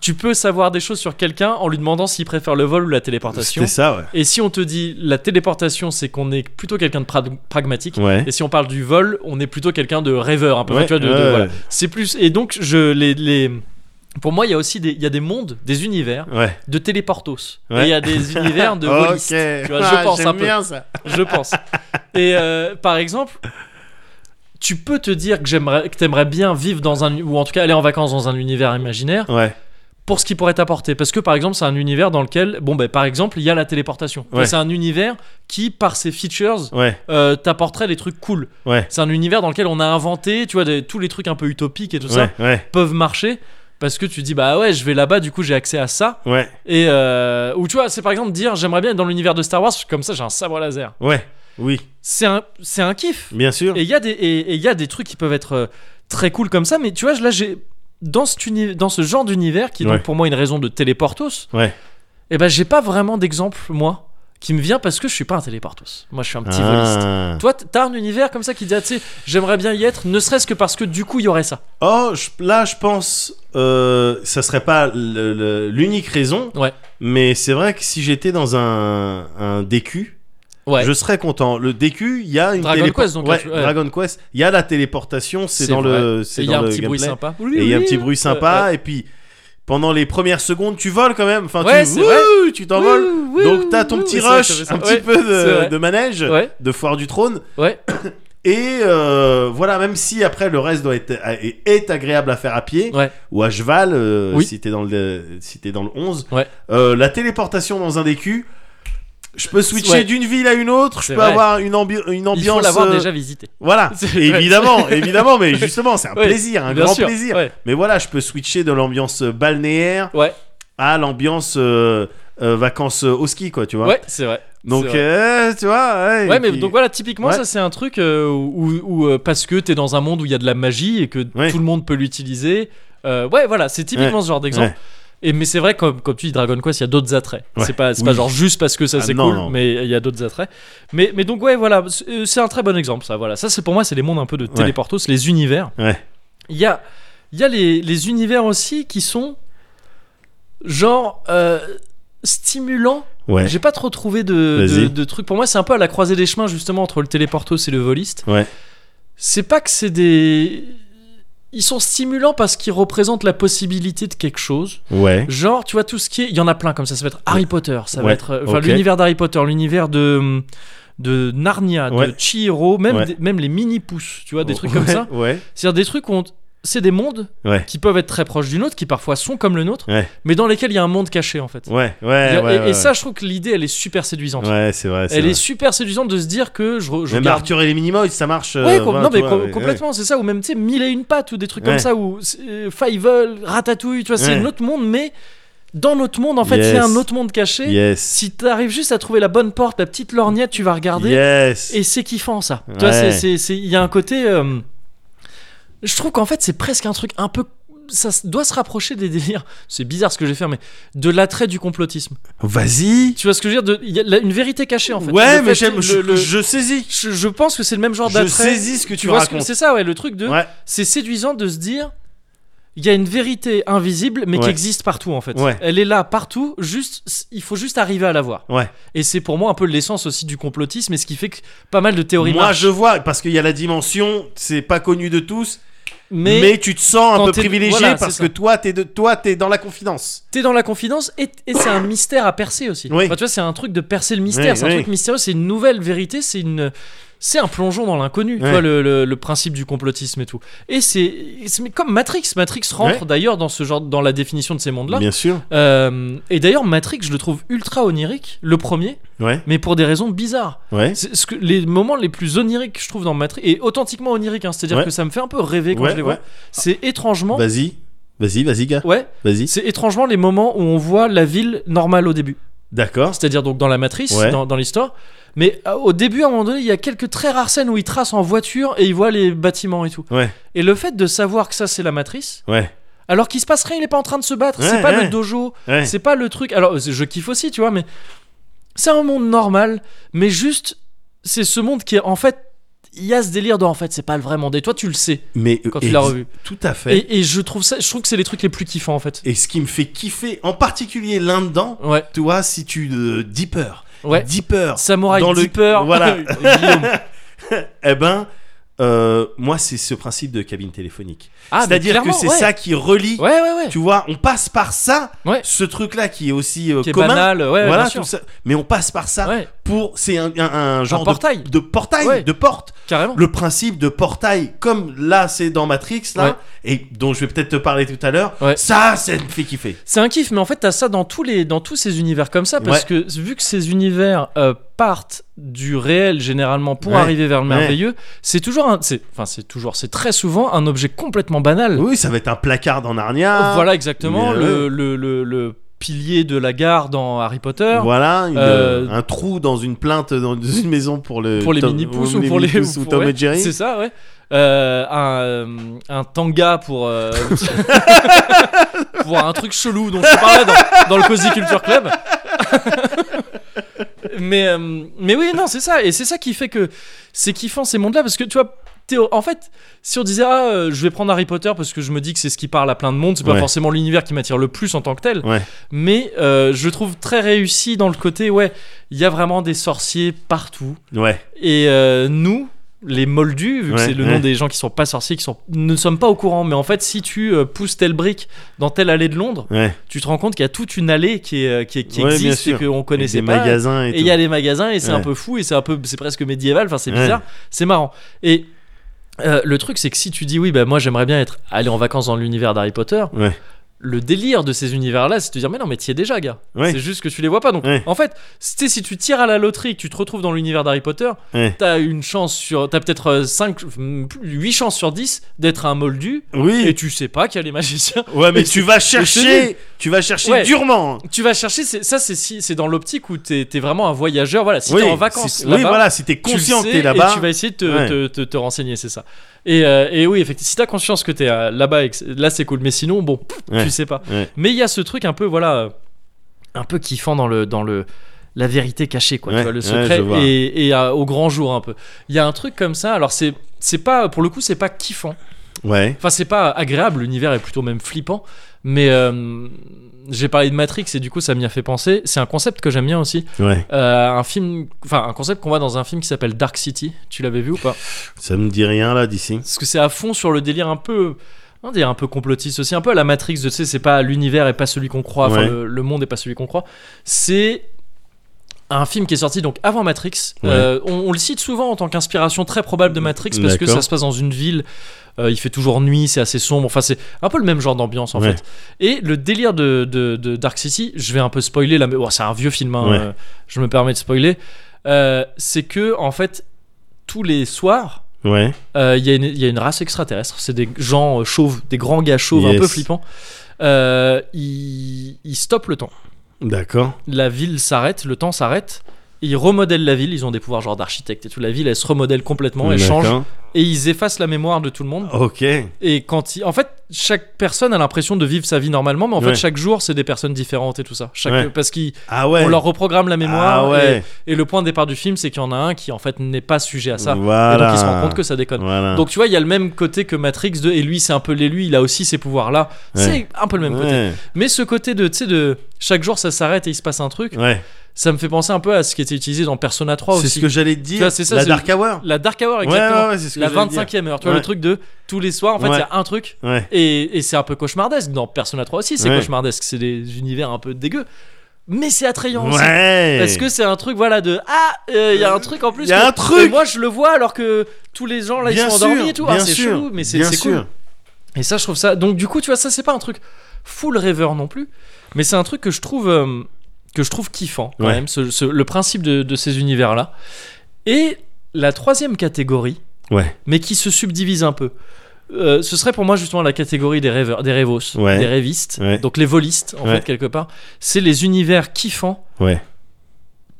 tu peux savoir des choses sur quelqu'un en lui demandant s'il préfère le vol ou la téléportation. C'était ça, ouais. Et si on te dit la téléportation, c'est qu'on est plutôt quelqu'un de pra- pragmatique. Ouais. Et si on parle du vol, on est plutôt quelqu'un de rêveur, un peu. Ouais, tu vois, de- de- ouais, voilà. ouais. C'est plus. Et donc, je les, les- pour moi, il y a aussi des, il y a des mondes, des univers Ouais. de téléportos. Et Ouais. il y a des univers de volistes. Tu vois, je Ah, pense j'aime un peu bien ça. je pense. Et euh, par exemple, tu peux te dire que j'aimerais, que t'aimerais bien vivre dans un, ou en tout cas aller en vacances dans un univers imaginaire Ouais. pour ce qui pourrait t'apporter. Parce que par exemple, c'est un univers dans lequel, bon ben, par exemple, il y a la téléportation. Ouais. C'est un univers qui, par ses features, Ouais. euh, t'apporterait des trucs cool. Ouais. C'est un univers dans lequel on a inventé, tu vois, des- tous les trucs un peu utopiques et tout ça Ouais. Ouais. peuvent marcher. Parce que tu dis bah ouais je vais là-bas du coup j'ai accès à ça Ouais. et euh, ou tu vois c'est par exemple dire j'aimerais bien être dans l'univers de Star Wars comme ça j'ai un sabre laser Ouais. Oui. c'est un c'est un kiff Bien sûr. et il y a des et et il y a des trucs qui peuvent être euh, très cool comme ça, mais tu vois, je- là j'ai dans cet uni- dans ce genre d'univers qui est Ouais. donc pour moi une raison de téléportos, Ouais. et ben j'ai pas vraiment d'exemple moi qui me vient parce que je suis pas un téléportos. Moi, je suis un petit voliste. Ah. Toi, t- t'as un univers comme ça qui dit, ah, tu sais, j'aimerais bien y être, ne serait-ce que parce que du coup, il y aurait ça. Oh, je- là, je pense, euh, ça serait pas le- le- l'unique raison. Ouais. Mais c'est vrai que si j'étais dans un, un DQ, Ouais. je serais content. Le DQ, il y a une Dragon télépo- Quest, donc, Ouais, là, tu- ouais. Dragon Quest, il y a la téléportation, c'est dans le, Et c'est il y a dans un le petit bruit gameplay. sympa. Euh, Et il y a un petit bruit sympa. Et puis, pendant les premières secondes, tu voles quand même. Enfin, Ouais, tu, c'est vrai. Wouh, tu t'envoles. Ouh, ouh, Donc, t'as ton ouh. petit C'est vrai, rush, ça fait ça. un Ouais, petit peu c'est de, vrai. de manège, Ouais. de foire du trône. Ouais. Et euh, voilà, même si après le reste doit être, est, est agréable à faire à pied Ouais. ou à cheval, euh, Oui. si t'es dans le si t'es dans le 11, Ouais. euh, la téléportation dans un DQ, je peux switcher Ouais. d'une ville à une autre, je C'est peux vrai. avoir une, ambi- une Il faut ambiance. l'avoir euh, déjà visité. Voilà, C'est vrai. évidemment, évidemment, mais justement, c'est un Ouais, plaisir, un bien grand sûr, plaisir. ouais. Mais voilà, je peux switcher de l'ambiance euh, balnéaire Ouais, à l'ambiance euh, euh, vacances au ski, quoi, tu vois. ouais, c'est vrai. Donc, C'est vrai. euh, tu vois. Ouais, et Ouais, mais puis- donc voilà, typiquement, Ouais. ça c'est un truc euh, où, où, euh, parce que t'es dans un monde où il y a de la magie et que Ouais. tout le monde peut l'utiliser. euh, ouais, voilà, c'est typiquement Ouais. ce genre d'exemple. Ouais. Et mais c'est vrai, comme, comme tu dis, Dragon Quest, il y a d'autres attraits. Ouais. C'est pas, c'est Oui. pas genre juste parce que ça Ah, c'est non, cool, non. mais il y a d'autres attraits. Mais, mais donc ouais, voilà, c'est euh, c'est un très bon exemple ça. Voilà, ça c'est pour moi, c'est les mondes un peu de téléportos, les univers. Ouais. Il y a, il y a les, les univers aussi qui sont genre euh, stimulants Ouais. j'ai pas trop trouvé de, de, Vas-y. de trucs. Pour moi, c'est un peu à la croisée des chemins, justement, entre le téléportos et le voliste. Ouais. C'est pas que c'est des. Ils sont stimulants parce qu'ils représentent la possibilité de quelque chose. Ouais. Genre, tu vois, tout ce qui est. Il y en a plein comme ça. Ça va être Harry Potter, ça va Ouais, être. Enfin, ok. l'univers d'Harry Potter, l'univers de. De Narnia, Ouais. de Chihiro, même, Ouais. des- même les mini-pousses, tu vois, des trucs comme Ouais, ça. Ouais. C'est-à-dire des trucs où on- C'est des mondes Ouais. qui peuvent être très proches du nôtre, qui parfois sont comme le nôtre, Ouais. mais dans lesquels il y a un monde caché en fait. Ouais. Ouais. Il y a- ouais, et, et ouais, ça, je trouve que l'idée, elle est super séduisante. Ouais, c'est vrai. c'est elle vrai. est super séduisante de se dire que je, re- je Même regarde. Arthur et les Minimoys, ça marche. euh, Ouais, com- voilà, non, tu mais vois, com- ouais, complètement, c'est ça, ou même, tu sais, Mille et une pattes, ou des trucs Ouais. comme ça, ou euh, Fievel, Ratatouille, tu vois, c'est Ouais. notre monde, mais dans notre monde, en fait, il y a Yes. un autre monde ouais. caché. Yes. Si t'arrives juste à trouver la bonne porte, la petite lorgnette, tu vas regarder, Yes. et c'est kiffant, ça. Tu vois, Ouais. c'est- c'est- c'est- il y a un côté. euh, je trouve qu'en fait, c'est presque un truc un peu. Ça s- doit se rapprocher des délires. C'est bizarre ce que j'ai fait, mais de l'attrait du complotisme. Vas-y. Tu vois ce que je veux dire de- Il y a la- une vérité cachée en fait. Ouais, Le fait- mais j'aime. le- je- le- Je saisis. je- je pense que c'est le même genre Je d'attrait. saisis ce que tu, Tu vois ce que racontes. c'est ça, ouais, le truc de. ouais. C'est séduisant de se dire. Il y a une vérité invisible, mais qui Ouais. existe partout en fait. Ouais. Elle est là partout. Juste, s- il faut juste arriver à la voir. Ouais. Et c'est pour moi un peu l'essence aussi du complotisme, et ce qui fait que pas mal de théories. Moi, marchent. je vois parce qu'il y a la dimension. C'est pas connu de tous, mais, mais tu te sens quand un peu t'es- privilégié voilà, c'est parce ça. que toi, t'es de, toi, t'es dans la confidence. t'es dans la confidence, et, et c'est un mystère à percer aussi. Oui. Enfin, tu vois, c'est un truc de percer le mystère. Oui, c'est un oui. truc mystérieux. C'est une nouvelle vérité. C'est une c'est un plongeon dans l'inconnu, tu Ouais. vois, le, le- le principe du complotisme et tout. Et c'est c'est- mais comme Matrix. Matrix rentre Ouais. d'ailleurs dans ce genre, dans la définition de ces mondes-là. sûr. Euh, et d'ailleurs, Matrix, je le trouve ultra onirique, le premier, Ouais. mais pour des raisons bizarres. Ouais. C'est ce que, les moments les plus oniriques que je trouve dans Matrix, et authentiquement onirique, hein, c'est-à-dire Ouais. que ça me fait un peu rêver quand Ouais, je les vois. ouais. C'est étrangement. Vas-y. Vas-y, vas-y, gars. Ouais, Vas-y. c'est étrangement les moments où on voit la ville normale au début. D'accord. C'est-à-dire donc dans la matrice, Ouais. dans, dans l'histoire. Mais euh, au début, à un moment donné, il y a quelques très rares scènes où il trace en voiture et il voit les bâtiments et tout. Ouais. Et le fait de savoir que ça, c'est la matrice, Ouais. alors qu'il se passe rien, il est pas en train de se battre, c'est Ouais, pas ouais. le dojo, Ouais. c'est pas le truc. Alors, euh, je kiffe aussi, tu vois, mais c'est un monde normal, mais juste, c'est ce monde qui est en fait. Il y a ce délire de en fait, c'est pas le vrai monde. Et toi, tu le sais Mais quand tu et- l'as revu. Tout à fait. Et... Et, et je trouve ça, je trouve que c'est les trucs les plus kiffants en fait. ce qui me fait kiffer, en particulier là-dedans, Ouais, tu vois, si tu euh, deeper, ouais. deeper, Samouraï dans le- Deeper. voilà. Guillaume. eh ben, euh, moi, c'est ce principe de cabine téléphonique. Ah, mais C'est-à-dire que clairement, c'est ouais. ça qui relie. Ouais, ouais, ouais. Tu vois, on passe par ça, Ouais. ce truc-là qui est aussi euh, qui est commun. banal, ouais, voilà, bien sûr. tout ça. Mais on passe par ça Ouais, pour. C'est un, un- un genre de- portail. De, portail, Ouais. de porte. carrément. Le principe de portail, comme là, c'est dans Matrix, là, et dont je vais peut-être te parler tout à l'heure. Ouais. Ça, ça me fait kiffer. C'est un kiff, mais en fait, t'as ça dans tous, les, dans tous ces univers comme ça, parce que vu que ces univers euh, partent du réel généralement pour Ouais. arriver vers le Ouais. merveilleux, c'est toujours, un- c'est, enfin, c'est toujours, c'est très souvent un objet complètement banal. Oui, ça va être un placard dans Narnia. voilà exactement mais, le, le, le, le pilier de la gare dans Harry Potter. Voilà, une, Euh, un trou dans une plainte dans une maison pour le Pour les Tom- mini pouces ou pour les mini-pouces ou pour- Tom ouais, et Jerry. c'est ça ouais Euh, un, euh, un tanga pour euh, pour un truc chelou dont je te parlais dans, dans le Cozy Culture Club mais euh, mais oui non c'est ça et c'est ça qui fait que c'est kiffant ces mondes là parce que tu vois Théo, en fait, si on disait ah euh, je vais prendre Harry Potter parce que je me dis que c'est ce qui parle à plein de monde, c'est pas Ouais. forcément l'univers qui m'attire le plus en tant que tel, Ouais. mais euh, je trouve très réussi dans le côté ouais il y a vraiment des sorciers partout, Ouais, et euh, nous, les moldus, vu que Ouais, c'est le ouais. nom des gens qui sont pas sorciers, qui sont, ne sommes pas au courant. Mais en fait, si tu euh, pousses telle brique dans telle allée de Londres, Ouais. tu te rends compte qu'il y a toute une allée qui, est, euh, qui, est- qui Ouais, bien existe et sûr. qu'on Avec connaissait des pas. magasins et, et il y a les magasins et c'est un Ouais. peu fou et c'est un peu c'est presque médiéval enfin c'est Ouais. bizarre c'est marrant et euh, le truc c'est que si tu dis oui bah moi j'aimerais bien être aller en vacances dans l'univers d'Harry Potter tout. Ouais. le délire de ces univers là c'est de te dire mais non mais t'y es déjà gars Ouais. c'est juste que tu les vois pas donc Ouais. en fait tu sais, si tu tires à la loterie et que tu te retrouves dans l'univers d'Harry Potter Ouais. t'as une chance sur t'as peut-être euh, 5 8 chances sur 10 d'être un moldu Oui. et tu sais pas qu'il y a les magiciens Ouais, mais tu vas c'est chercher, tu vas chercher Ouais. durement. tu vas chercher c'est- ça c'est si- c'est dans l'optique où t'es t'es vraiment un voyageur voilà si oui, t'es en vacances si- là-bas oui, voilà, si t'es tu conscient le que sais t'es Et là-bas. tu vas essayer de te, Ouais. te- te- te renseigner, c'est ça. Et, euh, et oui, effectivement, si t'as conscience que t'es euh, là-bas, et que c'est- là c'est cool, mais sinon, bon, pff, Ouais. tu sais pas. Ouais. Mais il y a ce truc un peu, voilà, euh, un peu kiffant dans le. Dans le la vérité cachée quoi tu Ouais, vois, le ouais, secret je vois. et, et, euh, au grand jour un peu il y a un truc comme ça alors c'est c'est pas pour le coup c'est pas kiffant Ouais. Enfin, c'est pas agréable, l'univers est plutôt même flippant. Mais euh, j'ai parlé de Matrix et du coup, ça m'y a fait penser. C'est un concept que j'aime bien aussi. Ouais. Euh, un film, enfin, un concept qu'on voit dans un film qui s'appelle Dark City. Tu l'avais vu ou pas Ça me dit rien là d'ici. Parce que c'est à fond sur le délire un peu. Un délire un peu complotiste aussi, un peu à la Matrix, de, tu sais, c'est pas l'univers est pas celui qu'on croit, enfin Ouais. le, le monde est pas celui qu'on croit. C'est un film qui est sorti donc avant Matrix. Ouais. Euh, on, on le cite souvent en tant qu'inspiration très probable de Matrix parce que ça D'accord. se passe dans une ville. euh, il fait toujours nuit, c'est assez sombre. Enfin, c'est un peu le même genre d'ambiance en Ouais. fait. Et le délire de, de- de Dark City, je vais un peu spoiler là, mais oh, c'est un vieux film. hein, Ouais. euh, je me permets de spoiler. Euh, c'est que en fait tous les soirs, Ouais. euh, Il y, a une- il y a une race extraterrestre. C'est des gens euh, chauves, des grands gars chauves, un Yes. peu flippants. Euh, ils, ils stoppent le temps. D'accord. La ville s'arrête, le temps s'arrête. Ils remodèlent la ville. Ils ont des pouvoirs genre d'architecte et tout. La ville, elle se remodèle complètement, elle change D'accord. et ils effacent la mémoire de tout le monde. Ok. Et quand ils- en fait, chaque personne a l'impression de vivre sa vie normalement, mais en fait, Ouais. chaque jour, c'est des personnes différentes et tout ça. Chaque- Ouais. parce qu'ils Ah ouais. on leur reprogramme la mémoire. Ah ouais. et, et le point de départ du film, c'est qu'il y en a un qui en fait n'est pas sujet à ça. Voilà. Et donc il se rend compte que ça déconne. Voilà. Donc tu vois, il y a le même côté que Matrix 2 et lui c'est un peu l'élu, il a aussi ces pouvoirs là. C'est Ouais. un peu le même côté. ouais. Mais ce côté de tu sais de chaque jour ça s'arrête et il se passe un truc, Ouais. ça me fait penser un peu à ce qui était utilisé dans Persona 3 C'est aussi. ce que j'allais te Tu vois, dire. c'est ça, la c'est- Dark Hour. La Dark Hour Ouais, exactement. ouais, ouais, c'est ce que la j'allais dire. 25e heure, tu vois le Ouais. truc de tous les soirs en fait, il Ouais. y a un truc Ouais. et, et c'est un peu cauchemardesque dans Persona 3 aussi, c'est Ouais. cauchemardesque, c'est des univers un peu dégueux. Mais c'est attrayant aussi. Ouais. Parce que c'est un truc, voilà, de ah, euh, il y a un truc en plus. Il y a que- un truc et moi, je le vois alors que tous les gens là, ils bien sont sûr, endormis et tout. Ah, bien c'est sûr, chelou, mais c'est bien c'est cool. sûr. Et ça, je trouve ça. Donc, du coup, tu vois, ça, c'est pas un truc full rêveur non plus, mais c'est un truc que je trouve euh, que je trouve kiffant quand Ouais. même, ce- ce- le principe de, de ces univers là. Et la troisième catégorie, Ouais. mais qui se subdivise un peu. euh, ce serait pour moi justement la catégorie des rêveurs, des rêvos, Ouais. des rêvistes, Ouais. donc les volistes en Ouais. fait quelque part. C'est les univers kiffants Ouais.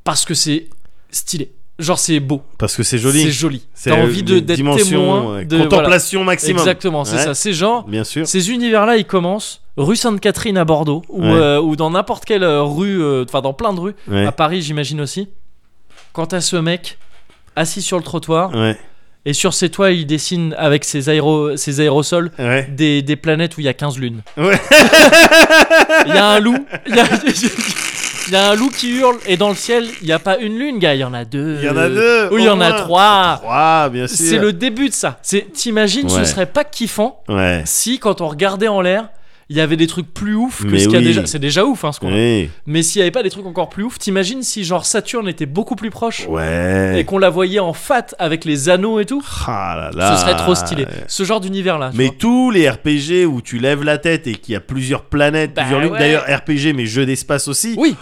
parce que c'est stylé. Genre c'est beau, Parce que c'est c'est joli. joli. C'est T'as envie une de d'être dimension, témoin ouais, de voilà. contemplation maximum. Exactement, c'est Ouais. ça. Ces gens, Bien sûr. ces univers-là, ils commencent rue Sainte-Catherine à Bordeaux ou, Ouais. euh, ou dans n'importe quelle euh, rue, euh, enfin dans plein de rues Ouais. à Paris, j'imagine aussi. Quant à ce mec assis sur le trottoir Ouais. et sur ses toits, il dessine avec ses, aéro, ses aérosols. Ouais. Des, des planètes où il y a 15 lunes. Ouais. Il y a un loup. Il y a, il y a un loup qui hurle et dans le ciel, il n'y a pas une lune, gars, il y en a deux. Il y en a deux. Oui, il y au en a moins. trois. Trois, bien sûr. Ah. C'est le début de ça. C'est t'imagines, ce Ouais. serait pas kiffant Ouais. si quand on regardait en l'air, il y avait des trucs plus ouf que Mais ce qu'il y a oui. déjà. C'est déjà ouf, hein, ce qu'on a. Oui. Mais s'il y avait pas des trucs encore plus ouf, t'imagines si genre Saturne était beaucoup plus proche Ouais. et qu'on la voyait en fat avec les anneaux et tout. Ah là là. Ce serait trop stylé. Ah, Ce genre d'univers là. Mais tous les RPG où tu lèves la tête et qu'il y a plusieurs planètes, Bah plusieurs lunes, ouais. d'ailleurs RPG mais jeu d'espace aussi. oui,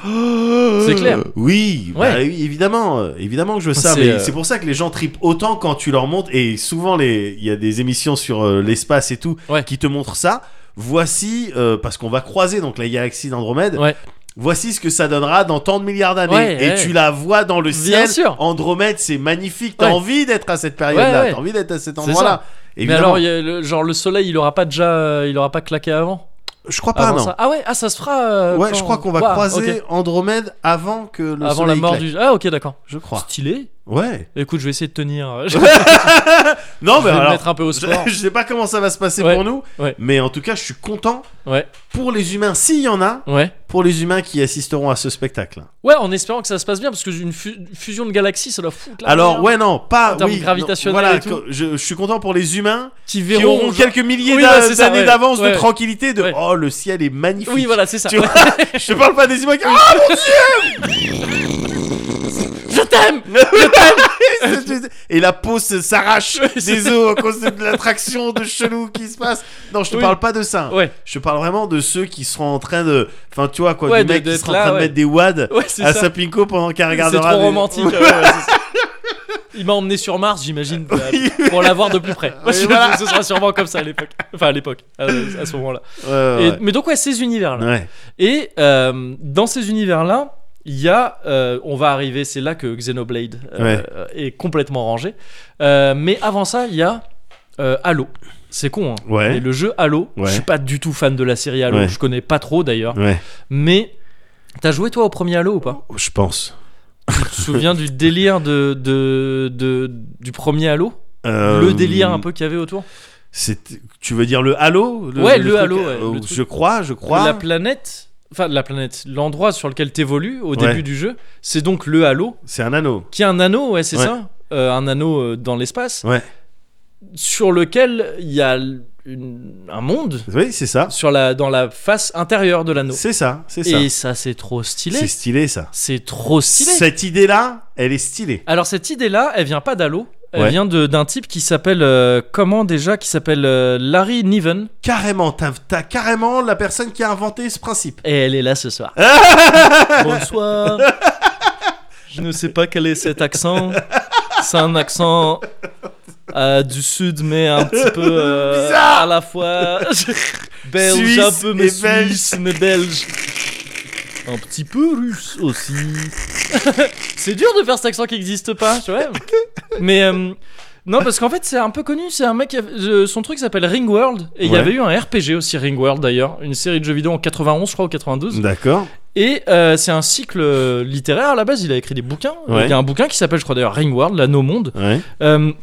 c'est clair. Euh, Oui, bah Ouais. oui, évidemment, euh, évidemment que je veux ça, C'est, mais euh, c'est pour ça que les gens tripent autant quand tu leur montres et souvent les il y a des émissions sur euh, l'espace et tout Ouais. qui te montrent ça. Voici euh, parce qu'on va croiser donc la galaxie d'Andromède. Ouais. Voici ce que ça donnera dans tant de milliards d'années Ouais, et ouais. tu la vois dans le Bien ciel. sûr. Andromède, c'est magnifique. T'as Ouais. envie d'être à cette période-là. Ouais, ouais. T'as envie d'être à cet C'est endroit-là. Mais Évidemment. alors, il y a le- genre le soleil, il aura pas déjà, euh, il aura pas claqué avant. je crois pas Avant non. ça. Ah ouais, ah ça se fera. euh, Ouais, quand- je crois qu'on va Ouah, croiser ok. Andromède avant que le avant soleil la mort claque. du. Ah ok, d'accord. Je crois. Stylé. Ouais. Écoute, je vais essayer de tenir. Je Non, vais mais me alors, mettre un peu au sport. je, je sais pas comment ça va se passer Ouais, pour nous, ouais. mais en tout cas, je suis content Ouais, pour les humains, s'il y en a, ouais. pour les humains qui assisteront à ce spectacle. Ouais, en espérant que ça se passe bien, parce que une fu- fusion de galaxies, ça doit foutre la Alors, merde. ouais, non, pas. En termes oui, non, gravitationnels voilà, et tout. que- Je, je suis content pour les humains qui qui verront auront genre- quelques milliers Oui, d'a- ouais, c'est ça, d'années ouais. d'avance Ouais. de tranquillité, de Ouais. oh, le ciel est magnifique. Oui, voilà, c'est ça. Tu vois, je te parle pas des humains qui. Ah, Je t'aime Et la peau se- s'arrache Ouais, c'est- des os à cause de l'attraction de chelou qui se passe. Non, je te Oui. parle pas de ça. Ouais, Je parle vraiment de ceux qui seront en train de. Enfin, tu vois, quoi, Ouais, du de- mec qui d'être sera là, en train ouais. de mettre des wads ouais, c'est à Ah, ça. Sapinko pendant qu'elle C'est regardera. trop des- romantique. ouais, ouais, c'est ça. Il m'a emmené sur Mars, j'imagine, pour- pour la voir de plus près. Parce que voilà. Ce sera sûrement comme ça à l'époque. Enfin, à l'époque, à, à ce moment-là. Ouais, ouais, Et- mais donc, ouais, ces univers-là. ouais. Et euh, dans ces univers-là, il y a, euh, on va arriver, c'est là que Xenoblade euh, est complètement rangé. Euh, mais avant ça, il y a euh, Halo. C'est con, hein. Ouais. Mais le jeu Halo, Ouais. je suis pas du tout fan de la série Halo. Ouais. Je connais pas trop d'ailleurs. Ouais. Mais t'as joué toi au premier Halo ou pas Je pense. Tu te souviens du délire de, de, de- du premier Halo Euh, Le délire un peu qu'il y avait autour C'est- Tu veux dire le halo Ouais, le truc- halo, ouais, euh, le truc. je crois, je crois. La planète. Enfin, la planète, l'endroit sur lequel t'évolues au Ouais. début du jeu, c'est donc le Halo. C'est un anneau. qui est un anneau, ouais, c'est Ouais. ça, Euh, un anneau euh, dans l'espace, Ouais. sur lequel il y a l- une- un monde Oui, c'est ça. sur la, dans la face intérieure de l'anneau. C'est ça, c'est ça. Et ça, c'est trop stylé. C'est stylé ça. C'est trop stylé. Cette idée-là, elle est stylée. Alors cette idée-là, elle vient pas d'Halo. Elle Ouais. vient de- d'un type qui s'appelle euh, comment déjà qui s'appelle euh, Larry Niven Carrément, t'as t'as carrément la personne qui a inventé ce principe. et elle est là ce soir. Bonsoir. Je ne sais pas quel est cet accent. C'est un accent euh, du sud, mais un petit peu euh, Bizarre. à la fois belge, Suisse un peu mais et belge. suisse, mais belge. Un petit peu russe aussi. c'est dur de faire cet accent qui n'existe pas, tu vois. Mais euh, non, parce qu'en fait, c'est un peu connu. C'est un mec. qui a- euh, son truc s'appelle Ringworld. Et il y Ouais. avait eu un RPG aussi, Ringworld d'ailleurs. Une série de jeux vidéo en 91, je crois, ou Mm. 92. D'accord. Et euh, c'est un cycle euh, littéraire à la base. Il a écrit des bouquins. Euh, Ouais. Il y a un bouquin qui s'appelle, je crois d'ailleurs, Ringworld, l'anneau monde. Ouais. Euh,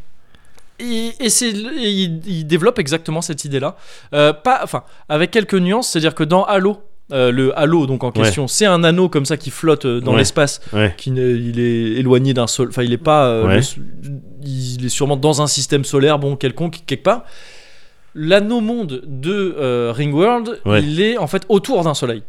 et, et c'est, et il, il développe exactement cette idée-là. Euh, pas, enfin, avec quelques nuances, c'est-à-dire que dans Halo. euh, le halo donc en question c'est un anneau comme ça qui flotte euh, dans Ouais. l'espace Ouais. qui n'est- il est éloigné d'un sol enfin il est pas euh, Ouais. le s- il est sûrement dans un système solaire bon quelconque quelque part l'anneau monde de euh, Ringworld Ouais. il est en fait autour d'un soleil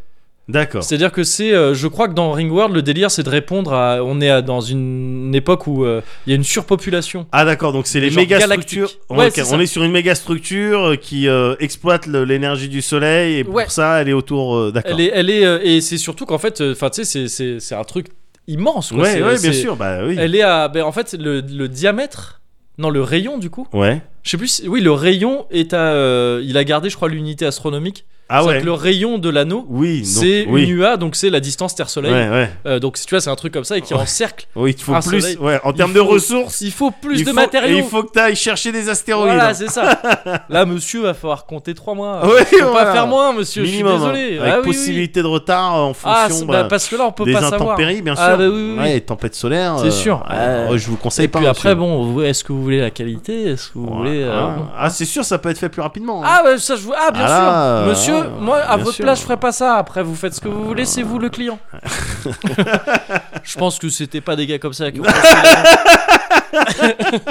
D'accord. c'est-à-dire que c'est, euh, je crois que dans Ringworld, le délire, c'est de répondre à. On est à- dans une époque où euh, il y a une surpopulation. Ah d'accord, donc c'est les Genre méga galactique. structures. Ouais, Ok, c'est ça. on est sur une méga structure euh, qui euh, exploite le- l'énergie du soleil et pour Ouais. ça, elle est autour. euh, d'accord. Elle est, elle est, euh, et c'est surtout qu'en fait, euh, enfin, tu sais, c'est- c'est- c'est un truc immense. Quoi. Ouais, C'est- ouais, c'est- bien sûr. Bah oui. Elle est à, ben, en fait, le, le diamètre, non, le rayon du coup. Ouais. Je sais plus. si- Oui, le rayon est à, euh, il a gardé, je crois, l'unité astronomique. Ah C'est-à-dire ouais. que Le rayon de l'anneau, Oui. donc- c'est une oui. UA, donc c'est la distance Terre-Soleil. Ouais, ouais. Euh, donc tu vois, c'est un truc comme ça et qui Ouais. encercle. Oui, il faut Un plus. soleil. Ouais, en Il termes de faut- ressources, Il faut plus il de faut- matériaux. Et il faut que tu ailles chercher des astéroïdes. hein, Voilà, c'est ça. Là, monsieur va falloir compter 3 mois. Ouais, Faut voilà. pas faire moins, monsieur. je Minimum. suis désolé. hein, Avec Ah oui, oui. possibilité de retard en Ah, fonction c'est- bah, bah, parce que là, on peut des pas savoir. intempéries, bien sûr. Ah, bah oui, oui, Ouais, oui. et tempêtes solaires. C'est sûr. euh, Ouais. je vous conseille Et pas. puis après, monsieur. bon, vous- est-ce que vous voulez la qualité Est-ce que vous Ouais, voulez. euh, ouais. bon. Ah, c'est sûr, ça peut être fait plus rapidement. hein. Ah, bah, ça, je vous. Ah, bien Ah là, sûr. Monsieur, ah, moi, à bien votre sûr. place, je ferai pas ça. Après, vous faites ce que vous voulez, c'est vous le client. je pense que c'était pas des gars comme ça qui ont construit la maison.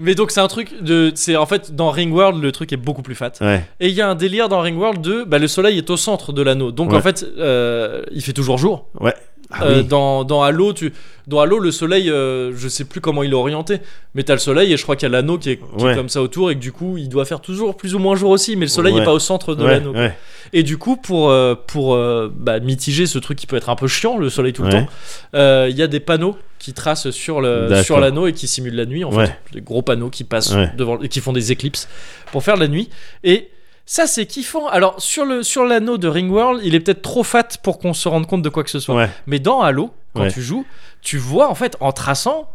Mais donc, c'est un truc de. C'est en fait, dans Ringworld, le truc est beaucoup plus fat. Ouais. Et il y a un délire dans Ringworld de bah, le soleil est au centre de l'anneau. Donc Ouais. en fait, euh, il fait toujours jour. Ouais. Ah Euh, oui. dans, dans Halo, tu, dans Halo, le soleil, euh, je sais plus comment il est orienté, mais t'as le soleil et je crois qu'il y a l'anneau qui, est, qui est Ouais. comme ça autour et que du coup, il doit faire toujours plus ou moins jour aussi, mais le soleil Ouais. est pas au centre de Ouais, l'anneau. ouais. Et du coup, pour, euh, pour euh, bah, mitiger ce truc qui peut être un peu chiant, le soleil tout le Ouais. temps, euh, il y a des panneaux qui tracent sur le D'accord. sur l'anneau et qui simulent la nuit. En Ouais. fait, des gros panneaux qui passent Ouais. devant et qui font des éclipses pour faire la nuit. Et ça, c'est kiffant. Alors sur le sur l'anneau de Ringworld, il est peut-être trop fat pour qu'on se rende compte de quoi que ce soit. Ouais. Mais dans Halo, quand Ouais. tu joues, tu vois en fait en traçant.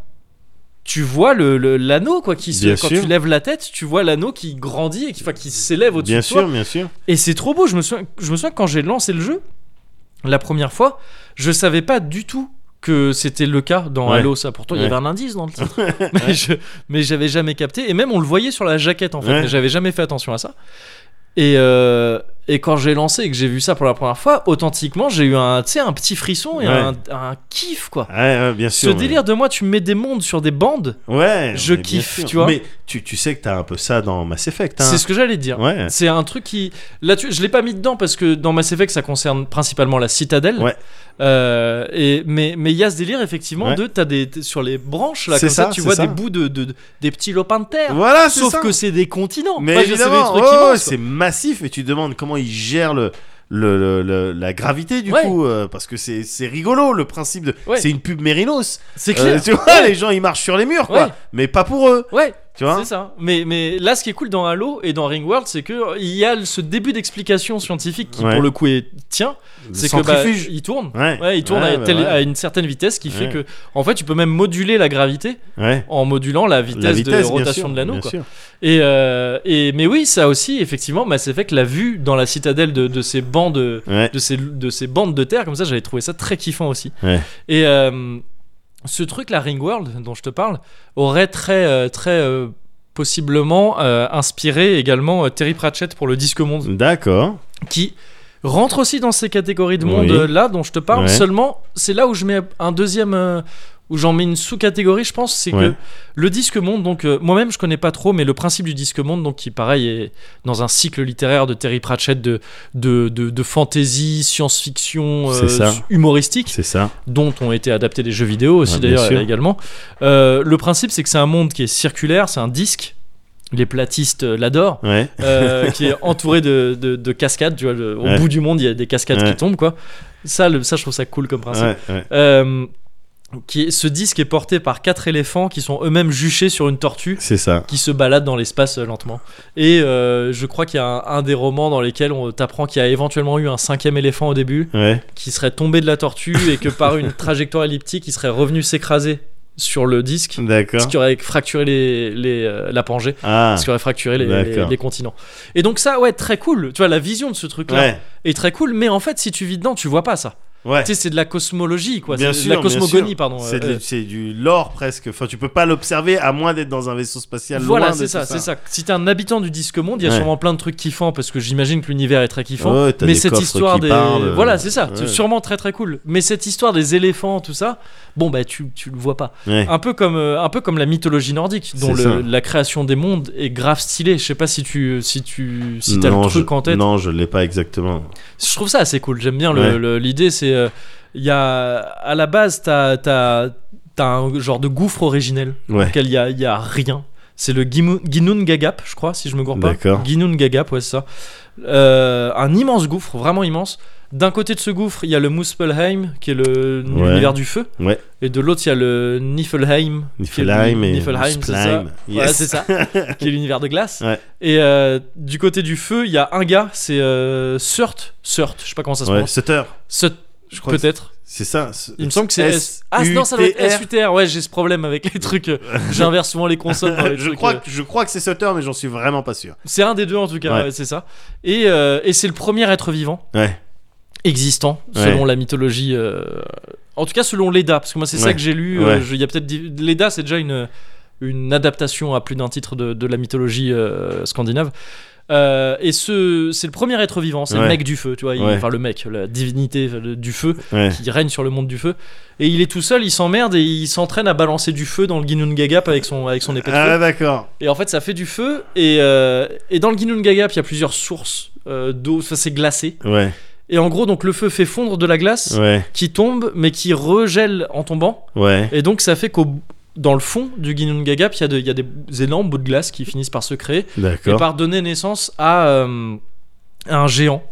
Tu vois l'anneau le, l'anneau quoi qui se, Bien quand sûr. tu lèves la tête, tu vois l'anneau qui grandit et qui enfin, qui s'élève au-dessus Bien de toi. sûr, bien sûr. Et c'est trop beau, je me souviens, je me souviens que quand j'ai lancé le jeu, la première fois, je savais pas du tout que c'était le cas dans Ouais. Halo, ça. Pourtant, il y Ouais. avait un indice dans le titre. mais, je, mais j'avais jamais capté. Et même, on le voyait sur la jaquette, en fait. Ouais. Mais j'avais jamais fait attention à ça. Et, euh, et quand j'ai lancé et que j'ai vu ça pour la première fois, authentiquement, j'ai eu un, tu sais, un petit frisson et Ouais. un, un kiff, quoi. Ouais, ouais, bien Ce sûr. mais- délire de moi, tu me mets des mondes sur des bandes, Ouais. je mais bien kiffe, sûr. tu vois. Mais tu, tu sais que t'as un peu ça dans Mass Effect. Hein. c'est ce que j'allais te dire. Ouais. C'est un truc qui. Là, tu... je l'ai pas mis dedans parce que dans Mass Effect, ça concerne principalement la citadelle. Ouais. Euh, et, mais mais il y a ce délire, effectivement, Ouais. de. T'as des. t'es sur les branches, là, C'est comme ça, ça, tu c'est vois ça. des bouts de, de- de- Des petits lopins de terre. Voilà, c'est Sauf ça. que c'est des continents. Mais Moi, je sais des évidemment, trucs oh, immenses, c'est massif et tu te demandes comment ils gèrent le, le- le- le- la gravité du Ouais. coup euh, parce que c'est c'est rigolo le principe de Ouais. c'est une pub Mérinos. quoi. C'est Euh, clair. tu vois, les gens ils marchent sur les murs quoi, Ouais. mais pas pour eux, Ouais, tu vois. c'est ça. Mais, mais là, ce qui est cool dans Halo et dans Ringworld, c'est que euh, il y a le- ce début d'explication scientifique qui, Ouais. pour le coup, est tient. Le C'est que bah, centrifuge. il tourne. Ouais. il tourne Ouais, à, bah telle- ouais. à une certaine vitesse qui fait Ouais. que, en fait, tu peux même moduler la gravité Ouais. en modulant la vitesse, La vitesse, de bien rotation sûr, de l'anneau. bien quoi. sûr. Et, euh, et mais oui, ça aussi, effectivement, Mass Effect l'a vu dans la citadelle de, de ces bancs de, Ouais. de ces, de ces bandes de terre comme ça. J'avais trouvé ça très kiffant aussi. Ouais. Et euh, ce truc, la Ringworld dont je te parle, aurait très euh, très euh, possiblement euh, inspiré également euh, Terry Pratchett pour le Disque Monde D'accord. qui rentre aussi dans ces catégories de monde Oui. euh, là dont je te parle. Ouais. Seulement, c'est là où je mets un deuxième, euh, où j'en mets une sous-catégorie, je pense, c'est Ouais. que le disque monde. Donc euh, moi-même, je connais pas trop, mais le principe du disque monde, donc qui pareil est dans un cycle littéraire de Terry Pratchett de de, de, de fantasy, science-fiction, euh, C'est ça. humoristique, C'est ça. dont ont été adaptés des jeux vidéo aussi Ouais, bien d'ailleurs sûr. euh, également. Euh, le principe, c'est que c'est un monde qui est circulaire, c'est un disque. Les platistes euh, l'adorent Ouais. euh, qui est entouré de, de- de cascades. Tu vois, le- au Ouais. bout du monde, il y a des cascades Ouais. qui tombent, quoi. Ça, le- ça, je trouve ça cool comme principe. Ouais, ouais. Euh, qui est- ce disque est porté par quatre éléphants qui sont eux-mêmes juchés sur une tortue C'est ça. qui se balade dans l'espace euh, lentement. Et euh, je crois qu'il y a un, un des romans dans lesquels on t'apprend qu'il y a éventuellement eu un cinquième éléphant au début Ouais. qui serait tombé de la tortue et que par une trajectoire elliptique, il serait revenu s'écraser sur le disque, ce D'accord. qui aurait fracturé les, les, euh, la Pangée Ah. ce qui aurait fracturé les, les- D'accord. les continents. Et donc ça, ouais, très cool. Tu vois, la vision de ce truc-là Ouais. est très cool, mais en fait, si tu vis dedans, tu vois pas ça. Ouais. Tu sais, c'est de la cosmologie, quoi. Bien C'est de sûr, la bien sûr. cosmogonie, pardon. C'est Euh, de- c'est du lore presque. Enfin, tu peux pas l'observer à moins d'être dans un vaisseau spatial. Voilà, loin de c'est tout ça, c'est ça. Si t'es un habitant du disque monde, il y a Ouais. sûrement plein de trucs kiffants parce que j'imagine que l'univers est très kiffant. Ouais, t'as mais des cette coffres histoire qui des, parlent, voilà, euh, c'est ça, c'est ouais. sûrement très très cool. Mais cette histoire des éléphants, tout ça, bon bah tu, tu le vois pas. Ouais. Un peu comme euh, un peu comme la mythologie nordique, dont C'est le- ça. la création des mondes est grave stylée. Je sais pas si tu si tu si t'as non, le truc je, en tête. Non, je l'ai pas exactement. Je trouve ça assez cool. J'aime bien le- Ouais. le- l'idée. c'est euh, il y a à la base t'as t'as t'as un genre de gouffre originel dans Ouais. lequel il y a il y a rien. C'est le Ginun Gagap, je crois, si je me gourre pas. D'accord. Ginun Gagap, ouais, c'est ça. Euh, un immense gouffre, vraiment immense. D'un côté de ce gouffre, il y a le Muspelheim, qui est le Ouais. l'univers du feu. Ouais. Et de l'autre, il y a le Niflheim. qui est le- Niflheim et Niflheim, c'est ça. Muspelheim. Voilà, Yes. c'est ça. qui est l'univers de glace. Ouais. Et euh, du côté du feu, il y a un gars, c'est euh, Surt. Surt, je sais pas comment ça se Ouais, prononce. Sutter. Surt, Je crois que peut-être. c'est ça. ce- Il me semble que c'est S. Ah non, ça doit être S-U-T-R. SUTR. Ouais, j'ai ce problème avec les trucs. euh, J'inverse souvent les consonnes dans les je trucs, crois, euh. que- je crois que c'est Sutter, mais j'en suis vraiment pas sûr. C'est un des deux en tout cas, Ouais. ouais, c'est ça. Et, euh, et c'est le premier être vivant Ouais. existant Ouais. selon la mythologie. euh, En tout cas, selon l'EDA, parce que moi c'est ça Ouais. que j'ai lu. Ouais. euh, je- Il y a peut-être div- l'EDA, c'est déjà une une adaptation à plus d'un titre de, de la mythologie euh, scandinave. Euh, et ce, c'est le premier être vivant, c'est le Ouais. mec du feu, tu vois. il- Ouais. Enfin, le mec, la divinité euh, du feu Ouais. qui règne sur le monde du feu. Et il est tout seul, il s'emmerde et il s'entraîne à balancer du feu dans le Ginun Gagap avec son avec son épée de feu. Ah, d'accord. Et en fait, ça fait du feu. Et, euh, et dans le Ginun Gagap, il y a plusieurs sources euh, d'eau. Ça, c'est glacé. Ouais, Et en gros, donc le feu fait fondre de la glace ouais, qui tombe, mais qui regèle en tombant. ouais. Et donc, ça fait qu'au dans le fond du Ginun Gagap, il y, a de- il y a des énormes bouts de glace qui finissent par se créer et D'accord. par donner naissance à, euh, à un géant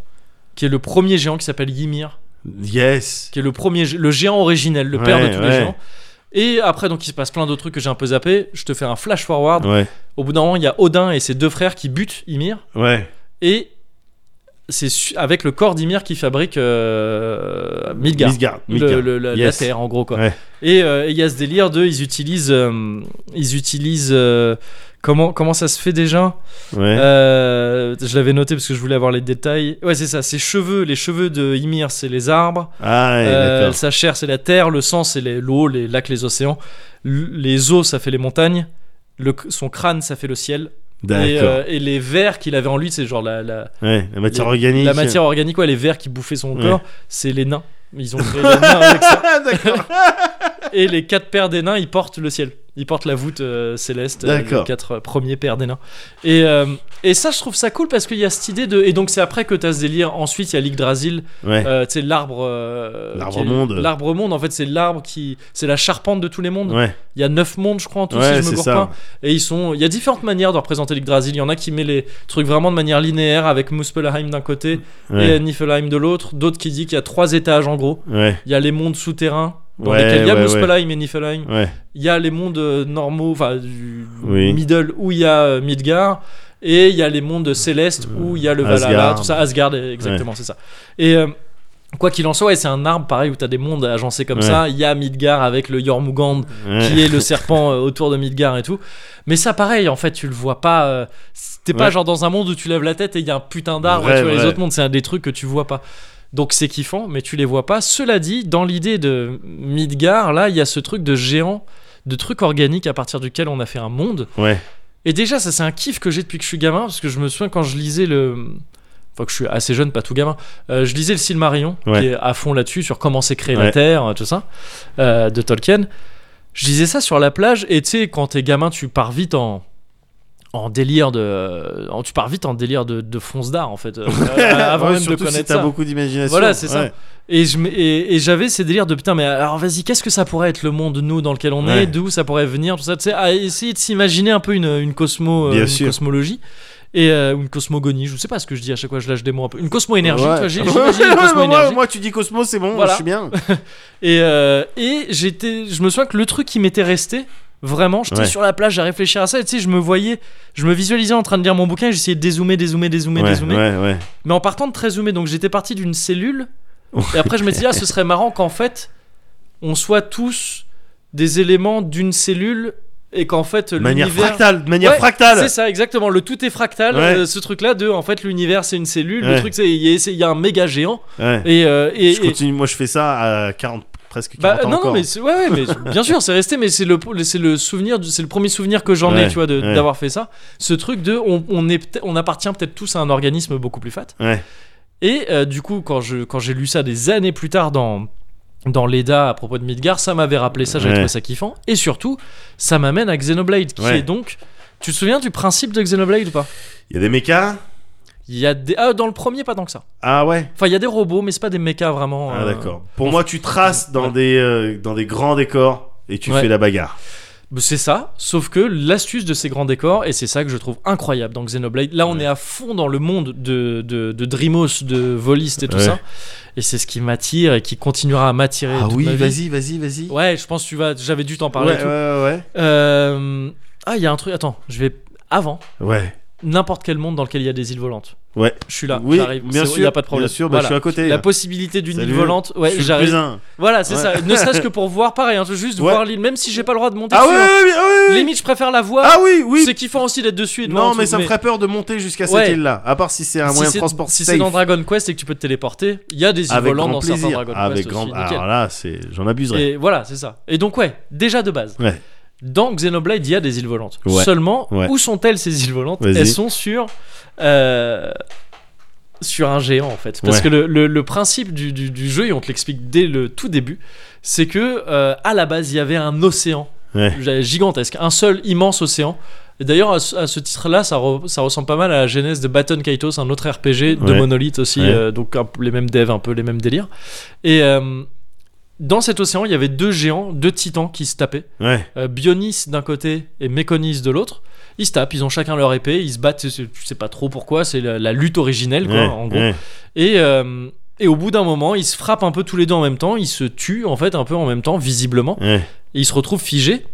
qui est le premier géant qui s'appelle Ymir, Yes. qui est le premier, gé- le géant originel, le père de Ouais, tous les ouais. géants. Et après, donc, il se passe plein d'autres trucs que j'ai un peu zappé. Je te fais un flash forward. Ouais, Au bout d'un moment, il y a Odin et ses deux frères qui butent Ymir. ouais. Et c'est su- avec le corps d'Ymir qui fabrique euh, Midgard. Midgard. Le- Midgard. le- la- Yes. La terre, en gros. Quoi. Ouais. Et euh, et il y a ce délire de. Ils utilisent. euh, ils utilisent. euh, Comment, comment ça se fait déjà Ouais. Euh, Je l'avais noté parce que je voulais avoir les détails. Ouais, c'est ça, ses cheveux, les cheveux de Ymir, c'est les arbres. ah, ouais, Euh, d'accord. sa chair, c'est la terre. Le sang, c'est les- l'eau, les lacs, les océans. L- les eaux, ça fait les montagnes. Le, son crâne, ça fait le ciel. Et, D'accord. euh, et les vers qu'il avait en lui, c'est genre la, la, ouais, la matière les- organique. la matière organique, ouais, les vers qui bouffaient son Ouais. corps, c'est les nains. Ils ont créé les nains avec ça. Ah, d'accord. Et les quatre paires des nains, ils portent le ciel. Ils portent la voûte euh, céleste, euh, D'accord. les quatre euh, premiers paires des nains. Et, euh, et ça, je trouve ça cool parce qu'il y a cette idée de. Et donc, c'est après que t'as ce délire. Ensuite, il y a Yggdrasil, Ouais. euh, tu sais, l'arbre. euh, L'arbre qui est- monde. L'arbre monde, en fait, c'est l'arbre qui. C'est la charpente de tous les mondes. Ouais, Il y a neuf mondes, je crois, en tout, ouais si je me c'est gourre ça. pas. Et ils sont. Il y a différentes manières de représenter l'Yggdrasil. Il y en a qui met les trucs vraiment de manière linéaire avec Muspelheim d'un côté Ouais, et euh, Niflheim de l'autre. D'autres qui disent qu'il y a trois étages, en gros. ouais, Il y a les mondes souterrains dans Ouais, lesquels il y a ouais, Muspelheim et Niflheim. ouais. Il y a les mondes euh, normaux, enfin du Oui. middle où il y a euh, Midgard. Et il y a les mondes célestes où il y a le Valhalla, Asgard. tout ça. Asgard, exactement, c'est ça. Et euh, quoi qu'il en soit, ouais, c'est un arbre pareil où tu as des mondes agencés comme Ouais. ça. Il y a Midgard avec le Jormungand ouais. qui est le serpent euh, autour de Midgard et tout. Mais ça, pareil, en fait, tu le vois pas. euh, c'est- T'es pas Ouais. genre dans un monde où tu lèves la tête et il y a un putain d'arbre. Vrai, tu vois, les vrai. autres mondes, c'est un des trucs que tu vois pas. Donc c'est kiffant, mais tu les vois pas. Cela dit, dans l'idée de Midgard, là, il y a ce truc de géant, de truc organique à partir duquel on a fait un monde. Ouais, Et déjà, ça, c'est un kiff que j'ai depuis que je suis gamin, parce que je me souviens quand je lisais le. Enfin, que je suis assez jeune, pas tout gamin. euh, je lisais le Silmarillion, Ouais. qui est à fond là-dessus, sur comment s'est créée Ouais. la Terre, euh, tout ça, euh, de Tolkien. Je lisais ça sur la plage, et tu sais, quand t'es gamin, tu pars vite en. En délire de. en- tu pars vite en délire de, de fonce d'art, en fait. euh, avant Ouais, même de surtout connaître si ça. t'as beaucoup d'imagination. Voilà, c'est ça. Ouais. Et je m- et- et j'avais ces délires de putain, mais alors vas-y, qu'est-ce que ça pourrait être le monde nous dans lequel on est, Ouais. d'où ça pourrait venir, tout ça, tu sais, à essayer de s'imaginer un peu une, une cosmo, euh, Bien une sûr. cosmologie et euh, ou une cosmogonie, je sais pas ce que je dis à chaque fois, je lâche des mots un peu, une cosmo-énergie, tu vois, Ouais. j'ai- Ouais, j'imagine une ouais, bah, moi, cosmo-énergie. moi, tu dis Cosmos, c'est bon, Voilà. je suis bien. Et, euh, et j'étais, je me souviens que le truc qui m'était resté, vraiment, j'étais Ouais. sur la plage à réfléchir à ça, et tu sais, je me voyais, je me visualisais en train de lire mon bouquin, et j'essayais de dézoomer, dézoomer, dézoomer, ouais, dézoomer. ouais, ouais. mais en partant de très zoomé. Donc j'étais parti d'une cellule, et après je me suis dit, ah, ce serait marrant qu'en fait, on soit tous des éléments d'une cellule, et qu'en fait, De manière l'univers. fractale, de manière Ouais, fractale. C'est ça, exactement. Le tout est fractal. Ouais. euh, ce truc-là de, en fait, l'univers c'est une cellule. Le Ouais. truc, c'est il y, a- c'est- il y a un méga géant. Ouais. Et, euh, et- je et- continue, moi je fais ça à 40, presque 40 bah, ans non, non, encore. mais c'est- ouais, ouais, mais bien sûr, c'est resté, mais c'est le, c'est le souvenir, du- c'est le premier souvenir que j'en ai, Ouais, tu vois, de- ouais. d'avoir fait ça. Ce truc de, on, on est, peut-être- on appartient peut-être tous à un organisme beaucoup plus fat. Ouais, Et euh, du coup, quand je quand j'ai lu ça des années plus tard dans dans l'EDA à propos de Midgar, ça m'avait rappelé ça, j'avais Ouais. trouvé ça kiffant. Et surtout, ça m'amène à Xenoblade, qui Ouais. est donc. Tu te souviens du principe de Xenoblade ou pas il y a des mechas. Il y a des ah, dans le premier pas tant que ça. Ah ouais. Enfin, il y a des robots, mais c'est pas des mechas vraiment. Ah euh, d'accord. Pour moi, tu traces dans Ouais. des euh, dans des grands décors et tu Ouais. fais la bagarre. C'est ça, sauf que l'astuce de ces grands décors, et c'est ça que je trouve incroyable dans Xenoblade, là on Ouais. est à fond dans le monde de, de, de Dreamos, de Volist et tout Ouais. ça, et c'est ce qui m'attire et qui continuera à m'attirer. toute ma vie. Ah vas-y, vas-y. Ouais, je pense que tu vas. J'avais dû t'en Ouais, parler. et ouais, tout. ouais, Euh, Ah, il y a un truc. Attends, je vais avant ouais. Ouais. n'importe quel monde dans lequel il y a des îles volantes. Ouais. Je suis là. oui, j'arrive. bien c'est- sûr. Il y a pas de problème. Bien sûr, bah, Voilà. je suis à côté. La là. possibilité d'une île Salut. volante. Je Ouais, suis le j'arrive. plus un. Voilà, c'est Ouais. ça. Ne serait-ce que pour voir, pareil, hein, juste Ouais. voir l'île, même si j'ai pas le droit de monter Ah dessus. ouais, hein. ouais, ouais, ouais, ouais. Limite, je préfère la voir. Ah oui, oui. C'est kiffant aussi d'être dessus et de voir en Non, dessous, mais ça me ferait peur de monter jusqu'à cette Ouais. île-là. À part si c'est un si moyen de c'est- transport Si c'est safe. dans Dragon Quest et que tu peux te téléporter, il y a des îles Avec volantes grand dans certains plaisir. Ah, Dragon Avec Quest. grand. aussi, nickel. Alors là, c'est j'en abuserais. Et voilà, c'est ça. Et donc, ouais, déjà de base. Ouais. Dans Xenoblade, il y a des îles volantes. Ouais. Seulement, Ouais. où sont-elles ces îles volantes Vas-y. Elles sont sur. euh, sur un géant en fait. Parce Ouais. que le, le- le principe du, du- du jeu, et on te l'explique dès le tout début, c'est que euh, à la base, il y avait un océan Ouais. gigantesque, un seul immense océan. Et D'ailleurs, à ce, à ce titre-là, ça, re- ça ressemble pas mal à la genèse de Baton Kaitos, un autre RPG de Ouais. Monolith aussi, Ouais. euh, donc un peu les mêmes devs, un peu les mêmes délires. Et euh, dans cet océan, il y avait deux géants, deux titans qui se tapaient. Ouais. Euh, Bionis d'un côté et Méconis de l'autre. Ils se tapent, ils ont chacun leur épée, ils se battent, c'est- c'est- tu sais pas trop pourquoi, c'est la, la lutte originelle, quoi, ouais, en gros. ouais. Et, euh, et au bout d'un moment, ils se frappent un peu tous les deux en même temps, ils se tuent, en fait, un peu en même temps, visiblement. Ouais. Et ils se retrouvent figés.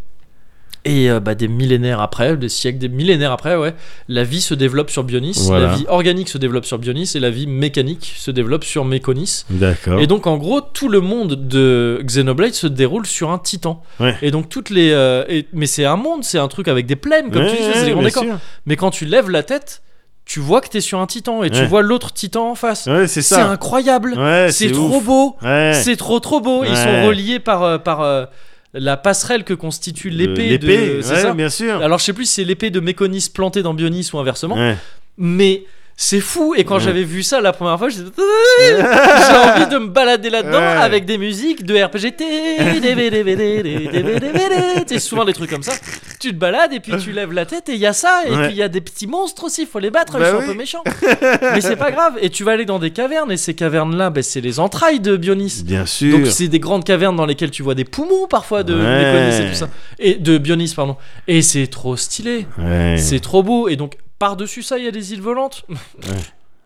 Et euh, bah, des millénaires après, des siècles, des millénaires après, ouais, la vie se développe sur Bionis, Voilà. la vie organique se développe sur Bionis et la vie mécanique se développe sur Méconis. D'accord. Et donc en gros tout le monde de Xenoblade se déroule sur un titan. Ouais. Et donc toutes les euh, et- mais c'est un monde, c'est un truc avec des plaines comme tu Ouais, disais, c'est ouais, des grands bien décors. sûr. Mais quand tu lèves la tête, tu vois que t'es sur un titan et tu Ouais. vois l'autre titan en face. Ouais, c'est c'est ça. incroyable. Ouais, c'est c'est trop ouf. beau. Ouais. C'est trop trop beau. Ils sont Ouais. reliés par euh, par euh, la passerelle que constitue l'épée. de- L'épée, c'est ouais, ça bien sûr. Alors je sais plus si c'est l'épée de Méconis plantée dans Bionis ou inversement. Ouais. Mais c'est fou. Et quand Ouais. j'avais vu ça la première fois, j'étais j'ai envie de me balader là-dedans Ouais. avec des musiques de RPGT, DVD, c'est souvent des trucs comme ça. Tu te balades et puis tu lèves la tête et il y a ça et Ouais. puis il y a des petits monstres aussi, faut les battre, Bah ils sont oui. un peu méchants. Mais c'est pas grave et tu vas aller dans des cavernes et ces cavernes là, c'est les entrailles de Bionis. Bien sûr. Donc c'est des grandes cavernes dans lesquelles tu vois des poumons parfois de Ouais. Méconis et tout ça et de Bionis pardon. Et c'est trop stylé. Ouais. C'est trop beau et donc par-dessus ça, il y a des îles volantes.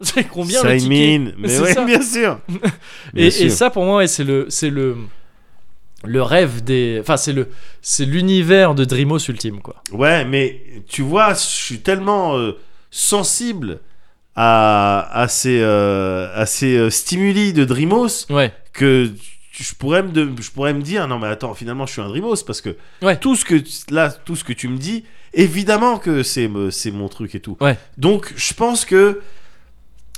C'est combien le Sign ticket me in. Mais C'est ouais, ça. bien sûr. et, Bien sûr. et ça pour moi ouais, c'est le c'est le le rêve des enfin c'est le c'est l'univers de Dreamos ultime quoi Ouais, mais tu vois, je suis tellement euh, sensible à, à ces, euh, à ces euh, stimuli de Dreamos ouais que je pourrais me de- je pourrais me dire non mais attends finalement je suis un Dreamos parce que Ouais. tout ce que là tout ce que tu me dis évidemment que c'est me- c'est mon truc et tout Ouais. donc je pense que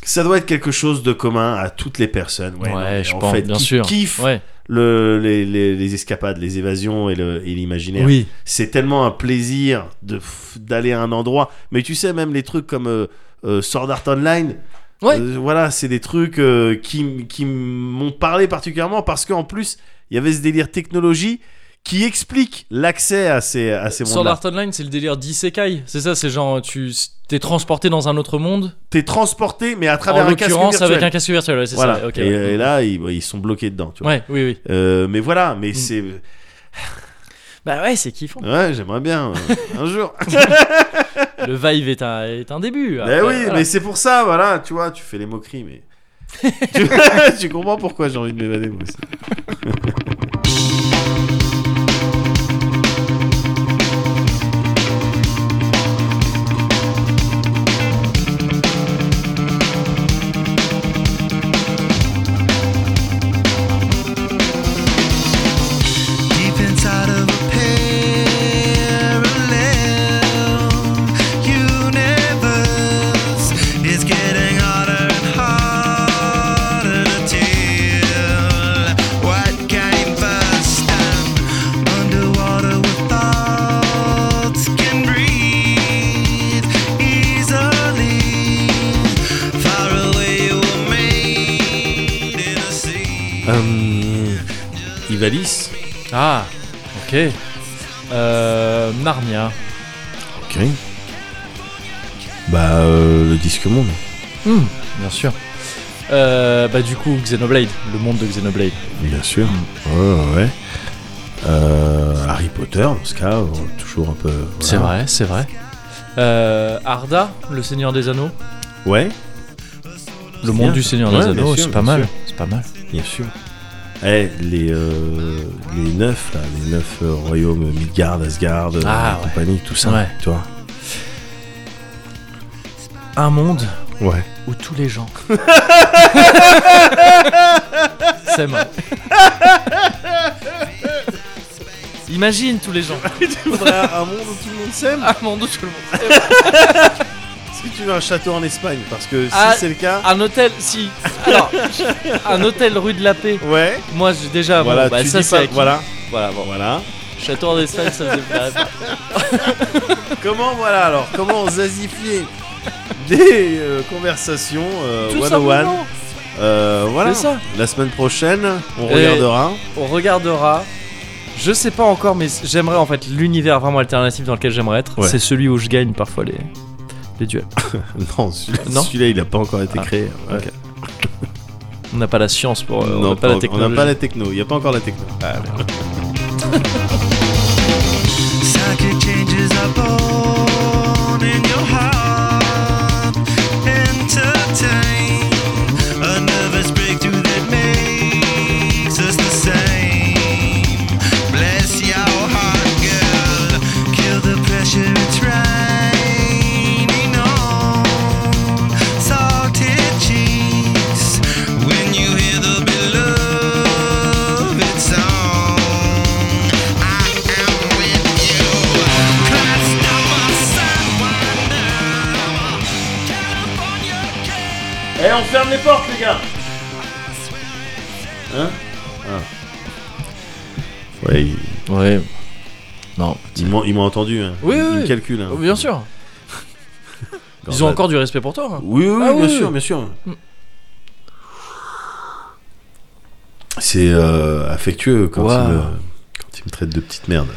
ça doit être quelque chose de commun à toutes les personnes ouais, Ouais, non, mais je en pense, fait, bien qui sûr. kiffent ouais le, les, les- les escapades les évasions et le- et l'imaginaire oui c'est tellement un plaisir de f- d'aller à un endroit mais tu sais même les trucs comme euh, euh, Sword Art Online Ouais. euh, voilà c'est des trucs euh, qui m- qui m'ont parlé particulièrement parce qu'en plus il y avait ce délire technologie qui explique l'accès à ces à ces Sword mondes Art Online c'est le délire d'Isekai c'est ça c'est genre tu t'es transporté dans un autre monde t'es transporté mais à travers en un casque l'occurrence virtuel avec un casque virtuel ouais, c'est voilà ça ouais, ok et, euh, ouais. et là ils, ils sont bloqués dedans tu vois ouais Mm. oui oui Euh, mais voilà mais c'est bah ouais c'est kiffant ouais j'aimerais bien euh, un jour le vibe est un est un début Ben Après, oui, voilà. mais c'est pour ça, voilà, tu vois, tu fais les moqueries, mais. tu, tu comprends pourquoi j'ai envie de m'évader, moi aussi. Deep inside of a parallel universe is getting harder and harder to tell what came first. I'm underwater with thoughts can breathe easily. Far away, you were made in a sea. Ivalice ah ok euh, Narnia Ok. Bah, le disque monde. Hmm, bien sûr Euh, bah du coup Xenoblade le monde de Xenoblade Bien sûr. Ouais, ouais. Euh, Harry Potter, dans ce cas, euh, toujours un peu. voilà. C'est vrai, c'est vrai. Euh, Arda, le Seigneur des Anneaux. Ouais, Le bien. monde du Seigneur Ouais, des bien Anneaux, sûr, c'est pas bien mal. sûr. C'est pas mal. bien sûr. Eh, les, euh, les neuf, là, les neuf euh, royaumes, Midgard, Asgard, euh, Ah, ouais. et compagnie, tout ça, Ouais. tu vois. Un monde Ouais. où tous les gens. S'aiment. Imagine tous les gens. un monde où tout le monde s'aime Un monde où Ah, tout le monde. s'aime. Est-ce que tu veux un château en Espagne Parce que si Ah. c'est le cas. Un hôtel, si. Alors, un hôtel rue de la Paix. Ouais. Moi, j'ai déjà. voilà, Ah. bon, bah, tu ça, dis c'est pas. acquis. Voilà. Voilà, bon. Voilà. Château en Espagne, ça faisait pas rêver. comment, voilà alors Comment zazifier des euh, conversations euh, Tout 101 simplement. Euh, Voilà. C'est ça. La semaine prochaine, on Et- regardera. on regardera. Je sais pas encore, mais j'aimerais en fait l'univers vraiment alternatif dans lequel j'aimerais être. Ouais. C'est celui où je gagne parfois les, les duels. Non, celui-là, Non. celui-là, il a pas encore été Ah, créé. Ouais. ok. On n'a pas la science pour. euh, on Non, n'a pas la on n'a technologie. Ah, pas la techno. Il n'y a pas encore la techno. Psychic changes are born in your heart. Entertain a nervous breakthrough that makes us the same. Bless your heart, girl. Eh, on ferme les portes, les gars Hein Ah. Ouais, il- Ouais. Non. ils m'ont ils m'ont entendu. Hein. Oui, Ils- oui, ils me oui. calculent, hein. Oh, Bien sûr. Ils ont Bordel. encore du respect pour toi. hein. Oui, oui, Ah bien oui, sûr, oui. bien sûr. C'est euh, affectueux quand, Waouh. il me, quand il me traite de petite merde.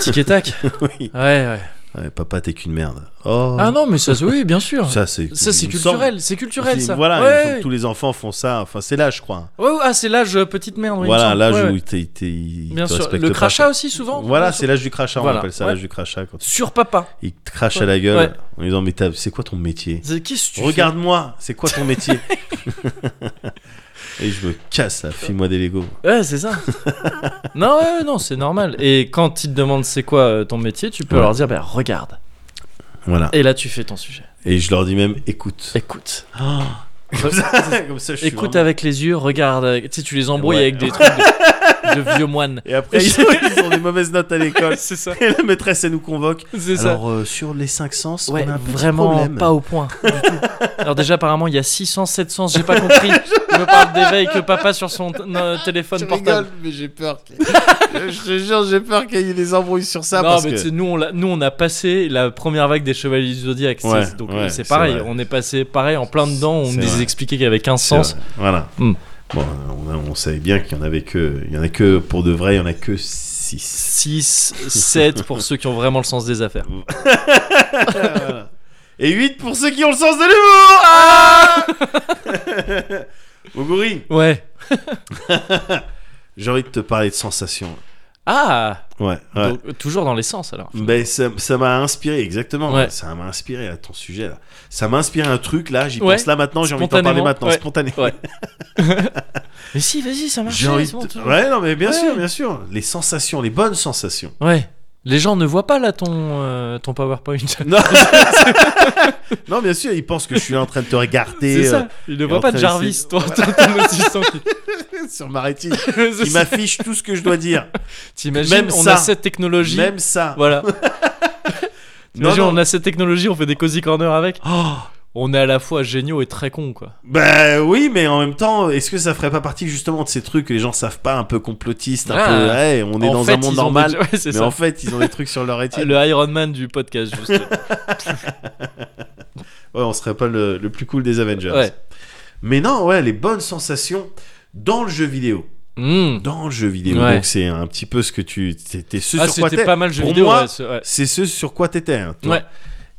Tic et tac. Oui. Ouais, ouais. Ouais, papa, t'es qu'une merde. Oh. Ah non, mais ça, c'est- oui, bien sûr. Ça, c'est Ça, c'est il me semble- culturel, c'est culturel c'est- ça. Voilà, il me semble ouais. que tous les enfants font ça. Enfin, c'est là, je crois. Ouais, ouais, ah, c'est l'âge euh, petite merde. oui, il me voilà, semble. l'âge Ouais, où ouais. t'es- t'es- ils Bien te sûr. respectent Le pas. crachat aussi, souvent. Voilà, c'est l'âge du crachat, Voilà, on appelle ça ouais. l'âge du crachat. Quand Sur papa. ils te crachent à la gueule Ouais. en disant Mais t'as- c'est quoi ton métier C'est- Qu'est-ce que tu Regarde-moi, c'est quoi ton métier Et je me casse, là, file-moi des Legos. fais Ouais, c'est ça. non, ouais, ouais, non, c'est normal. Et quand ils te demandent c'est quoi euh, ton métier, tu peux Ouais. leur dire bah, regarde. Voilà. Et là, tu fais ton sujet. Et je leur dis même Écoute. Écoute. Comme ça, comme ça, je suis Écoute vraiment- avec les yeux, regarde. euh, Tu sais, tu les embrouilles Ouais. avec des trucs de, de vieux moines. Et après, ils ont, ils ont des mauvaises notes à l'école. c'est ça. Et la maîtresse, elle nous convoque. C'est ça. Alors, euh, sur les 500, Ouais, on a un petit vraiment problème. pas au point. du tout. Alors déjà apparemment il y a 600, 700, j'ai pas compris. Il me parle d'éveil que papa sur son t- euh, téléphone Je portable. rigole, mais j'ai peur. que- je te jure, j'ai peur qu'il y ait des embrouilles sur ça. non parce mais que- tu sais, nous on l'a- nous on a passé la première vague des chevaliers du zodiaque, Ouais, c'est- donc ouais, euh, c'est c'est pareil, vrai. on est passé pareil en plein dedans, on C'est nous vrai. expliquait qu'il y avait 15 C'est sens. vrai. Voilà. Hmm. Bon, on, a- on savait bien qu'il y en avait que, il y en a que pour de vrai, il y en a que 6 6 7 pour ceux qui ont vraiment le sens des affaires. Euh. et 8 pour ceux qui ont le sens de l'humour. Ah Moguri, Ouais. j'ai envie de te parler de sensations. Ah, Ouais. ouais. donc, euh, toujours dans les sens alors. Ben, ça ça m'a inspiré, exactement. Ouais. Ça m'a inspiré à ton sujet. Là. Ça m'a inspiré un truc, là, j'y Ouais. pense là maintenant, j'ai envie de t'en parler Spontanément, maintenant, ouais. spontanément. Ouais. Mais si, vas-y, ça marche. J'ai envie de- Ouais, non, mais bien Ouais. sûr, bien sûr. Les sensations, les bonnes sensations. Ouais. Les gens ne voient pas là ton, euh, ton PowerPoint. Non, non bien sûr, ils pensent que je suis en train de te regarder C'est euh, ça. Ils ne et voient en pas train de d'essayer- Jarvis, toi, ton ton assistant qui. euh, sur ma rétine. C'est Ils ça. m'affichent tout ce que je dois dire. T'imagines, Même on ça. a cette technologie. Même ça. Voilà. Non, T'imagines, non. on a cette technologie, on fait des cozy corners avec. Oh, On est à la fois géniaux et très cons, quoi. bah oui, mais en même temps, est-ce que ça ferait pas partie justement de ces trucs que les gens savent pas, un peu complotistes, un Ah. peu, ouais, on est En dans fait, un monde ils ont normal, déjà- ouais, c'est mais ça. en fait, ils ont des trucs sur leur rétine. Le Iron Man du podcast, juste. Ouais, on serait pas le, le plus cool des Avengers. ouais. Mais non, ouais, les bonnes sensations dans le jeu vidéo. Mm. Dans le jeu vidéo. Ouais. Donc c'est un petit peu ce que tu. T'es ce Ah, sur quoi c'était t'es. pas mal jeu Pour vidéo. moi, ouais, ce- ouais. C'est ce sur quoi t'étais. hein, toi. Ouais.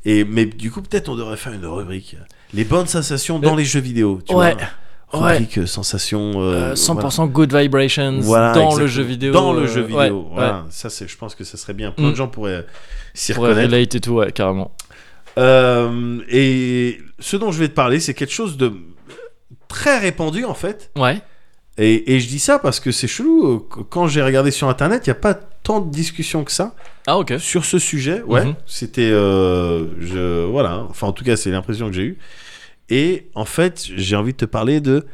Et, mais du coup, peut-être on devrait faire une rubrique. Les bonnes sensations dans les jeux vidéo. Tu Euh, Ouais. vois Ouais. Rubrique euh, sensations. euh, Euh, 100% good vibrations voilà. Voilà, dans le exactement. jeu vidéo. Dans le euh, jeu vidéo. ouais, voilà. ouais. Ça, c'est, je pense que ça serait bien. Plein Mm. de gens pourraient s'y Pour reconnaître. relate et tout, ouais, carrément. Euh, et ce dont je vais te parler, c'est quelque chose de très répandu en fait. Ouais. Et, et je dis ça parce que c'est chelou. euh, qu- Quand j'ai regardé sur internet, il n'y a pas tant de discussions que ça Ah, ok. sur ce sujet. Ouais, Mhm. c'était. euh, je, voilà. Enfin, en tout cas, c'est l'impression que j'ai eue. Et en fait, j'ai envie de te parler de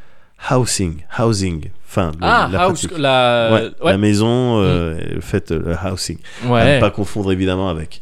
housing. Housing. Enfin, le- Ah, la house, pratique. la. Ouais, La ouais. Mhm. maison, euh, le fait, euh, le housing. À Ouais. ne pas confondre évidemment avec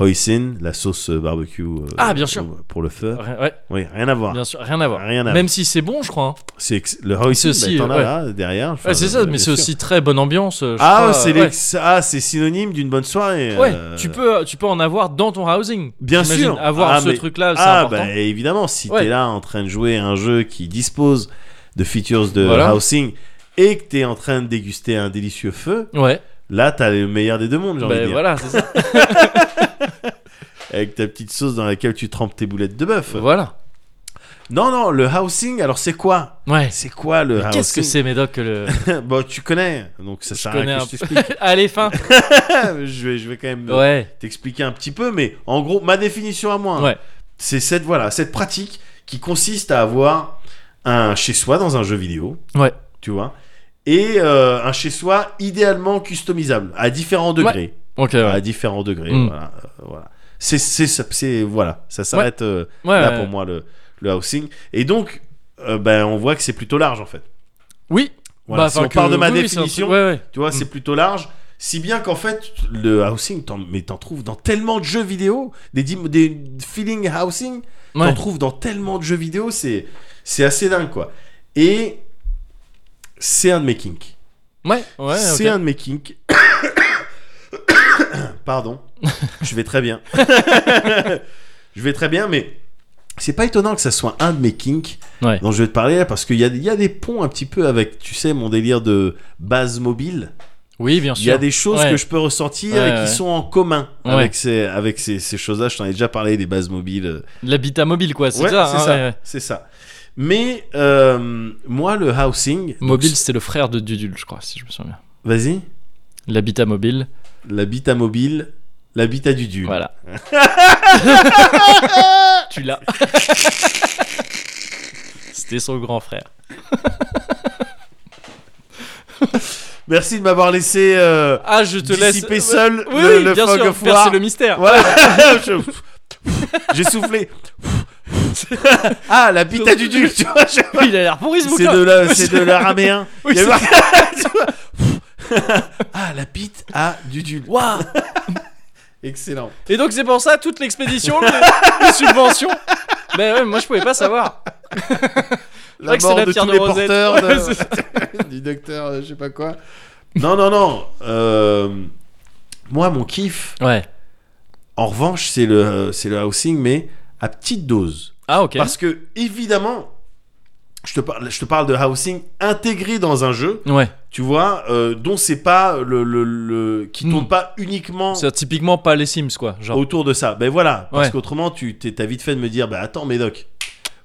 hoisin, la sauce euh, barbecue. euh, Ah, bien sûr. euh, Pour le feu. Rien- ouais, Oui, rien à voir. bien sûr, rien à voir. Rien à Même voir. si c'est bon, je crois. hein. C'est ex- le hoisin, C'est bah, aussi, t'en as ouais. là derrière. Enfin, Ouais, c'est ça, euh, mais bien c'est sûr. aussi très bonne ambiance. je Ah, crois, c'est euh, les- ouais. ah, c'est synonyme d'une bonne soirée. Ouais, euh, tu peux, tu peux en avoir dans ton housing. Bien j'imagine. sûr. Avoir Ah, ce mais- truc-là, c'est Ah, important. bah évidemment, si Ouais. t'es là en train de jouer à un jeu qui dispose de features de Voilà. housing et que t'es en train de déguster un délicieux feu, Ouais, là t'as le meilleur des deux mondes, j'ai envie de bah dire. voilà, c'est ça. Avec ta petite sauce dans laquelle tu trempes tes boulettes de bœuf. voilà. Non, non, le housing, alors c'est quoi Ouais. C'est quoi le housing Qu'est-ce que c'est, Médoc, que le. Bon, tu connais, donc ça sert à connais rien que un je t'explique. Allez, fin. je, vais, je vais quand même euh, Ouais. t'expliquer un petit peu, mais en gros, ma définition à moi. hein. Ouais. C'est cette voilà, cette pratique qui consiste à avoir un chez soi dans un jeu vidéo, Ouais. tu vois, et euh, un chez soi idéalement customisable à différents degrés, Ok, ouais. à différents degrés, Mm. voilà, euh, voilà. C'est c'est ça- c'est voilà, ça s'arrête euh, Ouais, là ouais. pour moi le le housing. Et donc euh, ben on voit que c'est plutôt large en fait. Oui. Voilà, Bah, si enfin on que- part de ma oui, oui, c'est un définition, truc- ouais, Mm. ouais. tu vois, c'est plutôt large. Si bien qu'en fait, le housing, t'en, mais t'en trouves dans tellement de jeux vidéo, des, dim- des feeling housing, Ouais. t'en trouves dans tellement de jeux vidéo, c'est, c'est assez dingue quoi. Et c'est un de mes kinks. Ouais, ouais, ok. C'est un de mes kinks. Pardon, je vais très bien. je vais très bien, mais c'est pas étonnant que ça soit un de mes kinks Ouais. dont je vais te parler là, parce qu'il y a, il y a des ponts un petit peu avec, tu sais, mon délire de base mobile. Oui, bien sûr. Il y a des choses Ouais. que je peux ressentir Ouais, et qui ouais. sont en commun Ouais. avec ces, avec ces, ces choses-là. Je t'en ai déjà parlé des bases mobiles. euh, L'habitat mobile, quoi, c'est ouais, ça. c'est hein, ça, ouais, ouais. c'est ça. Mais euh, moi, le housing, donc, Mobile, c'était le frère de Dudul, je crois, si je me souviens bien. vas-y, L'habitat mobile, l'habitat mobile, l'habitat du dieu. voilà. tu l'as. c'était son grand frère. Merci de m'avoir laissé euh, Ah, je te laisse. dissiper seul Oui, le, oui, le bien fog sûr, of war. percer le mystère. Voilà, je- j'ai soufflé. ah, l'habitat du dieu, tu vois, je- Oui, il hein. a l'air pourri ce C'est bouquin. de la- c'est de l'araméen. Oui, Il y a c'est- marqué- tu vois. ah, la bite à Dudul. Waouh. Excellent. Et donc, c'est pour ça toute l'expédition, les, les subventions. Mais ouais, moi je pouvais pas savoir. vrai La que c'est mort la de pierre tous de les Rosette. porteurs de- Ouais, c'est ça. du docteur, euh, je sais pas quoi. Non, non, non. Euh, moi, mon kiff, Ouais. en revanche, c'est le, c'est le housing, mais à petite dose. Ah, ok. Parce que, évidemment, je te, parle, je te parle de housing intégré dans un jeu, Ouais. tu vois, euh, dont c'est pas le, le, le- qui Hmm. tourne pas uniquement C'est typiquement pas les Sims, quoi. Genre, autour de ça. Ben voilà, parce Ouais. qu'autrement, tu t'es- t'as vite fait de me dire, bah attends, Médoc,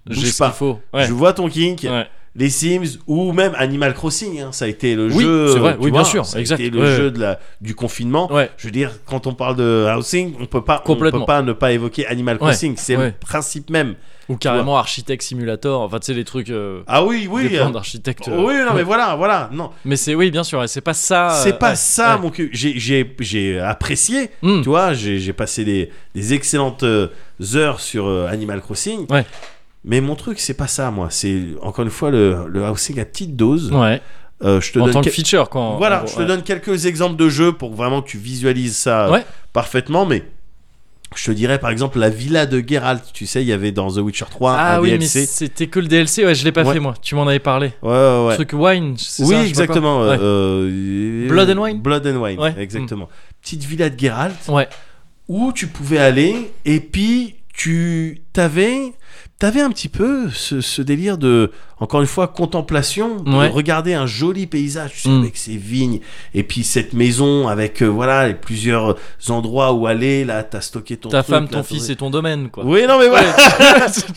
j'ai bouge ce qu'il pas. faut. Ouais. Je vois ton kink, Ouais. les Sims ou même Animal Crossing, hein, ça a été le Oui, jeu. euh, c'est vrai, tu oui, vois, bien sûr, ça a exact, été le ouais. jeu de la, du confinement. Ouais. Je veux dire, quand on parle de housing, on peut pas, on Complètement. peut pas ne pas évoquer Animal Ouais, Crossing. C'est ouais. le principe même. Ou carrément architecte simulator. Enfin, tu sais, les trucs. euh, Ah oui, oui. des euh, plans d'architecte. euh, Oui, non, mais voilà, voilà, non. Mais c'est oui, bien sûr, et c'est pas ça. euh, c'est pas ouais, ça, ouais. mon cul. J'ai- J'ai j'ai apprécié, Mm. tu vois, j'ai j'ai passé des, des excellentes euh, heures sur euh, Animal Crossing. Ouais. Mais mon truc, c'est pas ça, moi. C'est encore une fois le, le housing à petite dose. Ouais. Euh, je te En donne tant que quel- feature, quoi. en- en Voilà, gros, je te ouais. donne quelques exemples de jeux pour vraiment que tu visualises ça euh, Ouais. parfaitement, mais je te dirais par exemple la villa de Geralt. Tu sais, il y avait dans The Witcher 3 Ah un oui, mais DLC. c'était que le DLC. Ouais, je l'ai pas Ouais. fait moi. Tu m'en avais parlé. Ouais, ouais, ouais. Truc wine. c'est Oui, ça, je sais pas exactement. quoi. Ouais. euh, euh, Blood and Wine Blood and Wine, Ouais. Mm. exactement. Petite villa de Geralt Ouais. où tu pouvais aller et puis tu t'avais t'avais un petit peu ce, ce délire de encore une fois contemplation de Ouais. regarder un joli paysage tu sais, Mm. avec ses vignes et puis cette maison avec euh, voilà les plusieurs endroits où aller là t'as stocké ton Ta truc, femme, là, ton fils et ton domaine, quoi. oui non mais voilà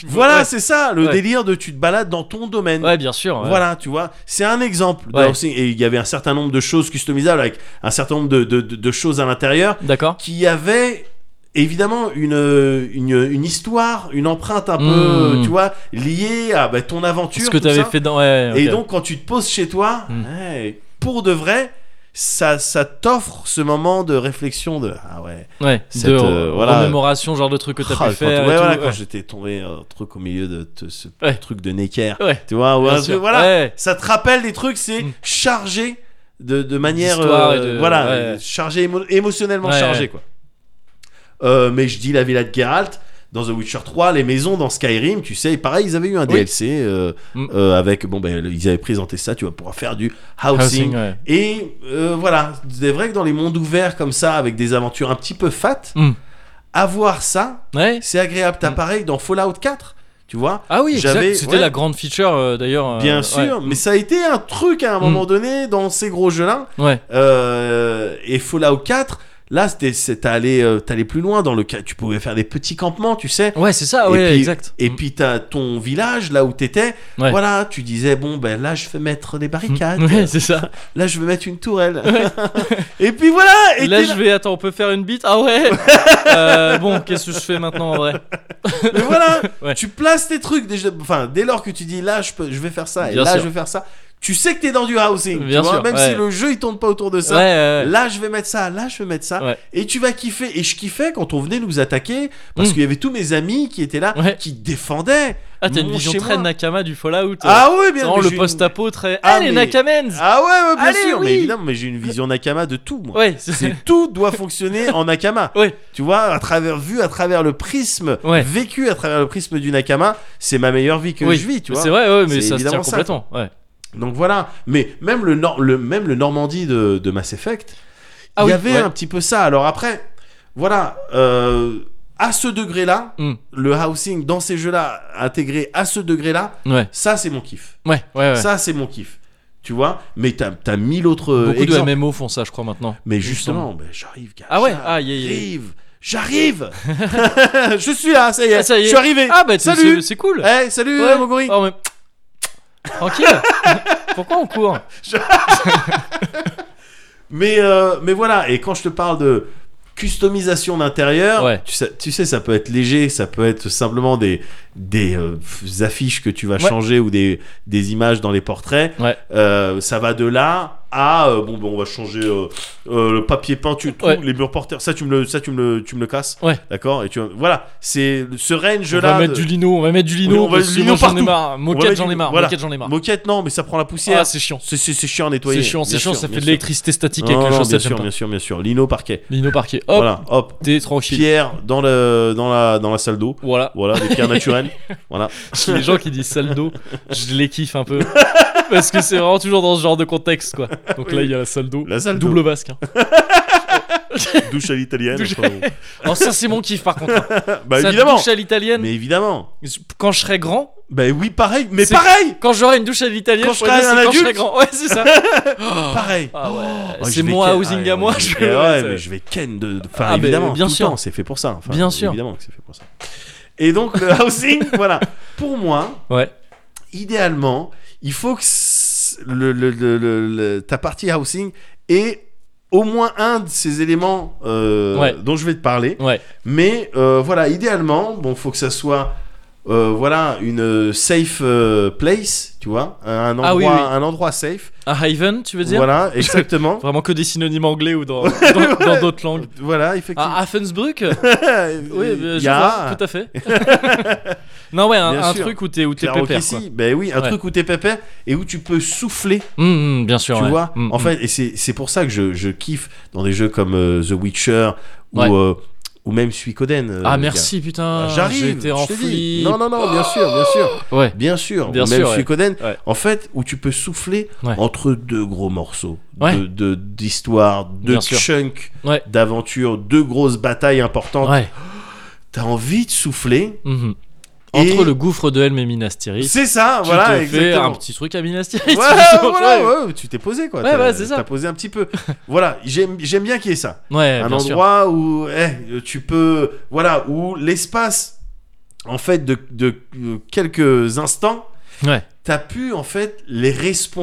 voilà Ouais. c'est ça le Ouais. délire de tu te balades dans ton domaine Ouais, bien sûr. ouais. voilà, tu vois, c'est un exemple. d'un Ouais. housing. Et il y avait un certain nombre de choses customisables avec un certain nombre de, de- de- de choses à l'intérieur D'accord. qui avaient évidemment une, une, une histoire, une empreinte un peu, Mm. tu vois, liée à bah, ton aventure. Ce que tout t'avais ça. fait dans. Ouais, Et ok. donc, quand tu te poses chez toi, Mm. ouais, pour de vrai, ça, ça t'offre ce moment de réflexion de ah ouais. Ouais. cette, de euh, voilà. remémoration, genre de truc que Ah, t'as pu quand- faire. et ouais, tout, voilà, quand ouais. j'étais tombé euh, truc au milieu de te- ce Ouais. truc de Necker, Ouais. tu vois, ou bien un sûr. truc- voilà Ouais. ça te rappelle des trucs, c'est Mm. chargé de, de manière. D'histoire et de- voilà, ouais. euh, chargé émo- émotionnellement Ouais, chargé, ouais. quoi. Euh, mais je dis la villa de Geralt. Dans The Witcher 3, les maisons dans Skyrim, tu sais, pareil, ils avaient eu un Oui. DLC euh, Mm. euh, avec, bon, ben, ils avaient présenté ça, tu vas pouvoir faire du housing. Housing, ouais. Et euh, voilà, c'est vrai que dans les mondes ouverts comme ça, avec des aventures un petit peu fat, Mm. avoir ça, Ouais. c'est agréable. T'as Mm. pareil dans Fallout 4, tu vois, Ah oui, exact. J'avais- C'était ouais. la grande feature euh, d'ailleurs. euh, bien ouais. Mm. sûr, mais ça a été un truc à un moment donné dans ces gros jeux-là. Ouais. Euh, et Fallout 4, là, c'était, c'est- t'as allé, euh, t'as allé plus loin dans le cas. Tu pouvais faire des petits campements, tu sais. Ouais, c'est ça. Et Ah Ouais, puis- exact. Mm. Et puis t'as ton village là où t'étais. Ouais. Voilà, tu disais bon ben là je vais mettre des barricades. Mm. Ouais, c'est ça. Là je vais mettre une tourelle. et puis voilà. Et là, t'es je vais. Attends, on peut faire une bite Ah ouais Euh, Bon, qu'est-ce que je fais maintenant en vrai Mais voilà. Ouais. Tu places tes trucs déjà. Enfin dès lors que tu dis là je peux, je vais faire ça et Bien là sûr. je vais faire ça. tu sais que t'es dans du housing. tu Bien vois, sûr, même ouais. si le jeu il tourne pas autour de Ouais, euh, ça. ouais, ouais. Là, je vais mettre ça, là, je vais mettre ça. Ouais. Et tu vas kiffer. Et je kiffais quand on venait nous attaquer, parce Mm. qu'il y avait tous mes amis qui étaient là, Ouais. qui défendaient. Ah, t'as une mon vision chez très moi. Nakama du Fallout. Ah ouais, bien Dans mais le j'ai une- post-apo très. Ah, Allez, mais- Nakamens Ah ouais, ouais, bien Allez, sûr. oui. Mais évidemment, mais j'ai une vision Nakama de tout, moi. Ouais, c'est Ah, C'est- tout doit fonctionner en Nakama. Ouais. Tu vois, à travers vu, à travers le prisme Ouais. vécu, à travers le prisme du Nakama, c'est ma meilleure vie que Oui, je vis, tu vois. C'est vrai, ouais, mais ça C'est se tient évidemment ça, complètement. Ouais. Donc voilà. Mais même le, Nor- le même le Normandie de, de Mass Effect, Ah il oui, y avait ouais. un petit peu ça. Alors après, voilà. euh, à ce degré-là, Mm. le housing dans ces jeux-là, intégré à ce degré-là, Ouais, ça c'est mon kiff. ouais, ouais. ouais. Ça c'est mon kiff. Tu vois, mais t'as t'as mille autres euh, Beaucoup exemples. de MMO font ça, je crois, maintenant. Mais justement, ben, j'arrive, gars. Ah ouais, j'arrive, ah, y a- y a- J'arrive Je suis là, ça y est, Ah, ça y est. je suis arrivé Ah, bah, t'es- Salut c'est c'est cool. Eh, salut Ouais. Moguri Oh, mais- Tranquille. Pourquoi on court mais, euh, mais voilà, et quand je te parle de customisation d'intérieur, Ouais. tu, sais, tu sais, ça peut être léger, ça peut être simplement des, des euh, f- affiches que tu vas Ouais. changer ou des, des images dans les portraits. Ouais. Euh, ça va de là à euh, bon, ben, on va changer euh, euh, le papier peint, tu, tout, Ouais. les murs porteurs, ça tu me le, ça, tu me le, tu me le casses. Ouais. D'accord Et tu voilà, c'est ce range On là. va mettre du lino, on va mettre du Oui, lino. on va parce du que lino moi, j'en ai partout. marre. On va Moquette, mettre j'en ai du- marre. voilà. Moquette, j'en ai marre. Moquette, non, mais ça prend la poussière. Ah, c'est chiant. C'est- C'est c'est chiant à nettoyer. C'est chiant, c'est Bien chiant, sûr, ça fait bien de sûr. l'électricité statique Non, avec les non, choses, bien ça j'aime sûr, pas. bien sûr, bien sûr. Lino parquet. Lino parquet. Hop, Voilà, hop. t'es tranquille. Pierre dans, le, dans, la, dans la salle d'eau. Voilà. Voilà, des pierres naturelles. voilà. Les gens qui disent sale d'eau, je les kiffe un peu. Parce que c'est vraiment toujours dans ce genre de contexte, quoi. Donc là, il y a la salle d'eau. La salle Double basque. hein. Douche à l'italienne. Douche- enfin, bon. Alors, Oh, ça, c'est mon kiff, par contre. hein. bah Ça, évidemment. douche à l'italienne. Mais évidemment. Quand je serai grand, Bah oui, pareil. Mais C'est- pareil quand j'aurai une douche à l'italienne, Quand je ouais, serai c'est un quand je serai adulte. grand. Ouais, c'est ça. Pareil. Ah ouais, Oh, c'est je vais mon ken- housing ah, à moi. ouais, je- mais ouais, ouais, ça- mais je vais ken de. de- Enfin, Ah, mais évidemment. bien tout le sûr. temps, C'est fait pour ça. Enfin, Bien sûr. Évidemment que c'est fait pour ça. Et donc, le housing, voilà. Pour moi, Ouais. idéalement, il faut que s- le- le- le- le- le- ta partie housing ait au moins un de ces éléments euh, Ouais. dont je vais te parler. Ouais. Mais euh, voilà, idéalement, bon, faut que ça soit euh, voilà une euh, safe euh, place, tu vois, un endroit, Ah oui, oui. un endroit safe. Un haven, tu veux dire Voilà, exactement. Vraiment que des synonymes anglais ou dans dans- dans d'autres langues. voilà, effectivement. À Affensbrück Ah, Oui, euh, il je y a vois, tout à fait. non, ouais, un, Bien un sûr. truc où t'es où t'es Claro pépère. que quoi. si. Ben oui, un Ouais. truc où t'es pépère et où tu peux souffler Hum, hum, bien sûr. tu ouais. vois Hum, en hum. fait et c'est c'est pour ça que je, je kiffe dans des jeux comme euh, The Witcher ou Ouais. euh, ou même Suikoden euh, Ah, les merci, gars. putain. Ah, j'arrive J'étais en je te dis. flip. non non non bien sûr bien sûr Ouais. bien sûr Bien ou même sûr, ouais. Suikoden Ouais. en fait où tu peux souffler Ouais. entre deux gros morceaux Ouais. de- de d'histoire de, Bien sûr. chunks Ouais. d'aventures deux grosses batailles importantes Ouais. t'as envie de souffler Hum, hum. Et- Entre le gouffre de Helm et Minas Tirith. c'est ça tu voilà te fais exactement un petit truc à Minas Tirith. Ouais, tu vois, voilà, ouais. ouais, tu t'es posé quoi. Ouais, T'as- ouais, c'est ça. T'as posé un petit peu. voilà, j'aime j'aime bien qu'il y ait ça. Ouais, un bien sûr. endroit où eh, tu peux voilà où l'espace en fait de, de- de quelques instants Ouais. t'as pu en fait les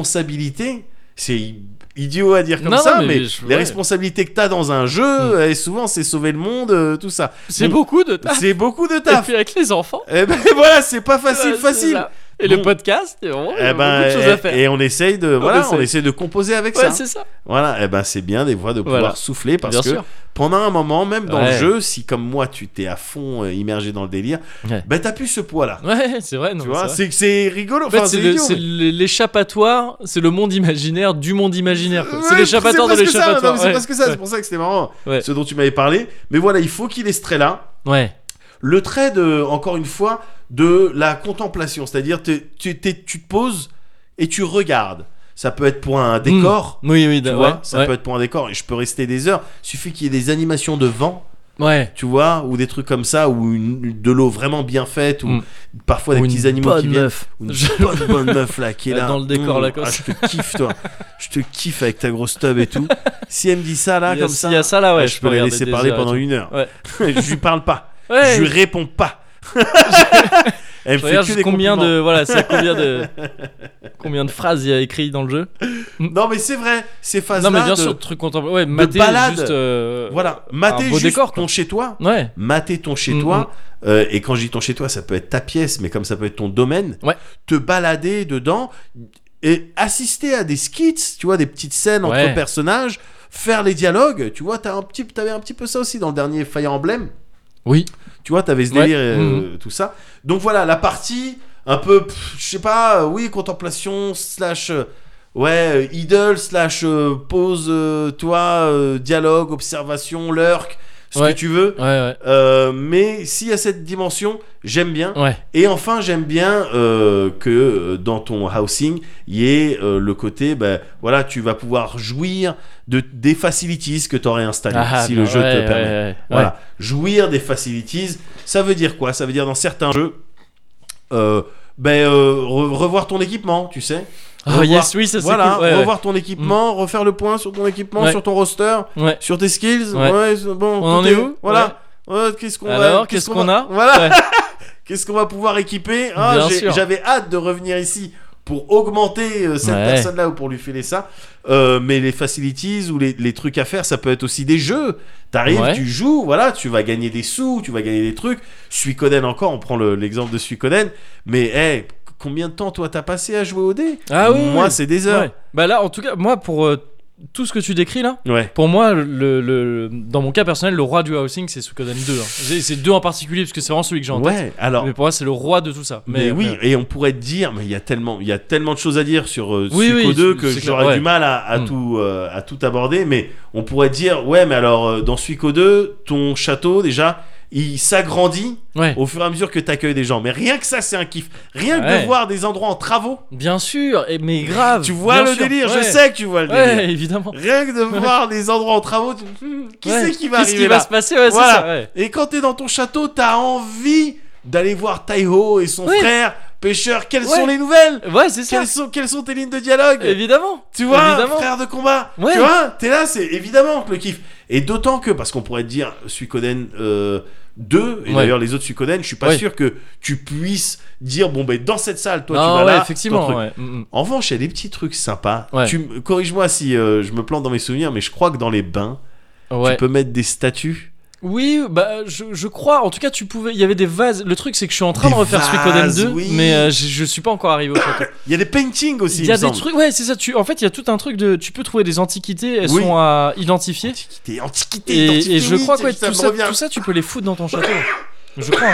responsabilités c'est i- idiot à dire comme Non, ça non, mais mais, je- les ouais. Hmm. responsabilités que t'as dans un jeu eh, souvent c'est sauver le monde euh, tout ça C'est Bon, beaucoup de taf. c'est beaucoup de Et taf puis avec les enfants. et ben voilà c'est pas facile Ouais, c'est facile ça. Et le Bon. podcast, il y a vraiment Eh ben, beaucoup de choses à faire. et, et on essaye de voilà essaye. on essaye de composer avec Ouais, ça c'est ça. voilà et ben c'est bien des fois de pouvoir Voilà. souffler parce Bien que sûr. pendant un moment, même dans Ouais. le jeu, si comme moi tu t'es à fond euh, immergé dans le délire, Ouais. ben t'as plus ce poids là. Ouais, c'est vrai. non, tu c'est vois, vrai. c'est que c'est rigolo. En fait, Enfin, c'est c'est le- idiot. c'est mais- le- l'échappatoire, c'est le monde imaginaire du monde imaginaire. quoi. C'est Ouais, l'échappatoire de c'est presque ça, non, l'échappatoire. mais C'est ouais. parce que ça, Ouais. c'est pour ça que c'était marrant. Ouais. Ce dont tu m'avais parlé. Mais voilà, il faut qu'il ait ce trait là. Ouais. Le trait de, encore une fois, de la contemplation. C'est-à-dire, t'es- tu t'es- tu te poses et tu regardes. Ça peut être pour un décor. Oui, oui, bah, Tu Hmm. ouais, vois, ça ouais. peut être pour un décor et je peux rester des heures. Suffit qu'il y ait des animations de vent Ouais. tu vois, ou des trucs comme ça, ou une- de l'eau vraiment bien faite, ou Mm. parfois Ou des une petits animaux qui bonne viennent. meuf. Ou Une bonne, bonne meuf là qui est là. Dans le décor, Mm, là, comme ah, ça. je te kiffe toi. Je te kiffe avec ta grosse tub et tout. Si elle me dit ça là Il y a- comme s'il ça, y a ça là, ouais. ah, je, peux la regarder laisser des parler heures et pendant tout. une heure. Ouais. je lui parle pas. Ouais. Je lui réponds pas. elle Je me fait regarde que des combien compliments. de voilà, c'est combien de combien de phrases il y a écrit dans le jeu. Non mais c'est vrai, ces phases là. non mais bien Ah, de... sûr, truc contemporain. Ouais, mater balade. juste. euh, Voilà, mater beau juste décor, quoi. ton chez toi. Ouais. mater ton chez Mm, toi euh, et quand je dis ton chez toi ça peut être ta pièce mais comme ça peut être ton domaine Ouais. te balader dedans et assister à des skits, tu vois, des petites scènes Ouais. entre personnages, faire les dialogues, tu vois, t'as un petit, t'avais un petit peu ça aussi dans le dernier Fire Emblem. Oui. Tu vois, t'avais ce Ouais. Mm, délire, euh, tout ça. Donc voilà, la partie un peu, pff, je sais pas, euh, oui, contemplation, slash, euh, ouais, euh, idle, slash, euh, pause, euh, toi, euh, dialogue, observation, lurk, ce Ouais. que tu veux. Ouais, ouais. Euh, mais s'il y a cette dimension, j'aime bien. Ouais. Et enfin, j'aime bien euh, que euh, dans ton housing, il y ait euh, le côté, ben voilà, tu vas pouvoir jouir de, des facilities que tu aurais installées, Ah, si bah le jeu ouais, te permet. ouais, ouais. Voilà. Jouir des facilities, ça veut dire quoi Ça veut dire dans certains jeux, euh, ben, euh, re- revoir ton équipement, tu sais. Ah, Revoir- yes, oui, ça c'est Voilà, cool. Ouais, Mm. revoir ton équipement, refaire le point sur ton équipement, Ouais. sur ton roster, ouais. Ouais. sur tes skills. Ouais. Ouais, c'est- bon, On en tout est où Voilà. Ouais, qu'est-ce qu'on va- Alors, qu'est-ce qu'on va- a Voilà. Ouais. Qu'est-ce qu'on va pouvoir équiper Ah, Bien j'ai- sûr. J'avais hâte de revenir ici pour augmenter euh, cette Ouais. personne-là ou pour lui filer ça. Euh, mais les facilities ou les, les trucs à faire, ça peut être aussi des jeux. T'arrives, Ouais. tu joues, voilà, tu vas gagner des sous, tu vas gagner des trucs. Suikoden encore, on prend le- l'exemple de Suikoden. Mais hey, combien de temps toi t'as passé à jouer au dé Ah oui, Moi, oui. c'est des heures. Ouais. Bah là, en tout cas, moi, pour euh, tout ce que tu décris là, Ouais. pour moi, le, le- dans mon cas personnel, le roi du housing, c'est Suikoden 2. hein. C'est c'est deux en particulier, parce que c'est vraiment celui que j'ai en tête. Ouais, alors Mais pour moi, c'est le roi de tout ça. Mais, oui, après- et on pourrait te dire, mais il y a tellement, il y a tellement de choses à dire sur euh, Oui, Suiko oui, 2 c'est que clair, j'aurais ouais. du mal à, à Mm. tout, euh, à tout aborder. Mais on pourrait te dire, ouais, mais alors euh, dans Suiko 2, ton château déjà, il s'agrandit euh, Ouais. au fur et à mesure que t'accueilles des gens. Mais rien que ça, c'est un kiff. Rien que Ouais. de voir des endroits en travaux, Bien sûr, et- mais grave. tu vois bien le sûr, délire. ouais. Je sais que tu vois le délire. Ouais, évidemment. Rien que de voir des endroits en travaux, tu- Hmm, qui Ouais. c'est qui va Qu'est-ce arriver qui là va se passer Ouais, c'est Voilà. ça, ouais. Et quand t'es dans ton château, t'as envie d'aller voir Taiho et son Ouais. frère pêcheur. Quelles Ouais. sont les nouvelles Ouais, c'est ça. quelles sont, quelles sont tes lignes de dialogue Évidemment. Tu vois, Évidemment. frère de combat Ouais. Tu vois, t'es là, c'est évidemment que le kiff. Et d'autant que, parce qu'on pourrait te dire Suikoden euh, 2, et Ouais. d'ailleurs les autres Suikoden, je suis pas Ouais. sûr que tu puisses dire, bon ben dans cette salle, toi non, tu vas ouais, là, ton effectivement. truc. ouais. Mm, mm. En revanche, il y a des petits trucs sympas. Ouais. Tu m- Corrige-moi si euh, je me plante dans mes souvenirs, mais je crois que dans les bains, Ouais. tu peux mettre des statues. Oui, bah je, je crois. En tout cas, tu pouvais. Il y avait des vases. Le truc, c'est que je suis en train Des de refaire vases, Suikoden 2, oui. mais euh, je, je suis pas encore arrivé au château. Il y a des paintings aussi, Il y a il me des semble. trucs. Ouais, c'est ça. Tu. En fait, il y a tout un truc de. Tu peux trouver des antiquités. Elles Oui. sont à identifier. Antiquité, antiquité, Et, identité, et je crois que mythe, ouais, ça tout, me ça, revient. tout ça, tu peux les foutre dans ton château. Je crois.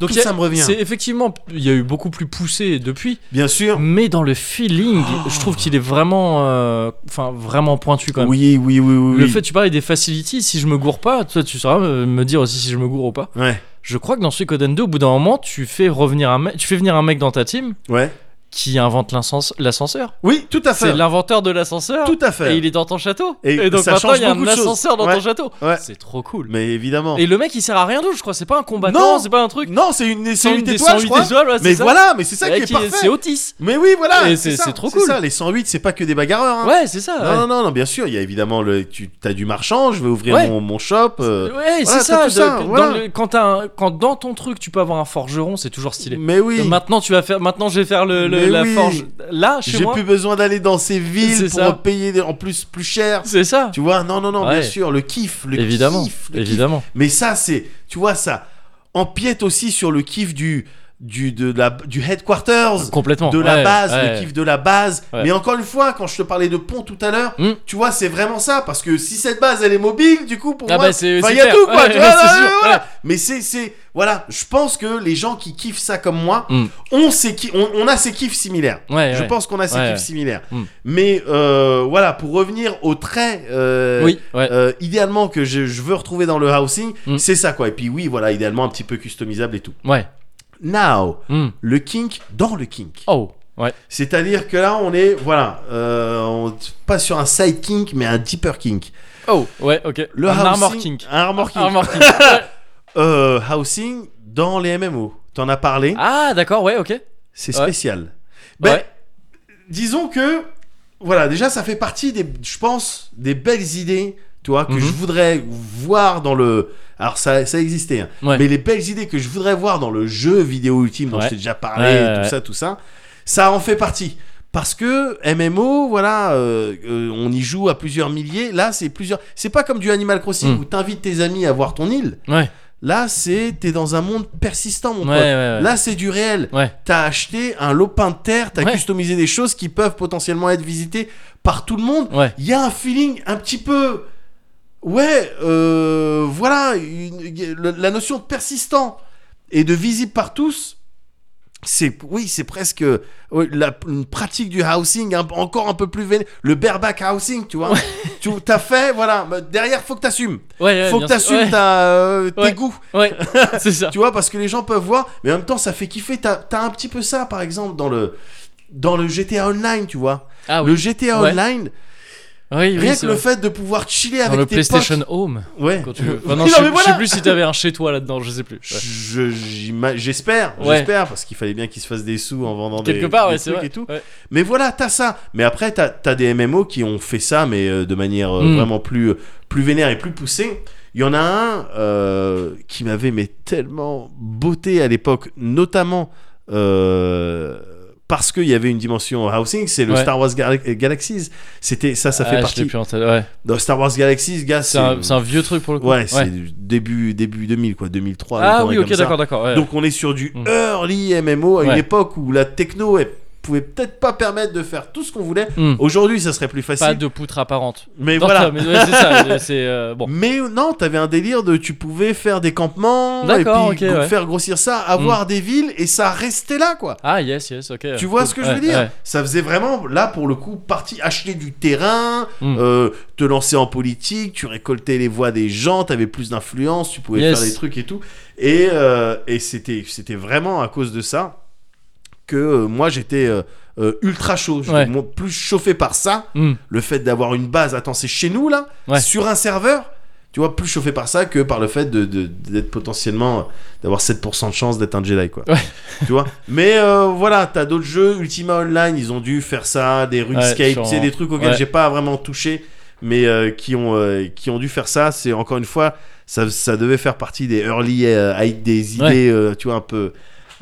Donc Tout il y a- ça me revient. C'est effectivement, il y a eu beaucoup plus poussé depuis, Bien sûr. mais dans le feeling, je trouve qu'il est vraiment, euh, enfin vraiment pointu quand même. Oui, oui, oui, oui. Le oui. fait, tu parlais des facilities, si je me gourre pas, toi tu sauras me me dire aussi si je me gourre ou pas. Ouais, Je crois que dans Suikoden 2, au bout d'un moment, tu fais revenir un mec, tu fais venir un mec dans ta team ouais. qui invente l'incens- l'ascenseur. Oui, tout à fait. C'est l'inventeur de l'ascenseur. Tout à fait. Et il est dans ton château. Et donc ça maintenant, change il y a un beaucoup de choses. ascenseur dans Ouais. ton château. Ouais. C'est trop cool. Mais évidemment. Et le mec, il sert à rien d'autre, je crois. C'est pas un combattant, Non. c'est pas un truc. Non, c'est une des C'est 108 une des étoiles, 108 je crois. étoiles, ouais, c'est mais ça. voilà, mais c'est ça Ouais, qui est qui- parfait. C'est Otis. Mais oui, voilà. Et c'est- c'est ça, c'est trop c'est cool. ça, les 108, c'est pas que des bagarreurs. hein. Ouais, c'est ça. Non, ouais. non, non, non, bien sûr, il y a évidemment le. Tu as du marchand, je vais ouvrir Ouais. mon, mon shop. euh, Ouais, voilà, c'est t'as ça. tout ça, de- que- voilà. dans le- quand, t'as un- quand dans ton truc tu peux avoir un forgeron, c'est toujours stylé. Euh, Mais oui. Maintenant tu vas faire, maintenant je vais faire le, le- Mais la oui. forge là chez J'ai moi. plus besoin d'aller dans ces villes C'est pour ça. payer des- en plus plus cher. C'est ça. Tu vois, non, non, non, Ouais. bien sûr, le kiff, le évidemment, kiff, le kiff. évidemment. Mais ça, c'est, tu vois, ça empiète aussi sur le kiff du, du, de la, du headquarters. Complètement. de la Ouais, base, ouais. le kiff de la base. Ouais. Mais encore une fois, quand je te parlais de pont tout à l'heure, Mm. tu vois, c'est vraiment ça. Parce que si cette base, elle est mobile, du coup, pour Ah moi, bah, c'est- enfin, c'est il y a clair. tout, quoi. Ouais, tu ouais, vois, c'est non, sûr, voilà. ouais. Mais c'est, c'est, voilà, je pense que les gens qui kiffent ça comme moi, Mm. on, ces ki- on, on a ces kiffs similaires. Ouais, je ouais. pense qu'on a ces Ouais, kiffs ouais. similaires. Mm. Mais euh, voilà, pour revenir au trait euh, Oui. Ouais. euh, idéalement que je, je veux retrouver dans le housing, Mm. c'est ça quoi. Et puis oui, voilà, idéalement un petit peu customisable et tout. Ouais. Now, Hmm. le kink dans le kink. Oh. Ouais. C'est-à-dire que là, on est, voilà, euh, on, pas sur un side kink, mais un deeper kink. Oh. Ouais. Ok. Le Un housing- armor kink. Un armor kink. Armor kink. Ouais. Euh, housing dans les MMO. T'en as parlé, ah d'accord. Ouais. Ok. c'est ouais. spécial. Ben, Ouais. disons que, voilà, déjà, ça fait partie des, je pense, des belles idées, tu vois, que Mhm. je voudrais voir dans le. Alors, ça, ça existait, hein. Ouais. mais les belles idées que je voudrais voir dans le jeu vidéo ultime dont Ouais. je t'ai déjà parlé, Ouais, ouais, tout ouais. ça, tout ça, ça en fait partie. Parce que MMO, voilà, euh, euh, on y joue à plusieurs milliers. Là, c'est plusieurs. C'est pas comme du Animal Crossing Mm. où t'invites tes amis à voir ton île. Ouais. Là, c'est t'es dans un monde persistant, mon Ouais, pote. ouais, ouais. Là, c'est du réel. Ouais. T'as acheté un lopin de terre, t'as Ouais. customisé des choses qui peuvent potentiellement être visitées par tout le monde. Il Ouais. y a un feeling un petit peu. Ouais, euh, voilà, une- le- la notion de persistant et de visible par tous, c'est oui, c'est presque euh, ouais, la, une pratique du housing un- encore un peu plus véné- le bareback housing, tu vois. Tu t'as fait, voilà, bah, derrière faut que t'assumes, Ouais, ouais, faut que bien sûr. t'assumes Ouais, ta, euh, tes Ouais. goûts, ouais. c'est ça. tu vois, parce que les gens peuvent voir, mais en même temps ça fait kiffer. T'as t'as un petit peu ça, par exemple, dans le dans le GTA Online, tu vois. Ah Le oui. GTA Ouais. Online, Oui, oui, rien que c'est le vrai. fait de pouvoir chiller Dans avec le tes PlayStation Home. potes, ouais. Quand tu... enfin, Oui, non, non, je, sais, mais je voilà. sais plus si t'avais un chez toi là-dedans, je sais plus. Ouais. Je- j'ima- J'espère, Ouais. j'espère, parce qu'il fallait bien qu'ils se fassent des sous en vendant des, Quelque part, des ouais, c'est trucs vrai. et tout. Ouais. Mais voilà, t'as ça. Mais après, t'as as des MMO qui ont fait ça, mais euh, de manière euh, Mm. vraiment plus, plus vénère et plus poussée. Il y en a un euh, qui m'avait mais tellement beauté à l'époque, notamment euh, parce qu'il y avait une dimension housing, c'est le Ouais. Star Wars Gal- Galaxies. C'était ça, ça fait Ah, je l'ai partie. plus en tête, ouais. Dans Star Wars Galaxies, gars, C'est un, c'est un vieux truc pour le coup. ouais, c'est début début 2000 quoi, 2003. Ah encore oui, un ok, comme ça. d'accord, d'accord. ouais. Donc on est sur du Mm. early MMO à une Ouais. époque où la techno elle pouvait peut-être pas permettre de faire tout ce qu'on voulait. Hmm. Aujourd'hui, ça serait plus facile. Pas de poutre apparente. Mais Non, voilà. ça, mais ouais, c'est ça. euh, C'est euh, bon. Mais non, t'avais un délire de tu pouvais faire des campements et puis D'accord, ok, gro- ouais. Mm. faire grossir ça, avoir des villes et ça restait là quoi. Ah yes, yes, ok. Tu vois cool. ce que je Ouais, veux dire ouais. Ça faisait vraiment, là, pour le coup, partie acheter du terrain, Mm. euh, te lancer en politique, tu récoltais les voix des gens, t'avais plus d'influence, tu pouvais Yes. faire des trucs et tout. Et, euh, et c'était, c'était vraiment à cause de ça que euh, moi, j'étais euh, euh, ultra chaud. J'étais Ouais. mo- plus chauffé par ça, Hmm. le fait d'avoir une base, attends, c'est chez nous, là, Ouais. sur un serveur tu vois, plus chauffé par ça que par le fait de, de- d'être potentiellement d'avoir 7% de chance d'être un Jedi, quoi tu vois mais euh, voilà t'as d'autres jeux Ultima Online ils ont dû faire ça des Ouais, RuneScape genre, c'est des trucs auxquels ouais. j'ai pas vraiment touché mais euh, qui ont euh, qui ont dû faire ça c'est encore une fois ça, ça devait faire partie des early euh, avec des idées Ouais. euh, tu vois un peu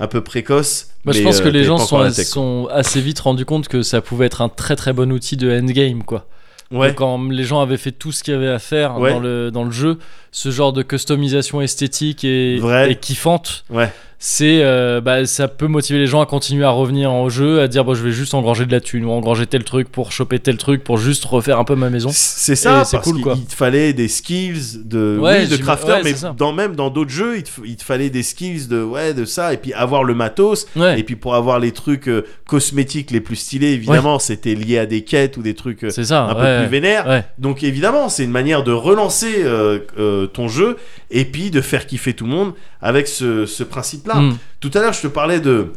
un peu précoces Moi, Bah, je mais, pense euh, que les t'avais gens pas sont, encore la tech. sont assez vite rendus compte que ça pouvait être un très très bon outil de endgame quoi. ouais Quand les gens avaient fait tout ce qu'il y avait à faire Ouais. dans, le, dans le jeu, ce genre de customisation esthétique et, Vrai. et kiffante, ouais c'est euh, bah, ça peut motiver les gens à continuer à revenir au jeu, à dire bon, je vais juste engranger de la thune ou engranger tel truc pour choper tel truc pour juste refaire un peu ma maison. c'est ça Et c'est parce cool, qu'il quoi. il te fallait des skills de Ouais, oui, de j'im- crafter ouais, mais c'est ça. dans même dans d'autres jeux il te, f- il te fallait des skills de ouais de ça et puis avoir le matos Ouais, Et puis pour avoir les trucs euh, cosmétiques les plus stylés, évidemment, c'était lié à des quêtes ou des trucs euh, c'est ça. un ouais, peu plus vénères. ouais. Donc évidemment, c'est une manière de relancer euh, euh, ton jeu et puis de faire kiffer tout le monde avec ce, ce principe-là. Mm. Tout à l'heure, je te parlais de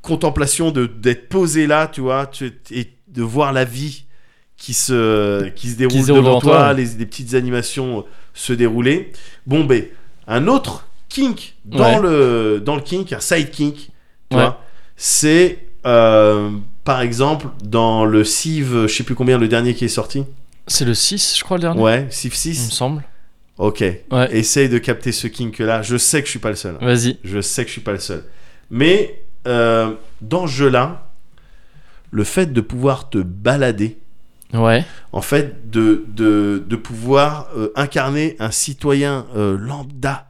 contemplation, de d'être posé là, tu vois, tu- et de voir la vie qui se, qui se déroule se déroule devant devant toi, toi, ouais. les, des petites animations euh, se dérouler. Bon, ben, un autre kink dans, Ouais. le, dans le kink, un side kink, tu Ouais. vois, c'est euh, par exemple dans le Civ, je sais plus combien, le dernier qui est sorti. C'est le 6, je crois, le dernier. Ouais, Civ Il me 6. semble. Ok. Ouais. Essaye de capter ce kink-là. Je sais que je suis pas le seul. Vas-y. Je sais que je suis pas le seul. Mais euh, dans ce jeu-là, le fait de pouvoir te balader, Ouais. en fait, de, de, de pouvoir euh, incarner un citoyen euh, lambda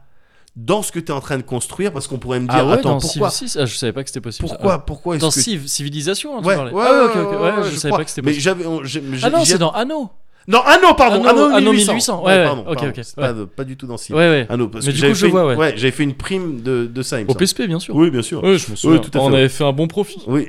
dans ce que tu es en train de construire, parce qu'on pourrait me dire, ah ouais, attends, dans pourquoi Civ 6 Ah, je savais pas que c'était possible. ça. Pourquoi, Ah. pourquoi est-ce Dans que... Civ, Civilisation, hein, tu Ouais, parlais. ouais, ouais, ah ouais, ok, ok. Ouais, ouais, je, savais crois. pas que c'était Mais possible. j'avais... on- j'ai- Ah non, j'ai- c'est dans Anno. Non, Anno, pardon Anno- Anno Anno 1800, 1800, ouais, ouais, pardon, ok, pardon, ok, c'est ouais. pas, de- pas du tout dans Civ. Ouais, ouais. Anno, parce Mais que du j'avais coup, je fait une- vois, ouais. ouais, j'avais fait une prime de, de ça, il me Au semble. PSP, bien sûr. Oui, bien sûr. Ouais, je me souviens. tout à fait, On ouais. avait fait un bon profit. Oui.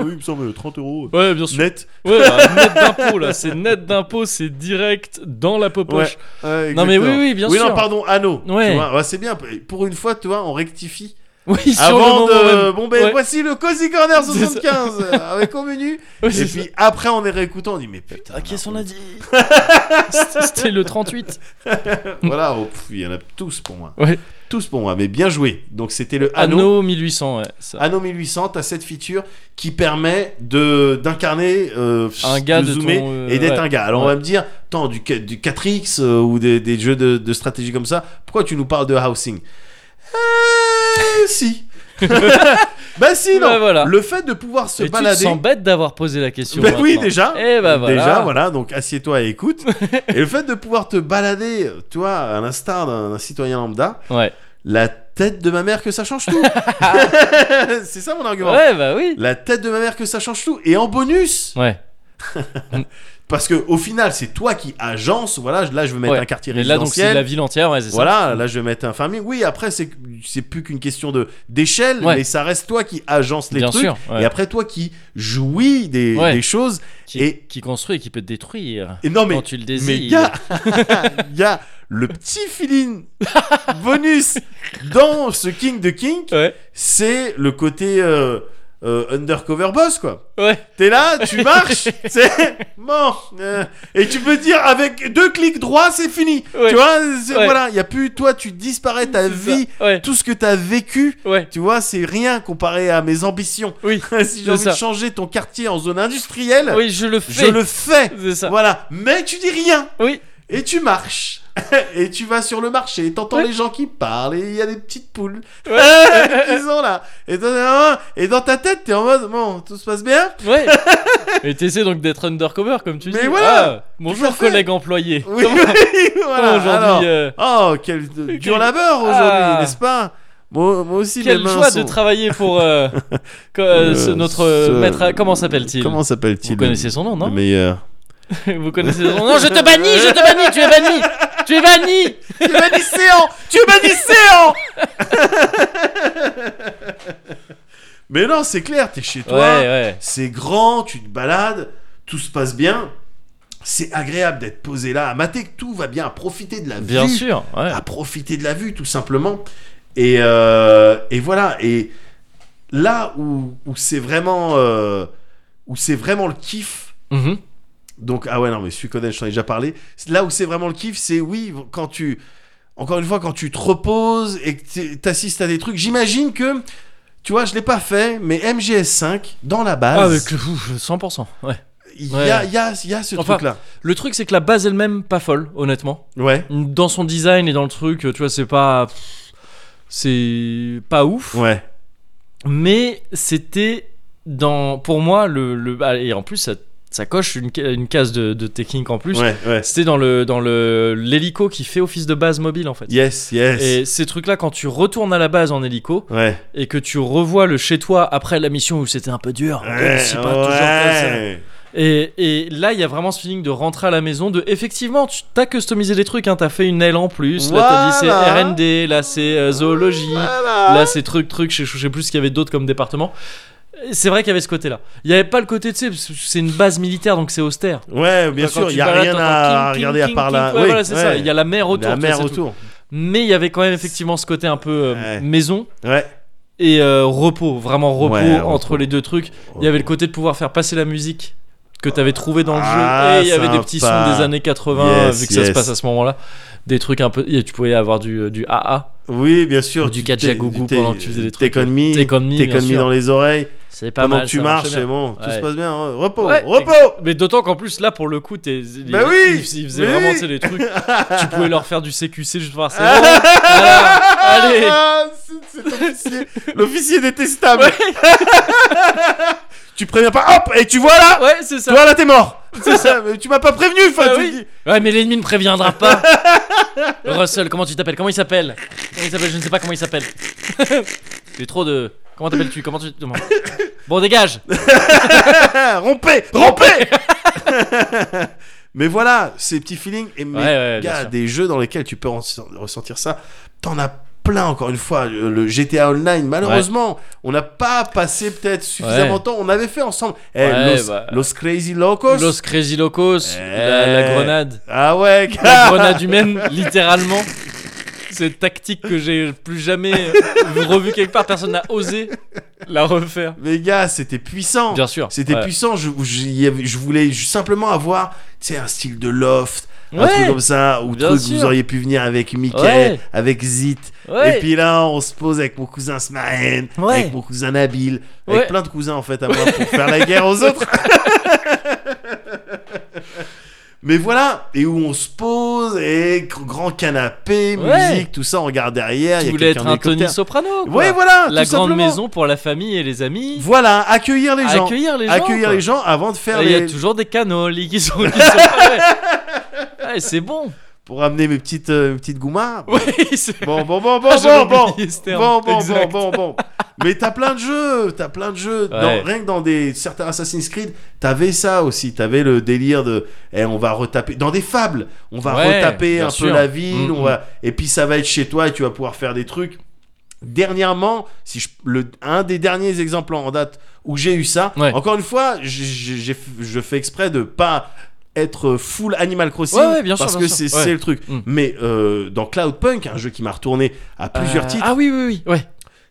oui, il me semble 30 euros euh, Ouais, bien sûr. net. Ouais, bah, net d'impôt, là. C'est net d'impôt, c'est direct dans la popoche. Ouais, Non, mais oui, exactement. oui, bien oui, sûr. non, pardon, anneau. Tu Ouais. vois, ouais, c'est bien. Pour une fois, tu vois, on rectifie. Oui, sur Avant le moment de. même. Bon, ben Ouais. voici le Cozy Corner C'est ça. 75 euh, avec au menu. Ouais, Et c'est ça. puis après, on est réécoutant. On dit, mais putain. Ah, qu'est-ce qu'on a dit C'était c'était le 38. Voilà, oh, pff, il y en a tous pour moi. Ouais. Tous pour moi, mais bien joué. Donc, c'était le anneau. Anno 1800, ouais. ça. Anno 1800, t'as cette feature qui permet de d'incarner euh, Un gars de zoomer ton, euh, et d'être ouais. un gars. Alors on Ouais. va me dire, tant du, qu- du 4x euh, ou des, des jeux de, de stratégie comme ça, pourquoi tu nous parles de housing Euh, Si. Bah si, non. Bah, voilà. Le fait de pouvoir se Et tu te balader. sens bête d'avoir posé la question. Bah oui, maintenant. déjà. Eh bah voilà. Déjà, voilà, donc assieds-toi et écoute. et le fait de pouvoir te balader, toi, à l'instar d'un d'un citoyen lambda, Ouais. la tête de ma mère que ça change tout. c'est ça mon argument. Ouais, bah oui. La tête de ma mère que ça change tout. Et en bonus, Ouais. parce que au final, c'est toi qui agence. Voilà, là, je veux mettre ouais. un quartier Mais là, donc, résidentiel. c'est la ville entière, ouais, c'est ça. Voilà, là je vais mettre un farming. Oui, après c'est c'est plus qu'une question de d'échelle, Ouais. mais ça reste toi qui agence les Bien trucs sûr, ouais. et après toi qui jouis des, Ouais. des choses. Qui, Et- qui construit et qui peut te détruire. Et non mais quand tu euh. le désires. mais il y a il y a le petit feeling bonus dans ce King de King, Ouais. c'est le côté euh, euh, undercover boss quoi. Ouais. T'es là, tu marches, c'est bon, euh, et tu peux dire avec deux clics droits c'est fini. Ouais. Tu vois, c'est- Ouais. voilà, il y a plus toi, tu disparais ta vie Ouais. tout ce que t'as vécu, Ouais. tu vois, c'est rien comparé à mes ambitions. Oui. si j'ai envie ça. de changer ton quartier en zone industrielle, Oui, je le je fais. le fais. C'est ça. Voilà. Mais tu dis rien Oui. et tu marches. Et tu vas sur le marché, t'entends Ouais. les gens qui parlent, et il y a des petites poules Ouais. qui sont là. Et dans, et dans ta tête, t'es en mode, bon, tout se passe bien. ouais. Et t'essaies donc d'être undercover, comme tu Mais dis. Ah, voilà. bonjour, fait. collègue employé. Oui, Comment- oui, comment voilà. Alors, aujourd'hui. euh, Oh, quel de- dur labeur aujourd'hui, Ah. n'est-ce pas moi, moi aussi, Quelle mes mains joie sont- de travailler pour euh, co- euh, ce- Euh, notre euh, ce- maître. à- Comment s'appelle-t-il Comment s'appelle-t-il Vous connaissez son nom, le non meilleur Vous connaissez son nom Non, je te bannis, je te bannis, tu es banni Tu es banni Tu m'as dit séant Tu m'as dit séant Mais non, c'est clair, t'es chez Ouais, toi, ouais. c'est grand, tu te balades, tout se passe bien. C'est agréable d'être posé là, à mater que tout va bien, à profiter de la Bien vue. sûr, ouais. À profiter de la vue, tout simplement. Et, euh, et voilà. Et là où, où c'est vraiment, euh, où c'est vraiment le kiff, Mhm. donc, ah ouais, non, mais Suikoden, je t'en ai déjà parlé. C'est Là où c'est vraiment le kiff, c'est oui, quand tu. Encore une fois, quand tu te reposes et que t'es- t'assistes à des trucs, j'imagine que. Tu vois, je l'ai pas fait, mais MGS5, dans la Ah, mais base, que- ouf, 100%. Ouais. il y, ouais. a, il y, a, il y a ce Enfin- truc-là. Le truc, c'est que la base elle-même, pas folle, honnêtement. Ouais. Dans son design et dans le truc, tu vois, c'est pas. C'est pas ouf. Ouais. Mais c'était dans. Pour moi, le. le- ah, et en plus, ça, ça coche une, ca- une case de, de technique en plus. Ouais, ouais. C'était dans le dans le l'hélico qui fait office de base mobile en fait. Yes, yes. Et ces trucs-là, quand tu retournes à la base en hélico Ouais. et que tu revois le chez toi après la mission où c'était un peu dur, on Ouais, réussit pas toujours comme ça. ouais. Et, et là, il y a vraiment ce feeling de rentrer à la maison, de effectivement, tu t'as customisé des trucs, hein, t'as fait une aile en plus, là t'as dit Voilà. c'est RND, là c'est euh, zoologie, Voilà. là c'est truc truc, je, je sais plus ce qu'il y avait d'autres comme département. Et C'est vrai qu'il y avait ce côté-là. Il n'y avait pas le côté, tu sais, parce que c'est une base militaire donc c'est austère. Ouais, bien Quand sûr, tu il y a balades, rien t'entends à ping, ping, regarder à ping, part ping. la. Ouais, oui, voilà, c'est ouais. ça. Il y a la mer autour. la tu vois, mer c'est tout. autour. Mais il y avait quand même effectivement ce côté un peu euh, Ouais. maison Ouais. et euh, repos, vraiment repos Ouais, entre repos. les deux trucs. Il y avait le côté de pouvoir faire passer la musique que t'avais trouvé dans le Ah, jeu et il y avait des petits sons sympa. des années 80 Yes, vu que ça se yes. passe à ce moment-là. Des trucs un peu. et tu pouvais avoir du, euh, du AA. Oui, bien sûr. Ou du tu- t'es- Kajagougou t'es- pendant que tu faisais des trucs. Take on me, Take on me, Take bien on me sûr. dans les oreilles. C'est pas Pendant mal. que tu ça marches, marchait bien. c'est bon, tout Ouais. se passe bien. hein. Repos, Ouais. repos Mais d'autant qu'en plus là pour le coup t'es Bah il- oui, il- il faisait mais vraiment oui. tu sais, les trucs tu pouvais leur faire du CQC juste pour voir c'est bon. Alors, allez Ah, c'est- c'est l'officier- L'officier détestable Tu préviens pas, hop Et tu vois là Ouais, c'est Tu ça. vois là, t'es mort C'est ça Mais Tu m'as pas prévenu enfin, Ah tu oui. dis- Ouais, mais l'ennemi ne préviendra pas. Russell, comment tu t'appelles Comment il s'appelle Comment il s'appelle Je ne sais pas comment il s'appelle. J'ai trop de. Comment t'appelles-tu Comment tu te Bon, dégage. Ah, Rompez Rompez Mais voilà, ces petits feelings. Et mais, Ouais, ouais, bien gars, sûr. des jeux dans lesquels tu peux ressent- ressentir ça, t'en as plein encore une fois. Le le GTA Online, malheureusement, on n'a pas passé peut-être suffisamment Ouais. de temps. On avait fait ensemble. Eh, Ouais, los, bah. Los Crazy Locos. Los Crazy Locos, Eh. la, la grenade, Ah ouais, gars. la grenade humaine, littéralement. Cette tactique que j'ai plus jamais euh, revue quelque part, personne n'a osé la refaire. Mais gars, c'était puissant. Bien sûr. C'était ouais. puissant. Je, j'y avais- je voulais ju- simplement avoir, tu sais, un style de loft. Un Ouais. truc comme ça, ou Bien truc, sûr. vous auriez pu venir avec Mickey, Ouais. avec Zit, Ouais. Et puis là, on se pose avec mon cousin Smaen, Ouais. avec mon cousin Nabil, Ouais. avec plein de cousins en fait à moi pour faire la guerre aux autres. Mais voilà, et où on se pose, et gr- grand canapé, Ouais. musique, tout ça, on regarde derrière. il y Tu a voulais quelqu'un être un Tony d'hélicoptère. Soprano. quoi. Ouais, voilà, La tout grande simplement. maison pour la famille et les amis. Voilà, accueillir les gens. Accueillir les gens. Accueillir quoi. les gens avant de faire Et Il y a les. toujours des canoles qui sont. qui sont- ouais. Ouais, Ah, c'est bon. Pour amener mes petites, euh, mes petites goumards. Oui, c'est. Bon, bon, Ah, bon, bon, j'avais bon, bon. oublié ce terme. Bon, bon, bon, Exact. bon, bon. Mais t'as plein de jeux, t'as plein de jeux. Dans- Ouais. rien que dans des certains Assassin's Creed, t'avais ça aussi. T'avais le délire de, eh, on va retaper dans des fables, on va Ouais, retaper bien un sûr. peu la ville, Mhm. on va, et puis ça va être chez toi et tu vas pouvoir faire des trucs. Dernièrement, si je- le, un des derniers exemples en date où j'ai eu ça. Ouais. Encore une fois, j'ai- j'ai- j'ai- je fais exprès de pas être full Animal Crossing Ouais, ouais, bien sûr, parce bien que sûr. c'est Ouais. c'est le truc. Mm. Mais euh, dans Cloudpunk, un jeu qui m'a retourné à plusieurs Euh, titres, Ah oui, oui, oui. Ouais.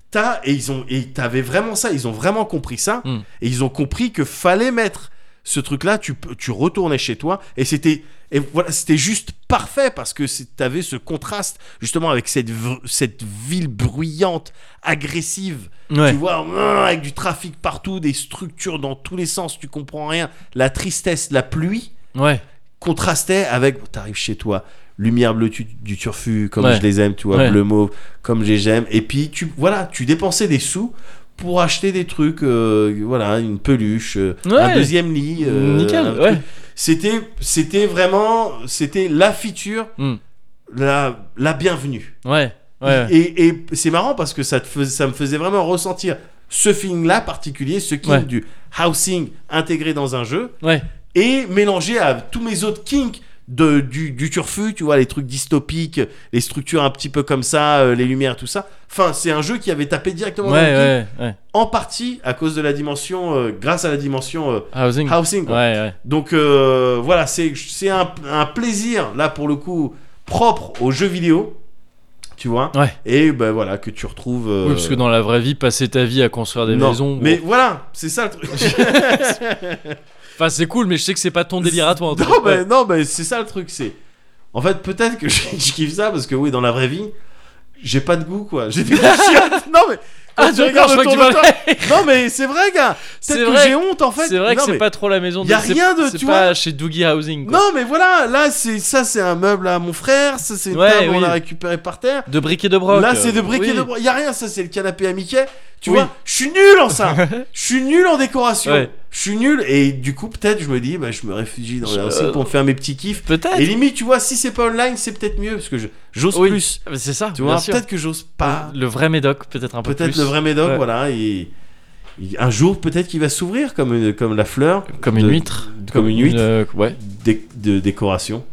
t'as et ils ont et t'avais vraiment ça, ils ont vraiment compris ça Mm. et ils ont compris que fallait mettre ce truc-là, tu peux- tu retournais chez toi et c'était et voilà, c'était juste parfait parce que c'est- t'avais ce contraste justement avec cette v- cette ville bruyante, agressive Ouais. tu vois, euh, avec du trafic partout, des structures dans tous les sens, tu comprends rien. La tristesse, la pluie Ouais. contrastait avec. T'arrives chez toi, lumière bleue tu- du turfu, comme Ouais. je les aime, tu vois, Ouais. bleu mauve, comme je les aime. Et puis, tu, voilà, tu dépensais des sous pour acheter des trucs, euh, voilà, une peluche, euh, Ouais. un deuxième lit. euh, un Nickel. truc. Ouais. C'était, c'était vraiment, c'était la feature, Mm. la, la bienvenue. Ouais. Ouais. Et, et c'est marrant parce que ça, te fais- ça me faisait vraiment ressentir ce feeling-là particulier, ce kink Ouais. du housing intégré dans un jeu Ouais. et mélangé à tous mes autres kinks de, du, du turfu, tu vois, les trucs dystopiques, les structures un petit peu comme ça, euh, les lumières, tout ça. Enfin, c'est un jeu qui avait tapé directement Ouais. dans le kink, Ouais. ouais. en partie à cause de la dimension, euh, grâce à la dimension euh, Housing. housing. Ouais. quoi. Ouais. Donc euh, voilà, c'est c'est un, un plaisir, là pour le coup, propre aux jeux vidéo, tu vois. Ouais. Et ben voilà, que tu retrouves... euh, Oui, parce que dans la vraie vie, passer ta vie à construire des non. maisons. Mais voilà, c'est ça le truc. Enfin, c'est cool, mais je sais que c'est pas ton délire à toi. en tout non, cas. mais, non, mais c'est ça le truc, c'est... En fait, peut-être que je, je kiffe ça, parce que oui, dans la vraie vie, j'ai pas de goût, quoi. J'ai des chiottes. Non, mais... quand Ah, tu d'accord, regardes je vois que autour tu de parlais. toi- Non, mais c'est vrai, gars. C'est Peut-être que vrai. j'ai honte, en fait. C'est vrai que Non, c'est mais- pas trop la maison. y a c'est- rien de- C'est tu pas vois. chez Doogie Housing. quoi. Non mais voilà, là c'est ça c'est un meuble à mon frère, ça c'est une Ouais, table on oui. l'a récupéré par terre. De briques et de broc. Là, c'est de briques Oui. et de broc. Y a rien, ça, c'est le canapé à Mickey. Tu Oui. vois, je suis nul en ça. Je suis nul en décoration. Ouais. Je suis nul. Et du coup, peut-être, je me dis, bah, je me réfugie dans les Je- recettes pour me faire mes petits kiffs. Peut-être. Et limite, tu vois, si c'est pas online, c'est peut-être mieux parce que je- j'ose Oui. plus. Ah, mais C'est ça. Tu bien vois, sûr. peut-être que j'ose pas. Le vrai médoc, peut-être un peu Peut-être plus. le vrai médoc, Ouais. voilà. Et, et un jour, peut-être qu'il va s'ouvrir comme, une- comme la fleur. Comme une de- huître. Comme une huître euh, ouais, dé- de décoration.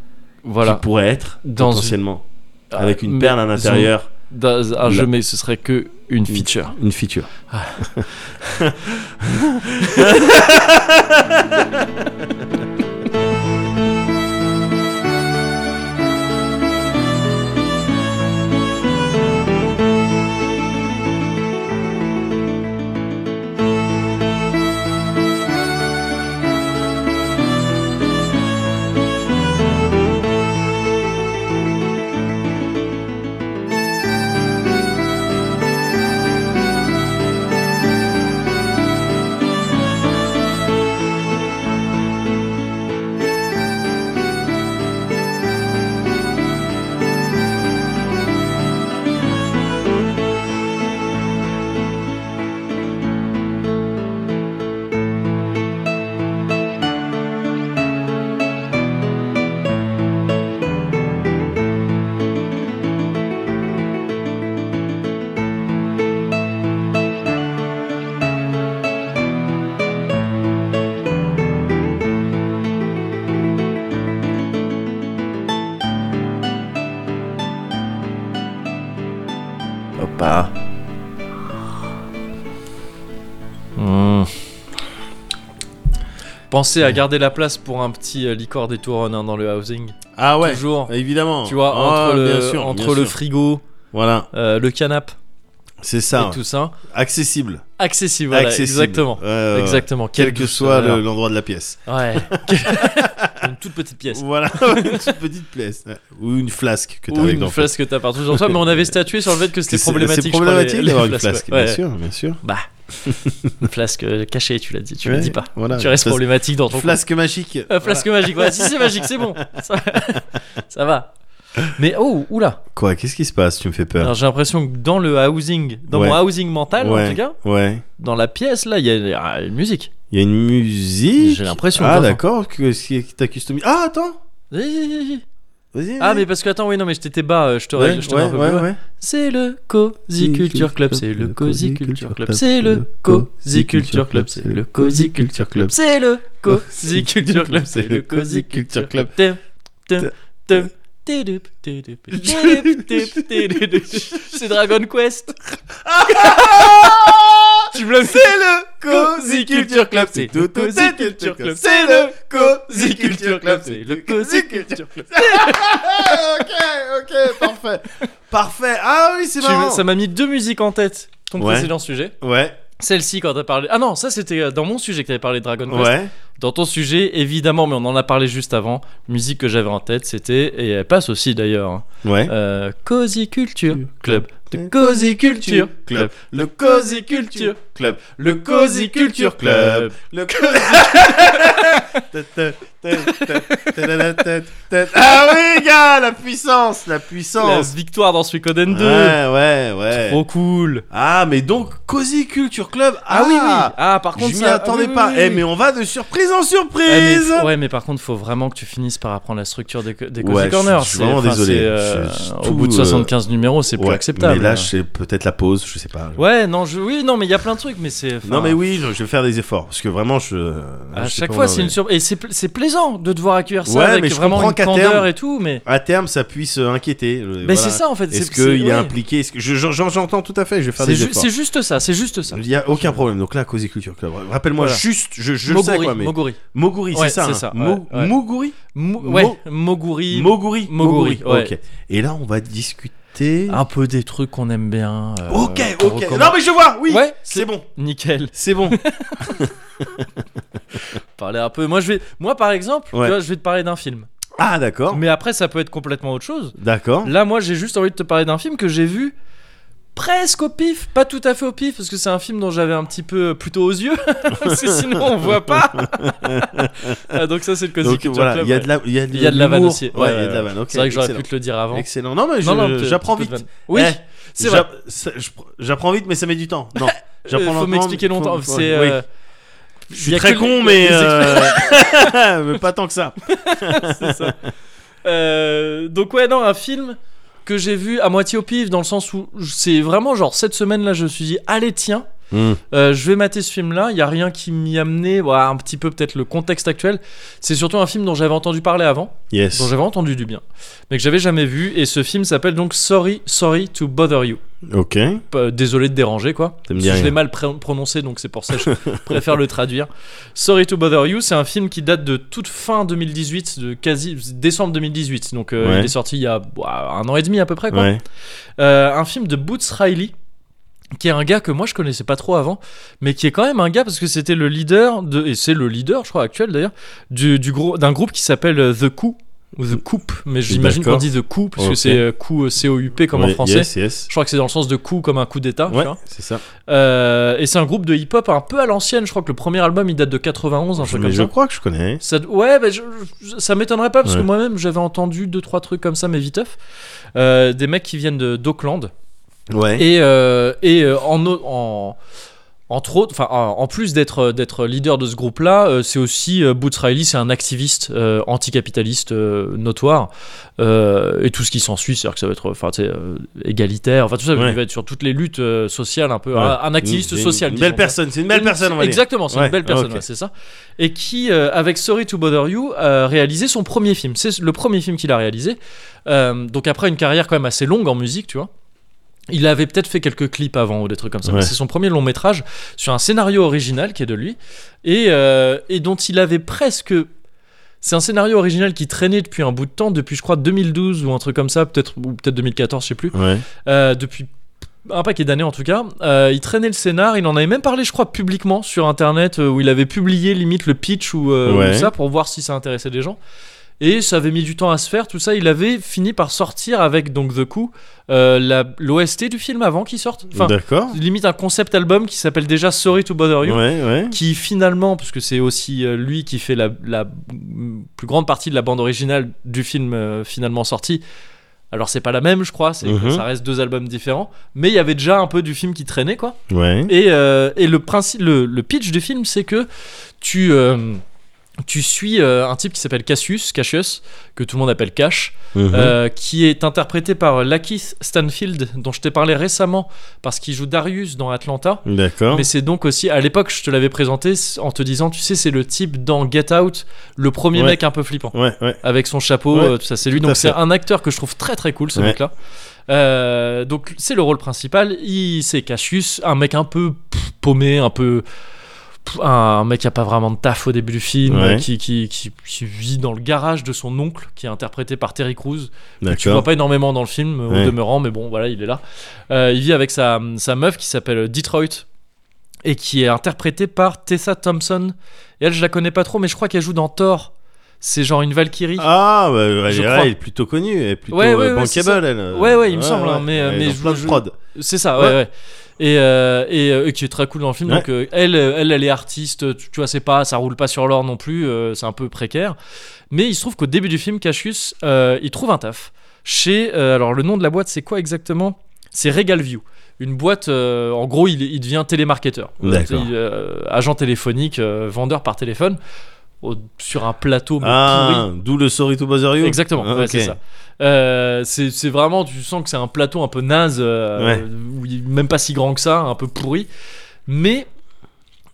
voilà. Qui pourrait être, Dans potentiellement, Ah, avec une mais- perle à l'intérieur, Dans un Là. jeu, mais ce serait que une feature. une feature. Hoppa. Hmm. Pensez à garder la place pour un petit euh, licor des Touronnes hein, dans le housing. Ah ouais. Toujours. Évidemment. Tu vois, Ah, entre, le, bien sûr, entre bien le sûr. frigo, Voilà, euh, le canapé c'est ça. et tout ça. Accessible. Accessible, voilà, Accessible. exactement. Ouais, ouais, ouais. Exactement. Euh, Quel Quelle que douce soit saveur. le- l'endroit de la pièce. Ouais. Une toute petite pièce. Voilà, une toute petite pièce. Ouais. Ou une flasque que t'as Ou avec une dans- flasque que t'as partout sur toi, mais on avait statué sur le fait que c'était C'est- problématique. C'est je crois, les- problématique les d'avoir une flasques, flasque. ouais. Ouais. Bien sûr, bien sûr. Bah, Une flasque euh, cachée, tu l'as dit, tu le Ouais, dis pas. voilà. tu restes Flas- problématique dans ton Flasque magique. Euh, flasque magique, voilà. si c'est magique, c'est bon. Ça, ça va. Mais oh, oula. Quoi, qu'est-ce qui se passe Tu me fais peur. Alors, j'ai l'impression que dans le housing, dans Ouais. mon housing mental en tout cas, ouais. dans la pièce là, il y a- il y a une musique. Il y a une musique. J'ai l'impression, Ah j'entends. d'accord, que si- que t'as customisé. Ah attends, Hi, hi, hi, hi. vas-y. Ah vas-y. mais parce que attends oui non mais je t'étais bas euh, je te Ouais, je te mets ouais, un peu plus ouais, bas. ouais. C'est le Cozy Culture Club c'est le Cozy Culture Club c'est le Cozy Culture Club c'est le Cozy Culture Club c'est le Cozy Culture Club c'est le Cozy Culture Club Tum, tum, tum. Tidup, tidup, tidup, tidup, tidup. C'est Dragon Quest. tu me le C'est le Cozy Culture Club. C'est le Cozy Culture Club. C'est le Cozy Culture Club. C'est le Cozy Culture Club. Ah, ok, ok, parfait. Parfait. Ah oui, c'est Tu- marrant. ça m'a mis deux musiques en tête. Ton Ouais. précédent sujet. Ouais, Celle-ci quand t'as parlé. Ah non, ça c'était euh, dans mon sujet que t'avais parlé de Dragon Quest. ouais. Dans ton sujet, évidemment, mais on en a parlé juste avant. Musique que j'avais en tête, c'était et elle passe aussi d'ailleurs. hein, Ouais. euh, Cozy Culture Club. The Cozy Culture Club. Le Cozy Culture Club. Le Cozy Culture Club. Le Cozy Ah oui, gars, la puissance, la La puissance. victoire dans Suikoden 2. Ouais, ouais, ouais. Trop cool. Ah, mais donc Cozy Culture Club. Ah, oui, oui. Ah, par contre, je m'y ça- attendais ah, oui, pas. oui, Eh, oui. mais on va de surprise Ouais en mais, surprise. f- ouais, mais par contre, faut vraiment que tu finisses par apprendre la structure des, co- des Cozy Ouais, je suis- Corners. je suis C'est- vraiment enfin, désolé. c'est, euh, Je- je- au tout, bout de euh, 75 numéros, c'est plus Ouais, acceptable. Mais là, c'est peut-être la pause, je sais pas. Ouais, non, je... oui, non, mais il y a plein de trucs, mais c'est. enfin, Non, mais oui, je je vais faire des efforts parce que vraiment, je. À Bah, je sais Ah, chaque pas fois, où c'est on en une est. surprise. Et c'est pl- c'est plaisant de devoir accueillir ça Ouais, avec mais je vraiment comprends une qu'à candeur terme- et tout, mais. À terme, ça puisse euh, inquiéter. euh, Mais voilà. c'est ça en fait. c'est- Est-ce c'est- qu'il ouais. y a impliqué Est-ce que je- j'en- J'entends tout à fait. Je vais faire C'est des ju- efforts. c'est juste ça, c'est juste ça. Il y a aucun problème. Donc là, Cozy Culture Club. Rappelle-moi Voilà. juste. Je, je le sais Moguri, quoi, mais Moguri. Moguri, Ouais, c'est ça. c'est hein. ça, Mo- ouais, ouais. Moguri. Mo- Mo- Ouais, Moguri. Moguri. Moguri, ouais. Ah, Ok. Et là, on va discuter. Un peu des trucs qu'on aime bien. euh, ok, qu'on ok. recommande. Non, mais je vois. Oui. Ouais, C'est bon. Nickel. C'est bon. Parler un peu. Moi, je vais... Moi par exemple, Ouais. tu vois, je vais te parler d'un film. Ah, d'accord. Mais après, ça peut être complètement autre chose. D'accord. Là, moi, j'ai juste envie de te parler d'un film que j'ai vu presque au pif, pas tout à fait au pif, parce que c'est un film dont j'avais un petit peu euh, plutôt aux yeux, parce que sinon on voit pas. Ah, donc ça, c'est le Cozy Donc Culture voilà, Club, il y a ouais. de la, il y a de, Il y a de la vanne l'humour. aussi. Ouais, il y a de la vanne. ok, c'est vrai que j'aurais excellent. pu te le dire avant. Excellent. Non, mais je- Non, non, peut- j'apprends peut-être vite. vanne. Oui, Eh, c'est vrai. J'app- ça- je pr- J'apprends vite, mais ça met du temps. Non, Il euh, j'apprends faut lentement, m'expliquer mais- faut- longtemps. faut- c'est, oui. euh, Je y suis a très que con, les- mais, les euh, mais pas tant que ça. c'est ça. Euh, donc ouais, non, un film que j'ai vu à moitié au pif, dans le sens où c'est vraiment genre cette semaine-là, je me suis dit, allez tiens, Euh, je vais mater ce film là, il y a rien qui m'y amenait, voilà, un petit peu peut-être le contexte actuel. C'est surtout un film dont j'avais entendu parler avant, Yes. dont j'avais entendu du bien, mais que j'avais jamais vu et ce film s'appelle donc Sorry, Sorry to Bother You. Ok. Pas- désolé de déranger quoi. Ça me dit Parce que je rien. l'ai mal pré- prononcé donc c'est pour ça que je préfère le traduire. Sorry to Bother You, c'est un film qui date de toute fin 2018, de quasi décembre 2018. Donc euh, Ouais. il est sorti il y a bah, un an et demi à peu près quoi. Ouais. Euh, un film de Boots Riley qui est un gars que moi je connaissais pas trop avant mais qui est quand même un gars parce que c'était le leader de et c'est le leader je crois actuel d'ailleurs du, du gros d'un groupe qui s'appelle euh, The Coup ou The Coupe mais j'imagine qu'on D'accord. dit The Coup parce que Ok. c'est euh, coup euh, C O U P comme en Ouais, français Yes, yes. je crois que c'est dans le sens de coup comme un coup d'état tu Ouais, vois. c'est ça. Euh, et c'est un groupe de hip hop un peu à l'ancienne je crois que le premier album il date de 91 un truc Mais comme je ça crois que je connais. ça, ouais, bah, je- je- ça m'étonnerait pas parce que Ouais. moi-même j'avais entendu deux trois trucs comme ça, mais viteuf. Euh, des mecs qui viennent de- d'Auckland, Ouais. et, euh, et euh, en, au- en- entre autres, enfin, euh, en en plus d'être d'être leader de ce groupe-là, euh, c'est aussi euh, Boots Riley, c'est un activiste euh, anticapitaliste euh, notoire Euh, et tout ce qui s'ensuit, c'est-à-dire que ça va être, enfin, tu sais, euh, égalitaire, enfin tout ça, Ouais. il va être sur toutes les luttes euh, sociales un peu, Ouais. un, un activiste Une- une- social. Une belle disons. personne, c'est une belle Une- personne, on va dire. Exactement, c'est une Ouais, belle personne, ok. ouais, c'est ça. Et qui, euh, avec Sorry to Bother You, a réalisé son premier film. C'est le premier film qu'il a réalisé. Euh, donc après une carrière quand même assez longue en musique, tu vois. Il avait peut-être fait quelques clips avant ou des trucs comme ça. mais Ouais. C'est son premier long métrage sur un scénario original qui est de lui et, euh, et dont il avait presque. C'est un scénario original qui traînait depuis un bout de temps, depuis je crois 2012 ou un truc comme ça, peut-être ou peut-être 2014, je sais plus. Ouais. Euh, depuis un paquet d'années en tout cas. Euh, il traînait le scénar, il en avait même parlé, je crois, publiquement sur internet, euh, où il avait publié limite le pitch ou euh, Ouais. ou ça pour voir si ça intéressait des gens. Et ça avait mis du temps à se faire, tout ça. Il avait fini par sortir avec, donc, The Coup, euh, la- l'OST du film avant qu'il sorte. Enfin, D'accord. limite un concept album qui s'appelle déjà Sorry to Bother Ouais, You. ouais. Qui finalement, parce que c'est aussi euh, lui qui fait la, la mm, plus grande partie de la bande originale du film euh, finalement sorti. Alors c'est pas la même, je crois, c'est que Mhm. ça reste deux albums différents. Mais il y avait déjà un peu du film qui traînait, quoi. Ouais. Et, euh, et le, principe, le, le pitch du film, c'est que tu, euh, tu suis euh, un type qui s'appelle Cassius, Cassius, que tout le monde appelle Cash, Mhm. euh, qui est interprété par Lakeith Stanfield, dont je t'ai parlé récemment, parce qu'il joue Darius dans Atlanta. D'accord. Mais c'est donc aussi, à l'époque, je te l'avais présenté c- en te disant, tu sais, c'est le type dans Get Out, le premier Ouais. mec un peu flippant, Ouais, ouais. avec son chapeau, Ouais, euh, tout ça, c'est lui. tout à Donc c'est fait. un acteur que je trouve très très cool, ce Ouais. mec-là. Euh, donc c'est le rôle principal. Il c'est Cassius, un mec un peu pff, paumé, un peu pff, un mec qui a pas vraiment de taf au début du film, Ouais. euh, qui, qui, qui- qui vit dans le garage de son oncle, qui est interprété par Terry Crews. que Tu vois D'accord. pas énormément dans le film au Ouais. demeurant, mais bon voilà, il est là. Euh, il vit avec sa, sa meuf qui s'appelle Detroit et qui est interprétée par Tessa Thompson. Et elle, je la connais pas trop, mais je crois qu'elle joue dans Thor. C'est genre une Valkyrie. Ah, bah, elle, Je elle crois. est plutôt connue, elle est plutôt Ouais, ouais, euh, ouais, c'est bankable, elle. Ouais, ouais, il me semble, hein, mais- Elle est mais dans je- plein de je- prod. C'est ça, ouais, Ouais. ouais. Et, euh, et, euh, et qui est très cool dans le film. Ouais. Donc, euh, elle, euh, elle, elle est artiste, tu, tu vois, c'est pas, ça roule pas sur l'or non plus, euh, c'est un peu précaire. Mais il se trouve qu'au début du film, Cassius, euh, il trouve un taf chez. euh, alors, le nom de la boîte, c'est quoi exactement C'est Regal View. Une boîte, euh, en gros, il, il devient télémarketeur. D'accord. Il, euh, agent téléphonique, euh, vendeur par téléphone, au- sur un plateau mais pourri. Ah, d'où le Sorry to Bother You. Exactement, Ah, ouais, ok. c'est ça. Euh, c'est c'est vraiment, tu sens que c'est un plateau un peu naze, euh, Ouais. où il- même pas si grand que ça, un peu pourri. Mais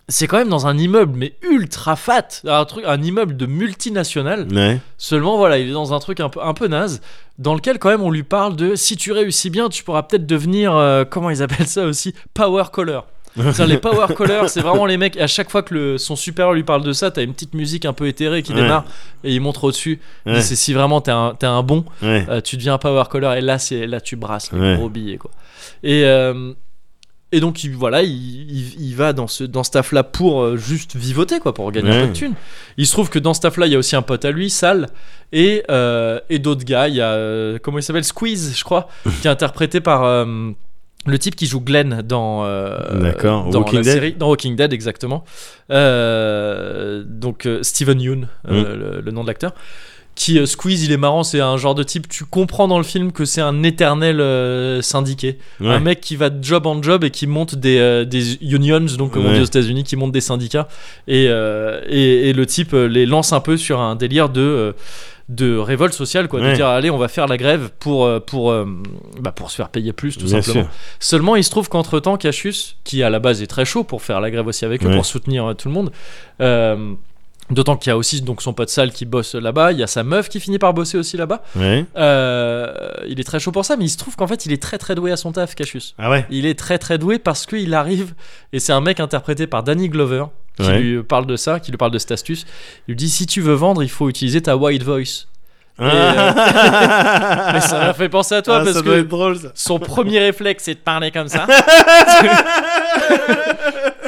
c'est quand même dans un immeuble, mais ultra fat, un, truc, un immeuble de multinationale. Ouais. Seulement, voilà, il est dans un truc un peu, un peu naze, dans lequel quand même on lui parle de si tu réussis bien, tu pourras peut-être devenir, euh, comment ils appellent ça aussi, power caller. C'est-à-dire, les power callers, c'est vraiment les mecs. À chaque fois que le- son supérieur lui parle de ça, t'as une petite musique un peu éthérée qui Ouais. démarre et il montre au-dessus. Il dit, Ouais. C'est si vraiment t'es un, t'es un bon, Ouais. euh, tu deviens un power caller et là, c'est là tu brasses les Ouais. gros billets quoi. Et euh, et donc il, voilà, il, il- il va dans ce dans ce taf là pour euh, juste vivoter quoi, pour gagner Ouais. un peu de thunes. Il se trouve que dans ce taf là, il y a aussi un pote à lui, Sal, et euh, et d'autres gars. Il y a euh, comment il s'appelle, Squeeze, je crois, qui est interprété par euh, le type qui joue Glenn dans, euh, D'accord, dans Walking la Dead. série, dans Walking Dead exactement. Euh, donc euh, Steven Yeun, Mm. euh, le, le nom de l'acteur. Qui euh, Squeeze, il est marrant, c'est un genre de type. Tu comprends dans le film que c'est un éternel euh, syndiqué, un Ouais. mec qui va de job en job et qui monte des, euh, des unions, donc comme on Ouais. dit aux États-Unis, qui monte des syndicats. Et, euh, et, et le type euh, les lance un peu sur un délire de euh, de révolte sociale, quoi, de Ouais. dire allez, on va faire la grève pour euh, pour euh, bah, pour se faire payer plus, tout Bien simplement. sûr. Seulement, il se trouve qu'entre temps, Cassius, qui à la base est très chaud pour faire la grève aussi avec eux, Ouais. pour soutenir euh, tout le monde, euh, d'autant qu'il y a aussi donc son pote sale qui bosse là-bas, il y a sa meuf qui finit par bosser aussi là-bas. Ouais. Euh, il est très chaud pour ça, mais il se trouve qu'en fait, il est très très doué à son taf, Cassius. Ah ouais. Il est très très doué parce qu'il arrive, et c'est un mec interprété par Danny Glover qui Ouais. lui parle de ça, qui lui parle de cette astuce. Il lui dit si tu veux vendre, il faut utiliser ta white voice. Ah. Et euh, ça m'a fait penser à toi Ah, parce ça doit que être drôle ça. son premier réflexe c'est de parler comme ça.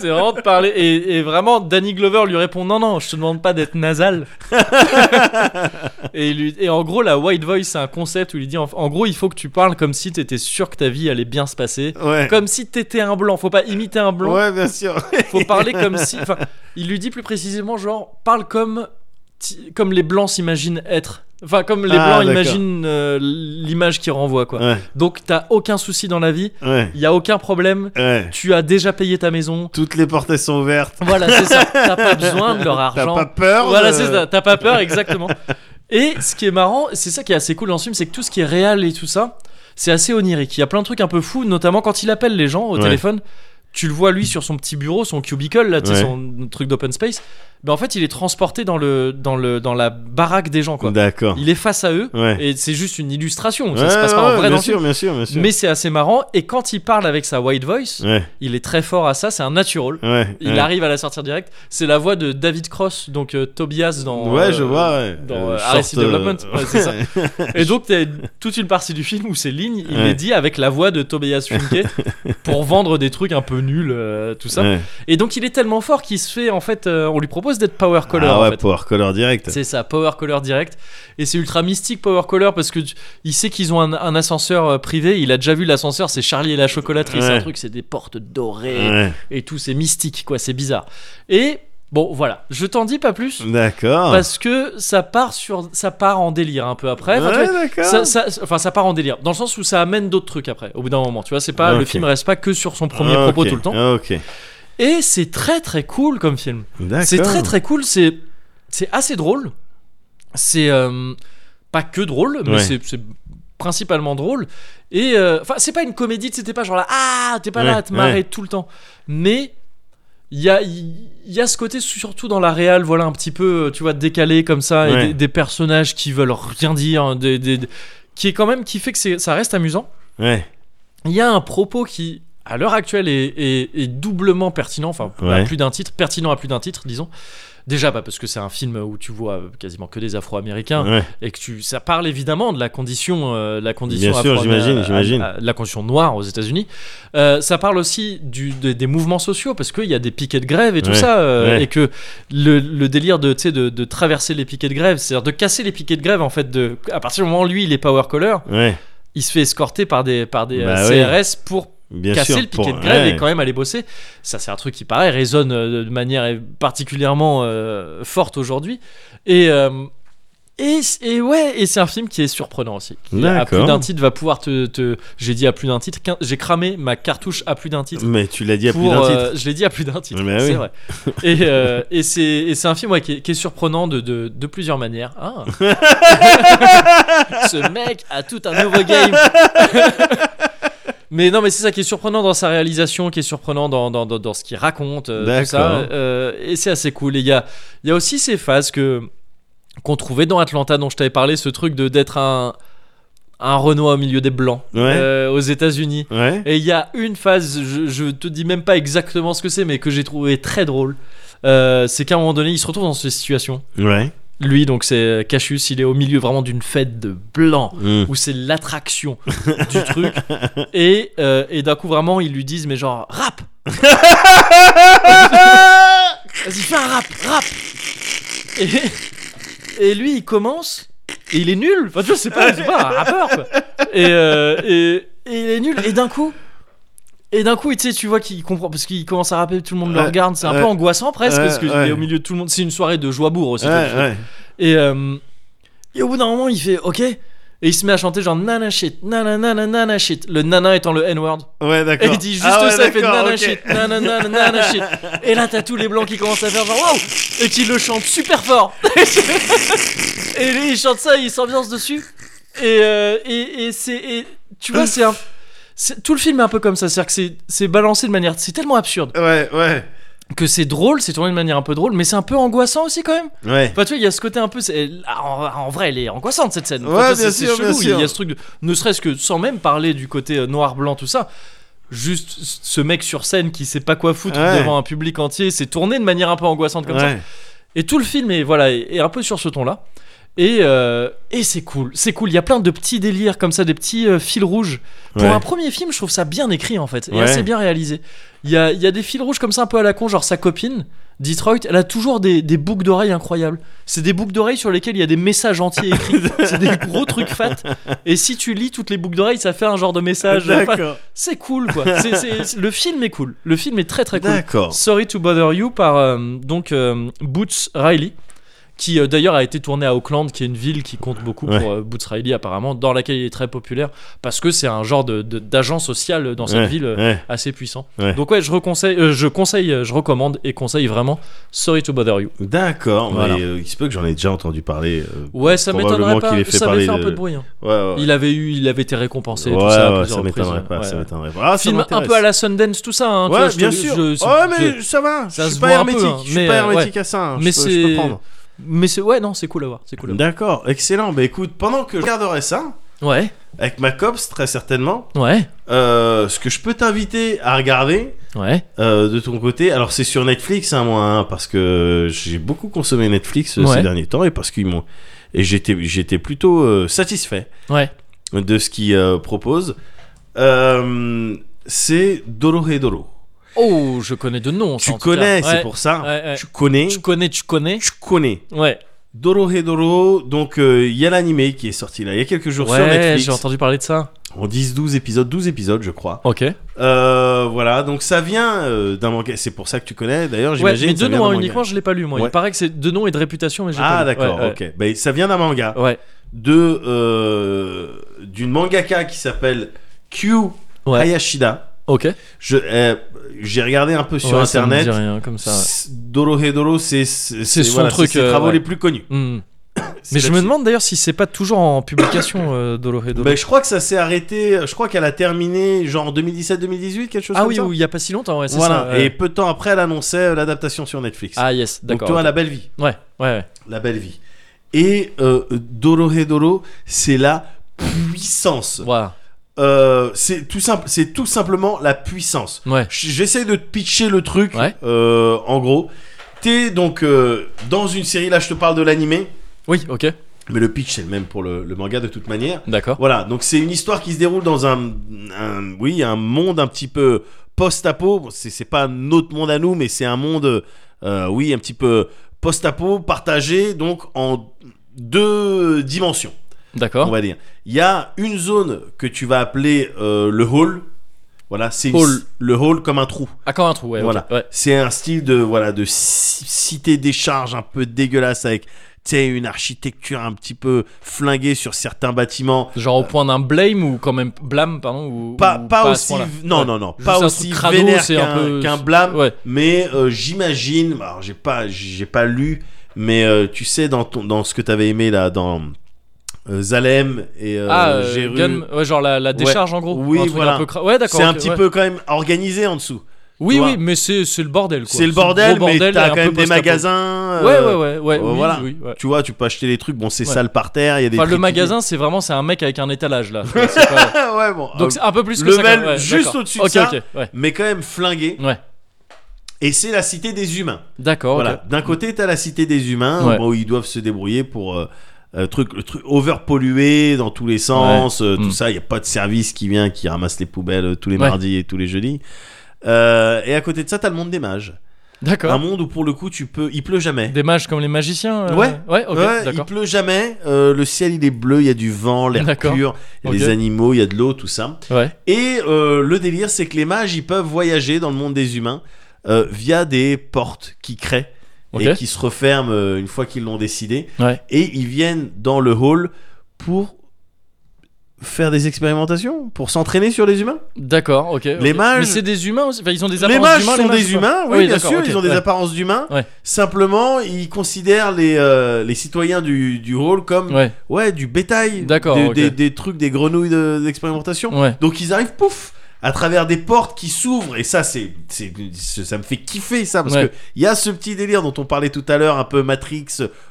c'est vraiment de parler et, et vraiment Danny Glover lui répond non non je te demande pas d'être nasal. et, il lui- et en gros la white voice c'est un concept où il dit en, en gros il faut que tu parles comme si t'étais sûr que ta vie allait bien se passer. Ouais. Comme si t'étais un blanc, faut pas imiter un blanc, Ouais, bien sûr. faut parler comme si. Enfin, il lui dit plus précisément genre parle comme ti- comme les blancs s'imaginent être. Enfin, comme les Ah, blancs d'accord. imaginent euh, l'image qu'ils renvoient, quoi. Ouais. Donc t'as aucun souci dans la vie, Ouais. il y a aucun problème, Ouais. tu as déjà payé ta maison. Toutes les portes elles sont ouvertes. Voilà, c'est ça. T'as pas besoin de leur T'as argent. pas peur Voilà, de- c'est ça. T'as pas peur, exactement. Et ce qui est marrant, c'est ça qui est assez cool dans ce film, c'est que tout ce qui est réel et tout ça, c'est assez onirique. Il y a plein de trucs un peu fous, notamment quand il appelle les gens au Ouais. téléphone. Tu le vois lui sur son petit bureau, son cubicle, là, tu sais, Ouais. son truc d'open space. Mais en fait, il est transporté dans le dans le dans la baraque des gens, quoi. D'accord. Il est face à eux, Ouais. et c'est juste une illustration. Ouais, ça se passe pas ouais, en vrai bien dans le film. sûr, bien sûr, bien sûr. Mais c'est assez marrant. Et quand il parle avec sa white voice, Ouais. il est très fort à ça. C'est un natural. Ouais. Il ouais. arrive à la sortir direct. C'est la voix de David Cross, donc euh, Tobias dans. Ouais, euh, je vois. ouais. dans, Euh, euh, short, Arrested euh, Development, ouais, c'est ça. Et donc, t'as toute une partie du film où ces lignes, il Ouais. les dit avec la voix de Tobias Funke pour vendre des trucs un peu peu nul, euh, tout ça. Ouais. Et donc il est tellement fort qu'il se fait en fait, euh, on lui propose d'être power color. Ah en ouais, fait. Power Color direct. C'est ça, Power Color direct. Et c'est ultra mystique Power Color parce que tu- il sait qu'ils ont un, un ascenseur euh, privé. Il a déjà vu l'ascenseur, c'est Charlie et la chocolaterie. C'est Ouais. un truc, c'est des portes dorées Ouais. et tout, c'est mystique quoi, c'est bizarre. Et bon, voilà, je t'en dis pas plus D'accord. parce que ça part sur, ça part en délire un peu après. Enfin, tu vois, Ouais, d'accord. ça, ça- enfin, ça part en délire dans le sens où ça amène d'autres trucs après. Au bout d'un moment, tu vois, c'est pas le Ok. Ah, film reste pas que sur son premier Ok, propos tout le temps. Ok. Et c'est très très cool comme film. D'accord. C'est très très cool, c'est c'est assez drôle. C'est euh, pas que drôle, mais Ouais. c'est c'est principalement drôle. Et euh, enfin, c'est pas une comédie, c'était pas genre là ah t'es pas là Ouais, à te marrer ouais. tout le temps. Mais il y a il y a ce côté surtout dans la réal, voilà un petit peu tu vois décalé comme ça, et Ouais. des, des personnages qui veulent rien dire, des, des- des- qui est quand même qui fait que c'est- ça reste amusant Ouais. il y a un propos qui à l'heure actuelle est, est- est doublement pertinent enfin à Ouais. plus d'un titre pertinent à plus d'un titre disons déjà bah, parce que c'est un film où tu vois euh, quasiment que des Afro-Américains Ouais. et que tu ça parle évidemment de la condition euh, la condition Bien sûr, afro- j'imagine, euh, j'imagine. euh, la condition noire aux États-Unis Euh, ça parle aussi du, des, des mouvements sociaux parce qu'il y a des piquets de grève et tout Ouais, ça euh, ouais. et que le, le délire de, tu sais, de de traverser les piquets de grève c'est-à-dire de casser les piquets de grève en fait de à partir du moment où lui il est power color Ouais. il se fait escorter par des par des Bah euh, ouais. CRS pour Bien casser sûr. le piquet pour- de grève ouais. et quand même aller bosser. Ça, c'est un truc qui, pareil, résonne euh, de manière euh, particulièrement euh, forte aujourd'hui. Et, euh, et, et ouais, et c'est un film qui est surprenant aussi. Qui, à D'accord. plus d'un titre, va pouvoir te. te- J'ai dit à plus d'un titre, quin- j'ai cramé ma cartouche à plus d'un titre. Mais tu l'as dit à plus Pour, d'un euh, titre. je l'ai dit à plus d'un titre, Mais bah c'est oui. vrai. Et, euh, et c'est et c'est un film ouais, qui, est, qui est surprenant de, de, de plusieurs manières. Ah. Ce mec a tout un nouveau game. mais non, mais c'est ça qui est surprenant dans sa réalisation, qui est surprenant dans, dans, dans, dans ce qu'il raconte, euh, tout ça. D'accord. Euh, et c'est assez cool. Et il y a, il y a aussi ces phases que qu'on trouvait dans Atlanta, dont je t'avais parlé, ce truc de d'être un un Renoir au milieu des blancs Ouais. euh, aux États-Unis. Ouais. Et il y a une phase, je, je te dis même pas exactement ce que c'est, mais que j'ai trouvé très drôle. Euh, c'est qu'à un moment donné, il se retrouve dans cette situation. Ouais. Lui, donc c'est Cassius, il est au milieu vraiment d'une fête de blancs Mm. où c'est l'attraction du truc. Et, euh, et d'un coup, vraiment, ils lui disent, mais genre, rap Vas-y, fais un rap, rap et, et lui, il commence, et il est nul. Enfin, tu vois, c'est pas, c'est pas un rappeur, quoi. Et, euh, et- et il est nul, et d'un coup. Et d'un coup, tu sais, tu vois qu'il comprend parce qu'il commence à rapper, tout le monde le Ouais, regarde, c'est un ouais. peu angoissant presque Ouais, parce que il ouais. est au milieu de tout le monde. C'est une soirée de joie bourre aussi. Ouais, tu vois. ouais. Et, euh, et au bout d'un moment, il fait OK. Et il se met à chanter genre nana shit, nana nana nana shit. Le nana étant le N-word. Ouais, Et d'accord. il dit juste Ah ouais, ça, il fait d'accord, nana ok. shit, nana nana nana shit. Et là, t'as tous les blancs qui commencent à faire genre waouh et qui le chantent super fort. et lui, il chante ça, il s'ambiance dessus. Et, euh, et, et c'est. et Tu vois, c'est un. c'est- Tout le film est un peu comme ça, c'est-à-dire que c'est- c'est balancé de manière. C'est tellement absurde Ouais, ouais. que c'est drôle, c'est tourné de manière un peu drôle, mais c'est un peu angoissant aussi quand même. Ouais. Enfin, Bah, tu vois, il y a ce côté un peu. c'est- ah, En, en vrai, elle est angoissante cette scène. Enfin, Ouais, tu vois, c'est- bien c'est sûr, bien chelou, Il y a sûr. ce truc, de- ne serait-ce que sans même parler du côté euh, noir-blanc, tout ça. Juste ce mec sur scène qui sait pas quoi foutre Ouais. devant un public entier, c'est tourné de manière un peu angoissante comme ça. Ouais. Et tout le film est, voilà, est, est un peu sur ce ton-là. Et, euh, et c'est cool, c'est cool. Il y a plein de petits délires comme ça, des petits euh, fils rouges. Pour Ouais. un premier film, je trouve ça bien écrit en fait, et Ouais. assez bien réalisé. Il y a, il y a des fils rouges comme ça un peu à la con, genre sa copine, Detroit, elle a toujours des, des boucles d'oreilles incroyables. C'est des boucles d'oreilles sur lesquelles il y a des messages entiers écrits. c'est des gros trucs fat. Et si tu lis toutes les boucles d'oreilles, ça fait un genre de message. Enfin, D'accord. c'est cool quoi. C'est- c'est- c'est- le film est cool. Le film est très très cool. D'accord. Sorry to Bother You par euh, donc euh, Boots Riley qui euh, d'ailleurs a été tourné à Auckland qui est une ville qui compte beaucoup Ouais. pour euh, Boots Riley apparemment dans laquelle il est très populaire parce que c'est un genre de- de- d'agent social dans cette Ouais, ville euh, ouais. assez puissant Ouais. donc ouais je reconseille euh, je conseille euh, je recommande et conseille vraiment Sorry to Bother You D'accord. Voilà. Mais euh, il se peut que j'en ai déjà entendu parler. euh, ouais ça Probablement m'étonnerait pas qu'il ait fait ça avait parler fait un de- peu de bruit hein. Ouais, ouais. il avait eu il avait été récompensé et ouais, tout ça à ouais, plusieurs ça reprises, hein. m'étonnerait pas, ouais. ça m'étonnerait pas. Ah, ça film un m'intéresse. peu à la Sundance tout ça hein, tu Ouais, vois, je te- bien je- sûr. je- ouais, mais je- ça va. ça je se suis pas voit un peu, hermétique. hein, je suis mais, pas euh, ouais. hermétique à ça. hein, mais je, peux, je peux c'est- prendre. mais c'est ouais non c'est cool à voir c'est cool à voir. D'accord, excellent. Bah écoute, pendant que je regarderai ça, ouais avec ma copse, très certainement, ouais euh, ce que je peux t'inviter à regarder. ouais euh, de ton côté, alors c'est sur Netflix, hein, moi, hein, parce que j'ai beaucoup consommé Netflix euh, Ouais. ces derniers temps et parce qu'ils m'ont et j'étais j'étais plutôt euh, satisfait ouais de ce qu'ils euh, proposent. Euh, c'est Doro Hedoro. Oh, je connais de nom. ça, Tu en tout cas. connais, c'est Ouais. pour ça. Ouais, ouais. Tu connais. Tu connais, tu connais. Tu connais. Ouais. Dorohedoro, donc euh, il y a l'animé qui est sorti là, il y a quelques jours sur Ouais, Netflix. j'ai entendu parler de ça. En 10-12 épisodes, 12 épisodes je crois. Ok. Euh, voilà, donc ça vient euh, d'un manga, c'est pour ça que tu connais d'ailleurs, Ouais, j'imagine. mais ça de vient nom d'un hein, manga. uniquement, je l'ai pas lu moi. Ouais. Il paraît que c'est de nom et de réputation, mais j'ai pas Ah lu. d'accord, Ouais, ouais. Oh. ok. Ben, ça vient d'un manga, Ouais, de euh, d'une mangaka qui s'appelle Q Ouais. Hayashida. ok. Je, euh, j'ai regardé un peu sur Ouais, ça me internet. dit rien comme ça. ouais. S- Dorohedoro, c'est c'est c'est- son voilà, truc, c'est ses euh, travaux ouais. les plus connus. Hmm. C'est Mais je me là-dessus. demande d'ailleurs si c'est pas toujours en publication euh, Doloredo. Ben, je crois que ça s'est arrêté. Je crois qu'elle a terminé genre 2017-2018, quelque chose ah comme oui, ça. ou il y a pas si longtemps, ouais, c'est Voilà. ça. ouais. Et peu de temps après, elle annonçait euh, l'adaptation sur Netflix. Ah yes, Donc, d'accord. toi, la belle vie. Ouais, ouais, La belle vie. Et euh, Dorohedoro, c'est la puissance. ouais. Voilà. Euh, c'est tout simple. C'est tout simplement la puissance. Ouais. J- J'essaie de te pitcher le truc. Ouais. euh, en gros, t'es donc euh, dans une série. Là, je te parle de l'animé, Oui, ok, mais le pitch c'est le même pour le- le manga de toute manière. d'accord. Voilà, donc c'est une histoire qui se déroule dans un, un- oui, un monde un petit peu post-apo. Bon, C'est c'est pas notre monde à nous, mais c'est un monde, euh, oui, un petit peu post-apo, partagé donc en deux dimensions, on D'accord. va dire. Il y a une zone que tu vas appeler euh, le hall. Voilà, c'est une- Hall. le hall comme un trou. Ah, quand un trou, ouais. ok, Voilà. ouais. C'est un style de voilà de ci- cité des charges un peu dégueulasse avec tu sais une architecture un petit peu flinguée sur certains bâtiments Genre au point d'un blame ou quand même blâme, pardon, ou pas, ou pas à ce aussi point-là. non Ouais. non non Juste un pas truc aussi crado, vénère c'est qu'un un peu- qu'un blâme Ouais. mais euh, j'imagine alors j'ai pas j'ai pas lu mais euh, tu sais dans ton dans ce que t'avais aimé là dans euh, Zalem et euh, Ah, euh, Jéru, gun, ouais, genre la, la décharge en gros. Oui, un truc voilà. un peu cra- Ouais, d'accord. c'est un ok, petit ouais. peu quand même organisé en dessous Oui, tu vois. oui, mais c'est c'est le bordel. quoi. c'est le bordel gros mais bordel t'as et un quand peu même des post-apo. magasins Ouais, ouais, euh, ouais, ouais. euh, oui, voilà. oui, ouais. tu vois tu peux acheter des trucs bon c'est Ouais. sale par terre il y a des Enfin, le trucs- magasin, c'est vraiment c'est un mec avec un étalage là. C'est pas- ouais bon Donc euh, c'est un peu plus que ça. level quand même, ouais, juste d'accord. au-dessus de Ok, ça. ok, ouais. mais quand même flingué Ouais. et c'est la cité des humains D'accord. ok. Voilà. D'un côté, t'as la cité des humains, Ouais. bon, où ils doivent se débrouiller pour euh, euh, truc, le truc overpollué dans tous les sens, euh, tout Mm. ça. Il y a pas de service qui vient, qui ramasse les poubelles euh, tous les Ouais. mardis et tous les jeudis. Euh, et à côté de ça, t'as le monde des mages. Un D'accord. monde où pour le coup, tu peux, il pleut jamais. Des mages comme les magiciens. euh, Ouais. Ouais. Ok. Ouais, il D'accord. pleut jamais. euh, le ciel, il est bleu. Il y a du vent, l'air D'accord. pur, il y a des Ok. animaux, il y a de l'eau, tout ça. Ouais. Et euh, le délire, c'est que les mages, ils peuvent voyager dans le monde des humains euh, via des portes qui créent Ok. et qui se referment euh, une fois qu'ils l'ont décidé. Ouais. Et ils viennent dans le hall pour faire des expérimentations, pour s'entraîner sur les humains. D'accord. Ok. ok. Les mages- Mais c'est des humains aussi. Enfin, ils ont des les apparences mages d'humains, sont ou des pas humains, oui, bien d'accord, sûr, ok, ils ont des ouais. apparences d'humains. Ouais. Simplement, ils considèrent les, euh, les citoyens du, du hall comme ouais. Ouais. du bétail, D'accord, des, ok. des- des trucs, des grenouilles de- d'expérimentation. Ouais. Donc ils arrivent, pouf, à travers des portes qui s'ouvrent. Et ça, c'est, c'est, c'est- ça me fait kiffer ça parce Ouais. que il y a ce petit délire dont on parlait tout à l'heure, un peu Matrix,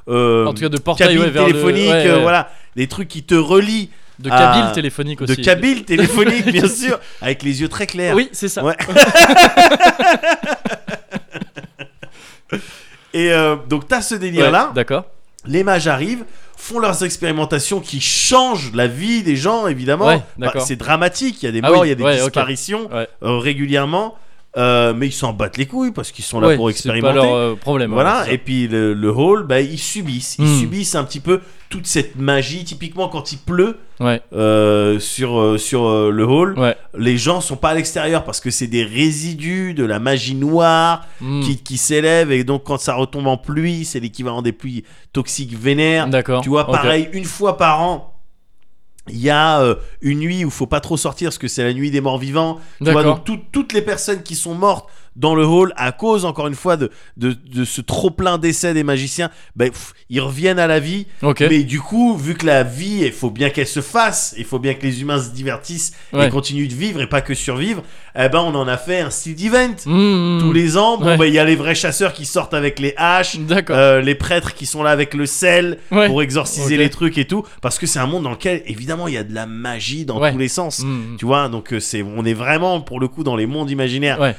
euh, En tout cas, de portail cabine ouais, vers le- téléphonique, ouais, ouais. euh, voilà, des trucs qui te relient De à- cabine téléphonique aussi. de cabine téléphonique, bien sûr, avec les yeux très clairs. Oui, c'est ça. Ouais. Et euh, donc t'as ce délire là. Ouais, D'accord. les mages arrivent font leurs expérimentations qui changent la vie des gens évidemment Ouais, d'accord. c'est dramatique il y a des Ah morts oui, il y a des ouais, ok. disparitions Ouais. euh, régulièrement Euh, mais ils s'en battent les couilles parce qu'ils sont là Ouais, pour c'est pas expérimenter leur euh, problème. ouais, voilà c'est ça. et puis le, le hall bah, ils subissent ils Hmm. subissent un petit peu toute cette magie typiquement quand il pleut Ouais. euh, sur euh, sur euh, le hall Ouais. les gens sont pas à l'extérieur parce que c'est des résidus de la magie noire Hmm. qui, qui s'élève et donc quand ça retombe en pluie, c'est l'équivalent des pluies toxiques vénères. D'accord. Tu vois, ok. pareil, une fois par an. Il y a euh, une nuit où faut pas trop sortir parce que c'est la nuit des morts vivants. Tu vois, D'accord. donc tout- toutes les personnes qui sont mortes dans le hall à cause encore une fois de, de, de ce trop plein d'essais des magiciens, ben, pff, ils reviennent à la vie. Ok. Mais du coup, vu que la vie, il faut bien qu'elle se fasse, il faut bien que les humains se divertissent et Ouais. continuent de vivre et pas que survivre. Eh ben on en a fait un style event Hmm, tous les ans. Bon, bah, il Ouais. y a les vrais chasseurs qui sortent avec les haches, D'accord. euh, les prêtres qui sont là avec le sel Ouais. pour exorciser Ok. les trucs et tout. Parce que c'est un monde dans lequel, évidemment, il y a de la magie dans Ouais. tous les sens. Hmm. Tu vois, donc euh, c'est, on est vraiment pour le coup dans les mondes imaginaires Ouais.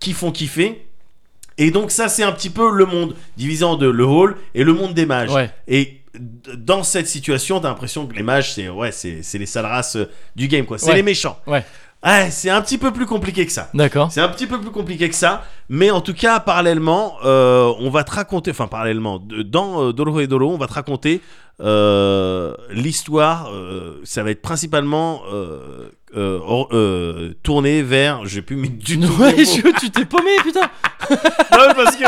qui font kiffer. Et donc ça, c'est un petit peu le monde divisé en deux, le hall et le monde des mages. Ouais. Et d- dans cette situation, t'as l'impression que les mages, c'est ouais, c'est c'est les sales races euh, du game, quoi. C'est Ouais. les méchants. Ouais. Ouais, c'est un petit peu plus compliqué que ça. D'accord. C'est un petit peu plus compliqué que ça, mais en tout cas, parallèlement, euh, on va te raconter, enfin parallèlement, de- dans euh, Doloro et Dolo, on va te raconter euh, l'histoire, euh, ça va être principalement euh, euh, or- euh, tourné vers, j'ai plus mis du tout Ouais, les mots. je- tu t'es paumé, putain. Non, mais parce que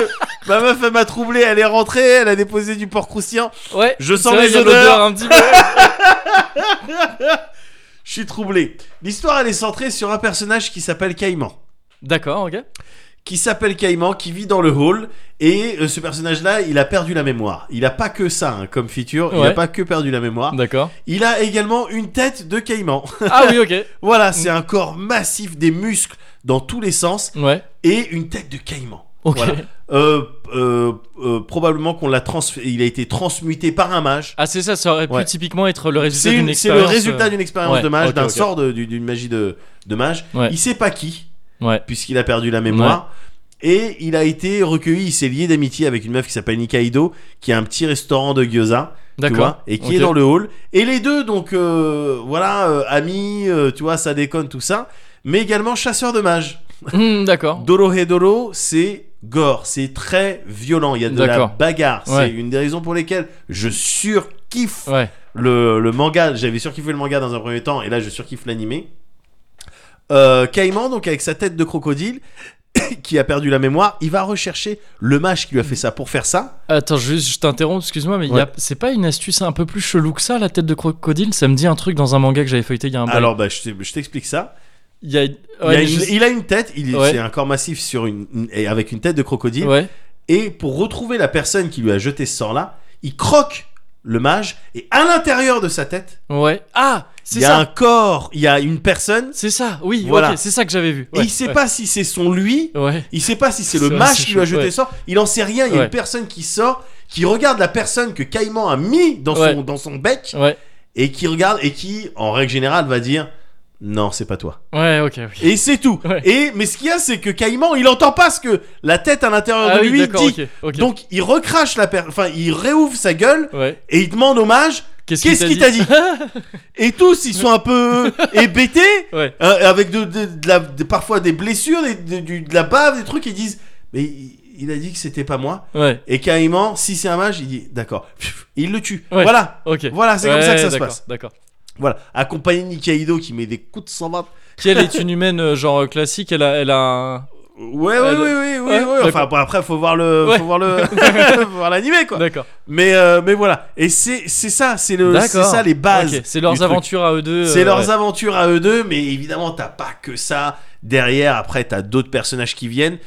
ma meuf, elle m'a troublé, elle est rentrée, elle a déposé du porc croustillant, Ouais. Je c'est sens vrai, les il y a odeurs. un petit peu. je suis troublé. L'histoire, elle est centrée sur un personnage qui s'appelle Caïman. D'accord, ok. qui s'appelle Caïman, qui vit dans le hall. Et euh, ce personnage-là, il a perdu la mémoire. Il a pas que ça hein, comme feature. Il a Ouais. pas que perdu la mémoire. D'accord. Il a également une tête de Caïman. Ah oui, ok. voilà, c'est un corps massif, des muscles dans tous les sens Ouais. et une tête de Caïman. Ok. Voilà. Euh, euh, euh, probablement qu'on l'a trans- il a été transmuté par un mage. Ah, c'est ça, ça aurait pu Ouais. typiquement être le résultat C'est d'une une- c'est expérience. euh, le résultat d'une expérience ouais, de mage, ok, d'un ok. sort de- du- d'une magie de, de mage. Ouais. Il sait pas qui, euh, Ouais. puisqu'il a perdu la mémoire. Et il a été recueilli, il s'est lié d'amitié avec une meuf qui s'appelle Nikaido, qui a un petit restaurant de gyoza, tu D'accord. vois, et qui Ok. est dans le hall. Et les deux, donc, euh, voilà, euh, amis, euh, tu vois, ça déconne, tout ça, mais également chasseur de mages. Hmm, D'accord. Dorohedoro, c'est gore, c'est très violent, il y a de la D'accord. bagarre. C'est Ouais. une des raisons pour lesquelles je surkiffe Ouais. le, le manga, j'avais surkiffé le manga dans un premier temps, et là je surkiffe l'animé. Euh, Caïman, donc avec sa tête de crocodile, qui a perdu la mémoire, il va rechercher le mage qui lui a fait ça pour faire ça. Attends, juste, je t'interromps, excuse-moi, mais il y a- Ouais. c'est pas une astuce un peu plus chelou que ça, la tête de crocodile Ça me dit un truc dans un manga que j'avais feuilleté il y a un bail. Alors, bah, je t'ai- je t'explique ça. il y a, Ah ouais, il, a mais une, juste- il a une tête, il est- Ouais. c'est un corps massif sur une, une- et avec une tête de crocodile. ouais. Et pour retrouver la personne qui lui a jeté ce sort-là, il croque le mage, et à l'intérieur de sa tête, Ouais. Ah, il c'est y a ça. un corps, il y a une personne, C'est ça. Oui. Voilà. ok, c'est ça que j'avais vu. et Ouais, il sait ouais. pas si c'est son lui Ouais. Il sait pas si c'est le C'est- match c'est qui lui a chaud, jeté ouais. sort. Il en sait rien. Il y a Ouais. une personne qui sort, qui regarde la personne que Caïman a mis dans son, Ouais. dans son bec Ouais. et qui regarde et qui, en règle générale, va dire non, c'est pas toi. Ouais. Ok. ok. Et c'est tout. Ouais. Et mais ce qu'il y a, c'est que Caïman, il entend pas ce que la tête à l'intérieur Ah de oui, lui dit. d'accord, ok, ok. Donc il recrache la per... enfin il réouvre sa gueule ouais. et il demande au mage Qu'est-ce qu'est-ce qu'il qu'il t'a dit. et tous ils sont un peu euh, hébétés. Ouais. Euh, avec de, de- de la- de- parfois des blessures, des- de, du- de la bave, des trucs, ils disent Mais il, il a dit que c'était pas moi. Ouais. Et Caïman, si c'est un mage, il dit D'accord. Pfiou, Il le tue. Ouais. Voilà. Ok. Voilà, c'est comme Ouais, ça que ça se d'accord, passe. D'accord. Voilà. Accompagné de Nikaido qui met des coups de 120. Qui elle est une humaine euh, genre euh, classique Elle a, elle a un. Ouais, ouais, Euh, ouais, le- ouais, ouais, Ouais, ouais. d'accord. Enfin, bon, après, faut voir le. Ouais. Faut voir le. faut voir l'animé, quoi. D'accord. Mais, euh, mais voilà. Et c'est c'est ça, c'est le- euh, c'est D'accord. ça les bases. Ok, C'est du leurs truc. aventures à eux deux. C'est euh, leurs ouais. aventures à eux deux, mais évidemment, t'as pas que ça. Derrière, après, t'as d'autres personnages qui viennent.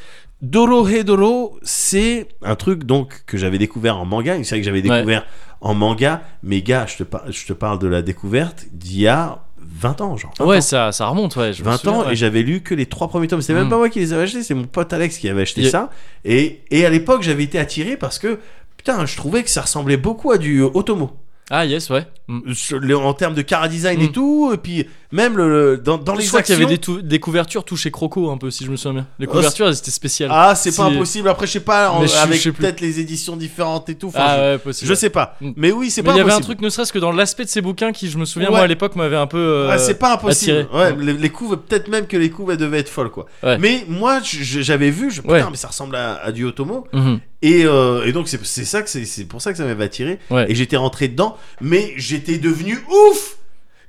Dorohedoro, c'est un truc donc que j'avais découvert en manga, une série que j'avais Ouais. découvert en manga, mais gars, je te, par- je te parle de la découverte d'il y a 20 ans, genre. 20 Ouais, ans. ça, ça remonte, ouais. Je me 20 souviens, ans, ouais. et j'avais lu que les trois premiers tomes. C'était même Mm. pas moi qui les avais achetés, c'est mon pote Alex qui avait acheté Yeah. ça. Et, et à l'époque, j'avais été attiré parce que, putain, je trouvais que ça ressemblait beaucoup à du euh, Otomo Ah yes, ouais. Mm. sur les- en termes de cara design et Mm. tout et puis même le, le- dans, dans les je crois qu'il y actions- avait des, tou- des couvertures touchées croco un peu, si je me souviens bien. Les Oh, couvertures, elles étaient spéciales. ah c'est pas Si- impossible après je sais pas en- Mais je- je avec sais plus. peut-être les éditions différentes et tout enfin, Ah je, ouais, possible. je sais pas Mm. mais oui c'est Mais pas il y avait un impossible truc, ne serait-ce que dans l'aspect de ces bouquins, qui, je me souviens, Ouais. moi à l'époque, m'avait un peu. euh, Ah, c'est pas impossible attiré. ouais, Mm. les, les couves peut-être même que les couves elles devaient être folles quoi Ouais. mais moi je- je- j'avais vu je, putain Ouais. mais ça ressemble à, à du Otomo Mhm. et, euh, et donc c'est c'est ça que c'est c'est pour ça que ça m'avait attiré Ouais. et j'étais rentré dedans mais j'étais devenu ouf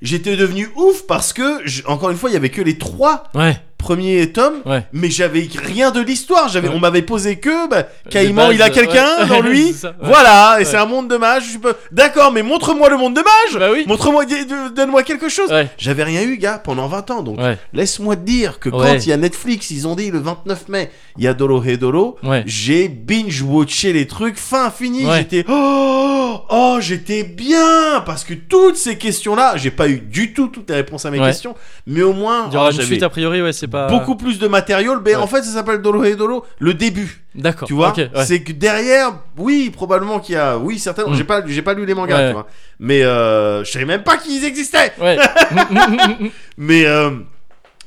j'étais devenu ouf parce que je- encore une fois il y avait que les trois Ouais. premier tome, Ouais. mais j'avais rien de l'histoire. J'avais, Ouais. on m'avait posé que bah, Caïman, bases, il a quelqu'un ouais. dans lui. C'est ça, ouais. Voilà, et Ouais. c'est un monde de mages. Je suis pas- D'accord, mais montre-moi le monde de mages. Bah oui. Montre-moi, di- de- donne-moi quelque chose. Ouais. J'avais rien eu, gars, pendant 20 ans. Donc, Ouais. laisse-moi te dire que Ouais. quand il y a Netflix, ils ont dit le 29 mai, il y a Dorohedoro. Ouais. J'ai binge-watché les trucs fin fini. Ouais. J'étais oh, oh, j'étais bien parce que toutes ces questions-là, j'ai pas eu du tout toutes les réponses à mes Ouais. questions, mais au moins Il y aura oh, une j'avais- suite a priori, ouais, c'est pas. beaucoup plus de matériel Ouais. mais en fait ça s'appelle Dolo et Dolo le début D'accord. tu vois Ok, ouais. c'est que derrière oui probablement qu'il y a oui certainement Mm. j'ai pas j'ai pas lu les mangas Ouais. tu vois mais euh, je savais même pas qu'ils existaient Ouais. Mm, mm, mm, mm, mm. mais euh,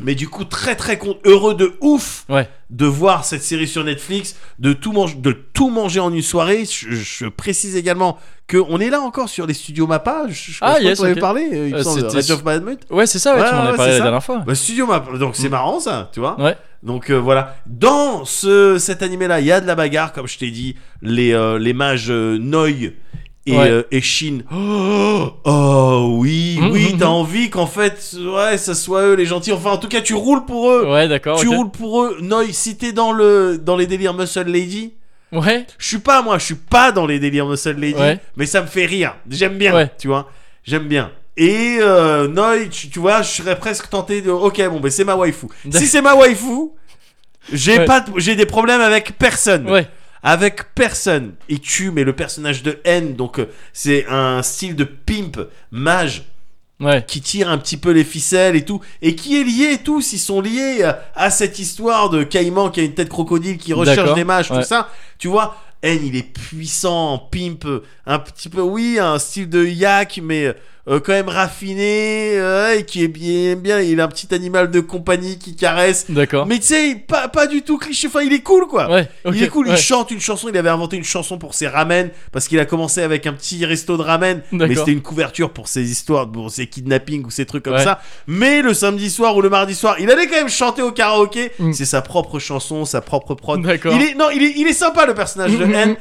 Mais du coup, très très con- heureux de ouf Ouais. de voir cette série sur Netflix, de tout, mange- de tout manger en une soirée. Je, je précise également que on est là encore sur les studios Mappa. Je, je Ah, crois que yes, t'en avais ok. parlé. euh, il me Euh, semble, c'était Rage sur- of Manhunt. Ouais, c'est ça, ouais, Ouais, tu m'en ouais, avais parlé c'est la ça. dernière fois. Bah, studio Mappa, donc c'est marrant ça, tu vois. Mm. Ouais. Donc euh, voilà, dans ce, cet animé-là, il y a de la bagarre, comme je t'ai dit, les, euh, les mages euh, Noi et, Ouais. euh, et Shin. Oh, oh, oui, Mhm, oui, mhm. t'as envie qu'en fait, ouais, ça soit eux les gentils. Enfin, en tout cas, tu roules pour eux. Ouais, d'accord. Bah, Tu ok. roules pour eux. Noi, si t'es dans, le, dans les délires Muscle Lady, Ouais. je suis pas moi, je suis pas dans les délires Muscle Lady, Ouais. mais ça me fait rire. J'aime bien, Ouais. tu vois. J'aime bien. Et euh, Noi, tu, tu vois, je serais presque tenté de. Ok, bon, ben c'est ma waifu. Si c'est ma waifu, j'ai Ouais. pas, de- j'ai des problèmes avec personne. Ouais. Avec personne. Et tu, mais le personnage de N, donc euh, c'est un style de pimp mage Ouais. qui tire un petit peu les ficelles et tout, et qui est lié et tout, s'ils sont liés euh, à cette histoire de Caïman qui a une tête crocodile, qui recherche D'accord, des mages, ouais. tout ça, tu vois. N, il est puissant, pimp, euh, un petit peu, oui, un style de yak, mais euh, quand même raffiné, euh, et qui est bien, bien, il a un petit animal de compagnie qui caresse. D'accord. Mais tu sais, pas, pas du tout cliché, enfin, il est cool, quoi. Ouais. ok, Il est cool, ouais. il chante une chanson, il avait inventé une chanson pour ses ramen, parce qu'il a commencé avec un petit resto de ramen, mais D'accord. c'était une couverture pour ses histoires, pour ses kidnappings ou ces trucs comme Ouais. ça. Mais le samedi soir ou le mardi soir, il allait quand même chanter au karaoké, Mm. c'est sa propre chanson, sa propre prod. D'accord. Il est, non, il est, il est sympa le personnage de Mm, mm, N. mm.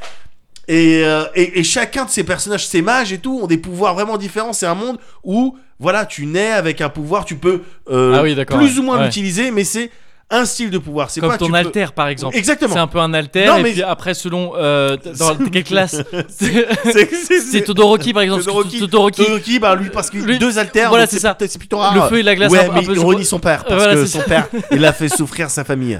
Et, euh, et, et chacun de ces personnages, ces mages et tout, ont des pouvoirs vraiment différents. C'est un monde où, voilà, tu nais avec un pouvoir, tu peux euh, Ah oui, d'accord, plus ouais. ou moins Ouais. l'utiliser, mais c'est un style de pouvoir. C'est Comme pas tu ton peux- alter, par exemple. Exactement. C'est un peu un alter, Non, et mais- puis après, selon euh, dans quelle classe C'est- c'est- C'est Todoroki, par exemple. Todoroki, Todoroki. Todoroki, bah lui parce que Lui- deux alters. voilà, donc c'est ça. peut-être- C'est plutôt rare. Le feu et la glace, Ouais, un- un mais peu il sur- renie son père parce Voilà, que c'est son ça. père, il a fait souffrir sa famille.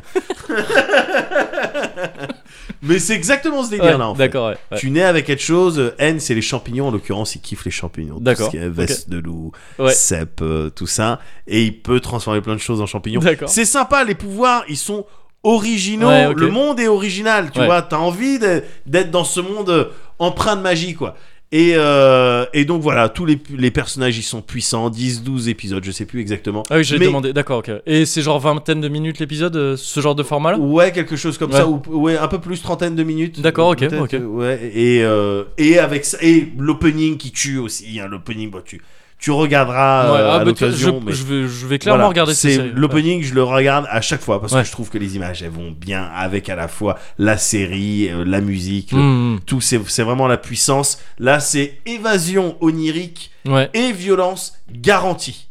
mais c'est exactement ce délire Ouais, là. en fait. D'accord, ouais. ouais. Tu nais avec quelque chose. euh, N, c'est les champignons en l'occurrence. Il kiffe les champignons. Tout D'accord, ce qui est Veste de loup, Ouais. cèpe, euh, tout ça. Et il peut transformer plein de choses en champignons. D'accord. C'est sympa. Les pouvoirs, ils sont originaux. Ouais, ok. Le monde est original. Tu Ouais. vois, t'as envie de- d'être dans ce monde euh, empreint de magie, quoi. Et, euh, et donc voilà, tous les, les personnages ils sont puissants, 10, 12 épisodes, je sais plus exactement. Ah oui, j'ai Mais- demandé. D'accord, ok. Et c'est genre vingtaine de minutes l'épisode, euh, ce genre de format-là Ouais, quelque chose comme Ouais. ça, ou ouais, un peu plus, trentaine de minutes. D'accord, euh, ok, peut-être, ok. euh, Ouais, et, euh, et avec ça, et l'opening qui tue aussi, hein, l'opening, bon, tu, tu regarderas euh, Ouais, ah, à bah, tu- l'occasion. je, mais je vais, je vais clairement voilà, regarder cette c'est série. l'opening, je le regarde à chaque fois parce Ouais. que je trouve que les images elles vont bien avec à la fois la série, euh, la musique, Ouais. le- Mm, tout, c'est c'est vraiment la puissance. Là, c'est évasion onirique mm, ouais. et violence garantie.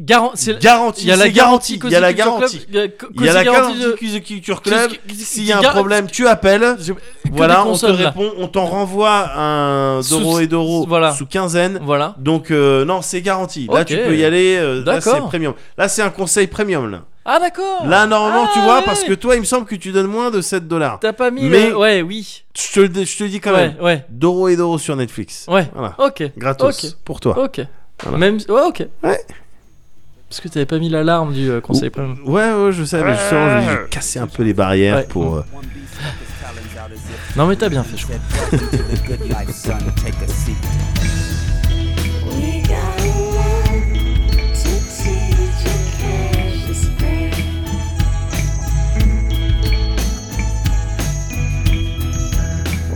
Garan- c'est- Garantie, Il y a la c'est garantie. garanti. Il y a la Cozy garantie. Culture Club, Il y a la garantie. garantie de- de Culture Club. Qu'est-ce qui- S'il y a un gar- problème, tu appelles. Je- que Voilà, des on te consonnes, là. répond, on t'en renvoie un Sous- Doro et Doro voilà. sous quinzaine. Voilà. Donc euh, non, c'est garanti. Là, Ok. tu peux y aller. euh, là, c'est D'accord. premium. Là, c'est un conseil premium. Là, Ah d'accord. Là, normalement, Ah, tu vois, ouais. parce que toi, il me semble que tu donnes moins de 7 dollars. T'as pas mis. Mais- le- Ouais, oui. Je te, le dis- je te le dis quand Ouais, même. ouais, Doro et Doro sur Netflix. ouais. Voilà. Ok. Gratos Ok. pour toi. Ok. Voilà. Même. Ouais, ok. Ouais. Parce que t'avais pas mis l'alarme du euh, conseil premium. Ouais, ouais, je sais, mais justement, je- j'ai cassé un peu les barrières Ouais. pour. euh, Non mais t'as bien fait, je crois. We got a lot to teach a precious thing.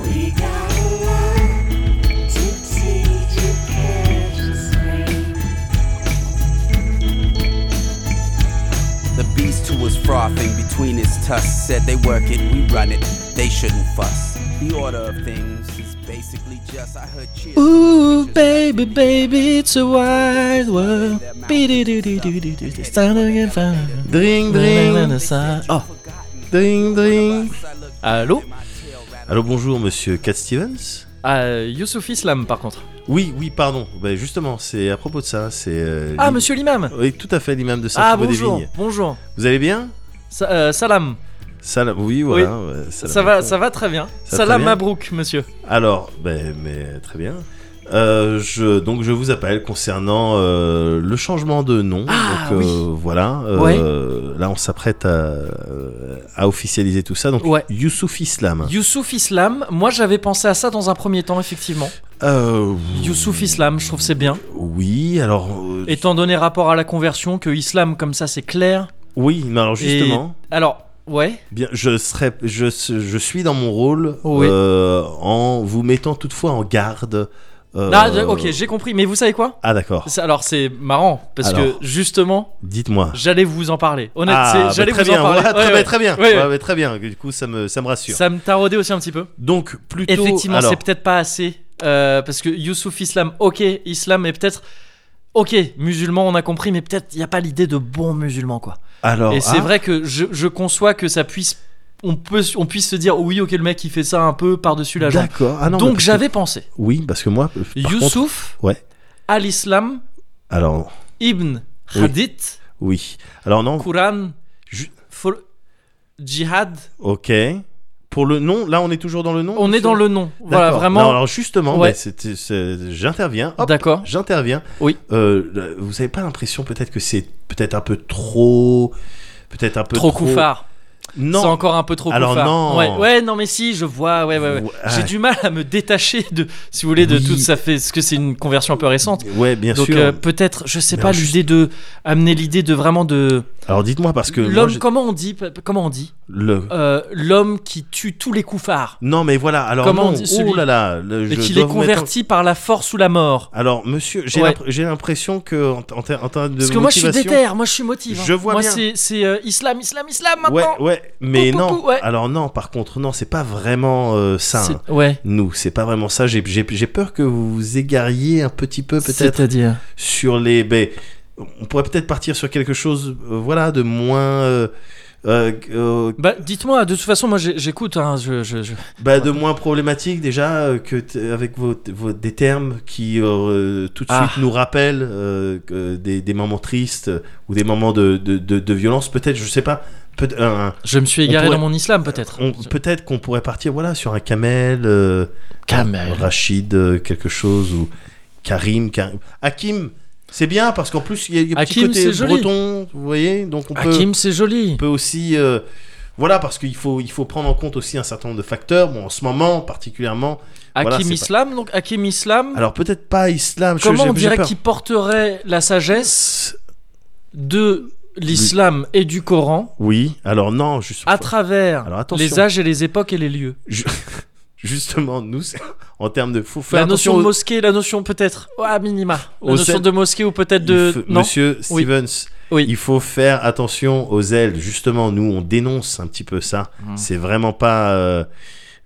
We got a lot to teach a precious thing. The beast who was frothing between his tusks said they work it, we run it, they shouldn't fuss. The order of things is basically just I heard cheers. Ooh, baby, baby, it's a wide world. Be-do-do-do-do-do-do. It's time to get fun. Dring, dring, Oh. dring, dring. Allô Allô, bonjour, monsieur Cat Stevens Ah, Youssouf Islam, par contre. Oui, oui, pardon. Bah, justement, c'est à propos de ça. C'est. euh, Ah, l'im- monsieur l'imam. Oui, tout à fait, l'imam de Ah Saint-Thibaud-des-Vignes. bonjour. Bonjour. Vous allez bien Sa- euh, salam. Salam. Oui, voilà. ouais, salam. Ça va, ça va très bien. Ça va très salam bien. Mabrouk, monsieur. Alors, ben, mais très bien. Euh, je, donc, je vous appelle concernant euh, le changement de nom. Ah, donc, euh, oui. voilà. euh, Là, on s'apprête à, euh, à officialiser tout ça. Donc, Ouais. Youssouf Islam. Youssouf Islam, moi j'avais pensé à ça dans un premier temps, effectivement. Euh, Youssouf Islam, je trouve c'est bien. oui, alors. euh, Étant donné rapport à la conversion, que Islam comme ça c'est clair. oui, mais alors Et- justement, Alors, ouais. bien, je, serais, je, je suis dans mon rôle Oui. euh, en vous mettant toutefois en garde. euh, Ah, je- ok, j'ai compris. Mais vous savez quoi Ah, d'accord. C'est- Alors c'est marrant parce Alors. que justement, Dites-moi. j'allais vous en parler. Honnêtement, Ah, bah, j'allais très vous bien, en parler. voilà, Ouais, très, ouais. bien, très bien, Ouais, ouais. Ouais, ouais, très bien. Du coup, ça me, ça me rassure. Ça me taraudait aussi un petit peu. Donc, plutôt. Effectivement, alors, c'est peut-être pas assez. euh, parce que Youssouf Islam, ok, Islam est peut-être. Ok, musulman, on a compris, mais peut-être il n'y a pas l'idée de bon musulman, quoi. alors, Et c'est ah, vrai que je, je conçois que ça puisse. On, peut, on puisse se dire, oui, ok, le mec, il fait ça un peu par-dessus la jambe. D'accord. Ah non, mais Donc parce que- j'avais pensé. Oui, parce que moi. euh, par contre- Youssouf, Ouais. Al-Islam, Alors, Ibn Oui. Hadith, oui. Alors, non. Quran, Ju- Fol- Jihad. Ok. Pour le nom, là, on est toujours dans le nom On est monsieur dans le nom. Voilà, D'accord. vraiment. Non, alors justement, Ouais. bah, c'était- c'est- j'interviens. Hop, D'accord. J'interviens. Oui. Euh, vous avez pas l'impression peut-être que c'est peut-être un peu trop, peut-être un peu Trop trop, couffard. C'est Non. encore un peu trop Alors couffard. non. Ouais, ouais, non, mais si, je vois. Ouais, ouais, ouais. Ouais. J'ai du mal à me détacher de, si vous voulez, de Oui. tout. Ça fait, parce que c'est une conversion un peu récente. Ouais, bien Donc sûr. euh, peut-être, je sais Mais pas, alors, l'idée de amener l'idée de vraiment de Alors dites-moi parce que moi, l'homme. j'ai- Comment on dit Comment on dit le. Euh, L'homme qui tue tous les couffards Non, mais voilà. Alors Comment on non. dit celui- Oh là là. le- et je qui dois les vous mettre en- convertit par la force ou la mort. Alors monsieur, j'ai Ouais. l'impr- j'ai l'impression que en, en ter- en termes de Parce que moi, je suis motivation- déter. Moi, je suis motive. hein. Je vois moi, bien. c'est c'est, euh, islam, islam, islam Ouais, maintenant. ouais, mais Pou, pou, non. pou, ouais. Alors non, par contre, non, c'est pas vraiment euh, ça. hein. C'est- ouais. Nous, c'est pas vraiment ça. J'ai- J'ai j'ai peur que vous vous égariez un petit peu, peut-être. C'est-à-dire. sur les. ben, on pourrait peut-être partir sur quelque chose, euh, voilà, de moins. euh, euh, euh, Bah, dites-moi. De toute façon, moi, j'ai- j'écoute. hein, je- je, je... bah, de moins problématique déjà euh, que t- avec vos, vos- des termes qui euh, tout de Ah. suite nous rappellent euh, que des, des moments tristes euh, ou des moments de, de, de- de violence peut-être je sais pas peut un- Je me suis égaré pourrait- dans mon islam peut-être. on- peut-être qu'on pourrait partir voilà sur un camel, euh, Camel. Rachid euh, quelque chose ou Karim, Karim- Hakim c'est bien parce qu'en plus il y a, il y a un petit Hakim, côté c'est joli. breton vous voyez donc on peut Hakim, c'est joli. On peut aussi euh, voilà parce qu'il faut il faut prendre en compte aussi un certain nombre de facteurs bon en ce moment particulièrement Hakim Voilà, c'est pas- Islam, donc Hakim Islam. alors peut-être pas islam je- Comment j'ai- on j'ai dirait peur. qu'il porterait la sagesse de l'islam et du Coran oui alors non juste à travers Alors, attention. les âges et les époques et les lieux ju- justement nous c'est- en termes de faut faire La notion attention de aux- mosquée, la notion peut-être, oh, à minima, la Au notion sel- de mosquée ou peut-être il de... faut- non monsieur Oui. Stevens Oui. il faut faire attention aux ailes justement nous on dénonce un petit peu ça Hmm. c'est vraiment pas euh,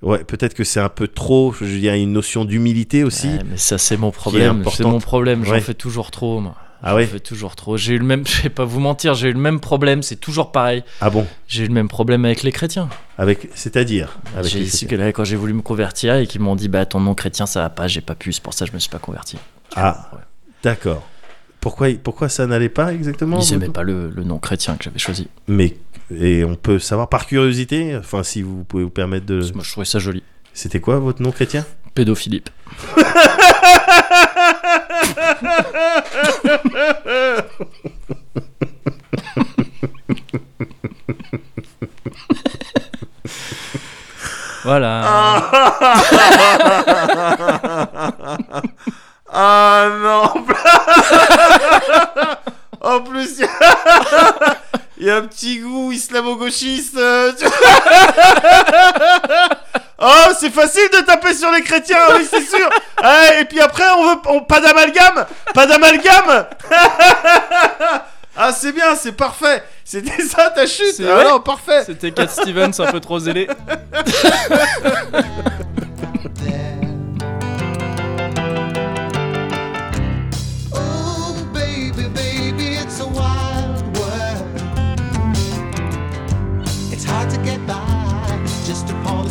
ouais peut-être que c'est un peu trop je- il y a une notion d'humilité aussi Ouais, mais ça c'est mon problème, c'est importante. mon problème, j'en Ouais. fais toujours trop moi. ah ouais J'en fais toujours trop. J'ai eu le même, je vais pas vous mentir, j'ai eu le même problème, c'est toujours pareil. ah bon J'ai eu le même problème avec les chrétiens. avec c'est-à-dire avec J'ai les- su que là, quand j'ai voulu me convertir et qu'ils m'ont dit bah ton nom chrétien ça va pas, j'ai pas pu, c'est pour ça que je me suis pas converti. Ah, Ouais. d'accord. Pourquoi, pourquoi ça n'allait pas exactement Ils aimaient pas le, le nom chrétien que j'avais choisi. Mais et on peut savoir par curiosité, enfin si vous pouvez vous permettre de. Moi je trouvais ça joli. C'était quoi votre nom chrétien Pédophilippe. voilà. Ah non En plus, il y a- il y, a un petit goût islamo-gauchiste. euh, tu- oh, c'est facile de taper sur les chrétiens, oui, c'est sûr. Ah, et puis après, on veut on, pas d'amalgame, pas d'amalgame. ah, c'est bien, c'est parfait. C'était ça ta chute. C'est Ah vrai non, parfait. C'était Cat Stevens un peu trop zélé. Oh, baby, baby, it's a wild world. It's hard to get by just upon a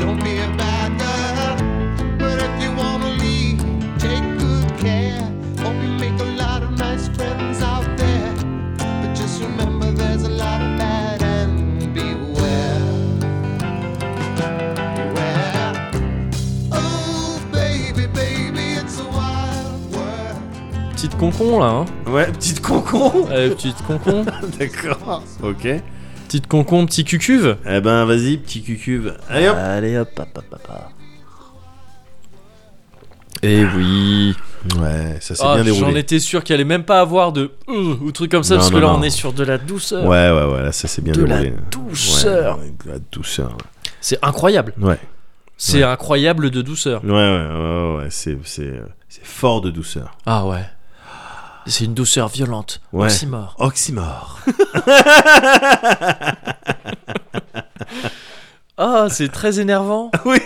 Don't be a bad girl, but if you wanna petite concon là, hein. Ouais, petite concon. Euh, petite concon, D'accord. Ok. Eh petite concon, petit cucuve. ben, vas-y, petit cucuve. Allez hop. Allez hop, hop, hop, hop. hop. Eh oui. Ouais, ça s'est Ah, bien J'en déroulé. étais sûr qu'il allait même pas avoir de euh, ou truc comme ça Non, parce non, que là non. on est sur de la douceur. Ouais, ouais, ouais, là, ça s'est bien De la déroulé. douceur. Ouais, ouais, de la douceur. ouais. C'est incroyable. Ouais. C'est incroyable de douceur. Ouais, ouais, ouais, ouais, ouais, c'est, c'est, euh, c'est fort de douceur. Ah ouais. C'est une douceur violente. Ouais. Oxymore. Oxymore. Ah, c'est très énervant. oui,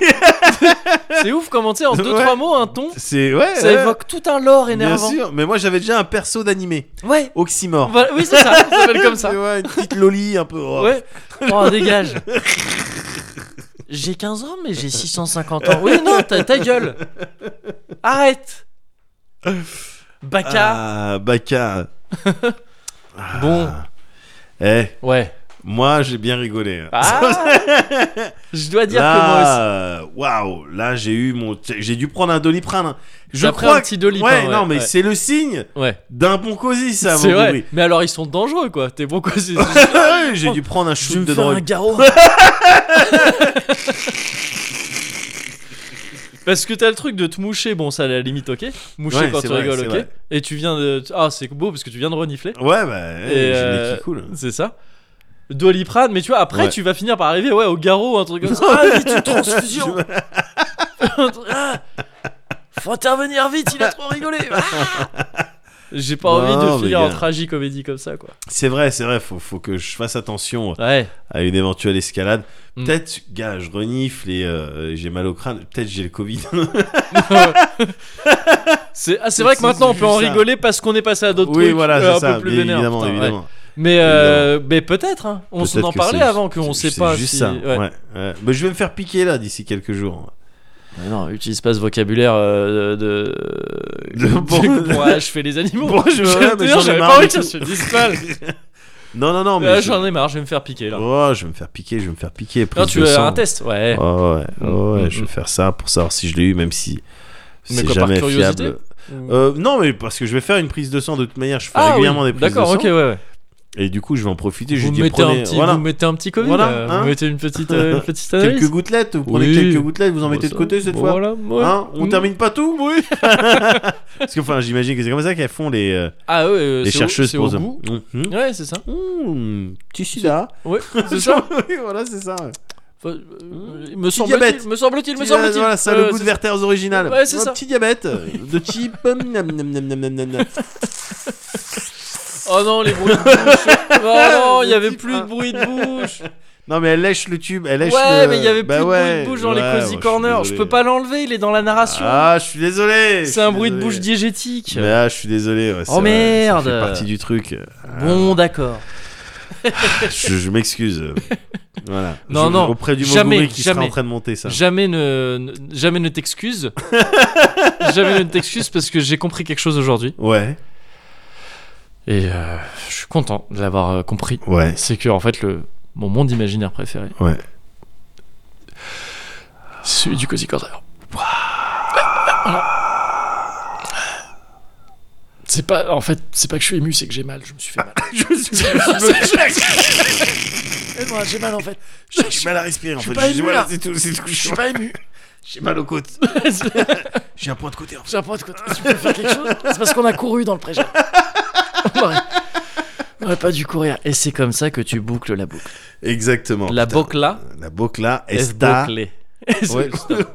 C'est ouf comment tu sais en deux Ouais. trois mots un ton, c'est ouais. ça ouais. évoque tout un lore Bien énervant. sûr, mais moi j'avais déjà un perso d'animé, Ouais. Oxymore. Voilà, oui c'est ça. Ça s'appelle comme ça. C'est, ouais, une petite loli un peu. oh. Ouais. Oh, dégage. J'ai 15 ans, mais j'ai 650 ans. Oui, non, ta, ta gueule. Arrête. Baka. Ah, Baka. Ah. Bon, Eh, ouais. moi j'ai bien rigolé. hein. Ah Je dois dire que moi aussi. là, waouh, là j'ai eu mon, j'ai dû prendre un doliprane. hein. Je T'as pris crois un que- petit Doliprane, Ouais, ouais, non, mais ouais. c'est le signe Ouais, d'un bon cosy, ça. c'est mon vrai. bourri. Mais alors ils sont dangereux quoi. T'es bon quoi c'est- j'ai dû prendre un Je vais shoot me de faire un drogue. garrot. Parce que t'as le truc de te moucher, bon ça à la limite ok, moucher Ouais, quand c'est tu vrai, rigoles c'est ok, vrai. et tu viens de... Ah c'est beau parce que tu viens de renifler, Ouais, bah, eh, Et, j'ai le nez euh, qui coule. C'est ça. Doliprane, mais tu vois, après Ouais. tu vas finir par arriver ouais, au garrot, un truc comme ça. Ah, vite, une transfusion Ah, Faut intervenir vite, il a trop rigolé Ah J'ai pas Non, envie de mais finir en gars. tragicomédie comme ça, quoi. C'est vrai, c'est vrai, faut, faut que je fasse attention Ouais, à une éventuelle escalade. Mm. Peut-être, gars, je renifle et euh, j'ai mal au crâne. Peut-être j'ai le Covid. c'est ah, c'est vrai que C'est- maintenant on c'est peut en ça. rigolé parce qu'on est passé à d'autres oui, trucs voilà, euh, un c'est ça. peu plus bien vénères, évidemment, putain, ouais. évidemment. Mais, euh, mais peut-être, hein. on s'en Peut-être en que parlait c'est- avant qu'on c'est- sait pas C'est juste si. ça. ouais. ouais, ouais. Mais je vais me faire piquer là d'ici quelques jours. Mais Non, utilise pas ce vocabulaire euh, de. De- bon- pour achever les animaux. Bon, je- ouais, mais D'ailleurs, j'en ai j'avais marre pas de envie que ça tout. se dise mal. Non, non, non, mais. Euh, je... J'en ai marre, je vais me faire piquer là. Oh, je vais me faire piquer, je vais me faire piquer. non, prise tu de veux sang. un test Ouais. Oh, ouais, oh, ouais Mm, je mm. vais faire ça pour savoir si je l'ai eu, même si. Mais C'est quoi, par jamais curiosité fiable. Euh, non, mais parce que je vais faire une prise de sang de toute manière. Je fais Ah, régulièrement oui, des prises de sang. D'accord, ok, ouais. ouais. Et du coup, je vais en profiter. je Vous, lui dis, mettez prenez un petit, voilà, vous mettez un petit Covid, Voilà, là, hein. vous mettez une petite, euh, une petite analyse. quelques gouttelettes. Vous prenez Oui. quelques gouttelettes, vous en Bon, mettez de ça, côté cette fois. voilà, ouais. Hein, on Mm. termine pas tout Oui Parce que, enfin, j'imagine que c'est comme ça qu'elles font les, euh, Ah ouais, euh, les c'est au- chercheuses c'est pour au Mm. hommes. goût. Mhm. Ouais, c'est ça. Mmh, petit sida. Ouais, c'est ça. oui, voilà, c'est ça. Enfin, euh, me diabète. semble-t-il, me semble-t-il, me Petit- semble-t-il. Voilà, ça, Euh, le goût de c'est- Werther's original. Ouais, c'est Un ça. petit diabète euh, de type. nam, nam, nam, nam, nam, nam, nam. Oh non, les bruits de bouche. Oh non, il y Le avait type, plus hein. de bruit de bouche. non, mais elle lèche le tube. Elle lèche Ouais, le- mais il y avait Bah plus de bruit ouais, de bouche dans ouais, les moi, je Cozy suis Corner. Je désolé. peux pas l'enlever, il est dans la narration. Ah, je suis désolé. je c'est un suis bruit de désolé. bouche diégétique. Mais ah, je suis désolé. ouais, c'est Oh, vrai, merde. Ça fait partie du truc. Bon, d'accord. Je, je m'excuse. voilà. Non, Je- non, Auprès du jamais, Moguri qui sera jamais. en train de monter ça. Jamais ne, ne- jamais ne t'excuse. jamais ne t'excuse parce que j'ai compris quelque chose aujourd'hui. Ouais, Et euh, je suis content de l'avoir euh, compris. ouais, C'est que, en fait, le, mon monde imaginaire préféré, ouais. c'est celui du Cozy Corner. C'est pas, en fait, c'est pas que je suis ému, c'est que j'ai mal. Je me suis fait mal. je me suis. Je Eh ben, j'ai mal en fait. me- J'ai mal à respirer en suis fait. pas J'ai- ému, voilà, là. C'est tout. C'est tout. Je suis pas ému. J'ai mal aux côtes. J'ai un point de côté en fait. J'ai un point de côté. Tu peux faire quelque chose C'est parce qu'on a couru dans le pré On aurait... on aurait pas dû courir. Et c'est comme ça que tu boucles la boucle. Exactement. la Putain, boucle là La bocla est esta. bouclée. Ouais.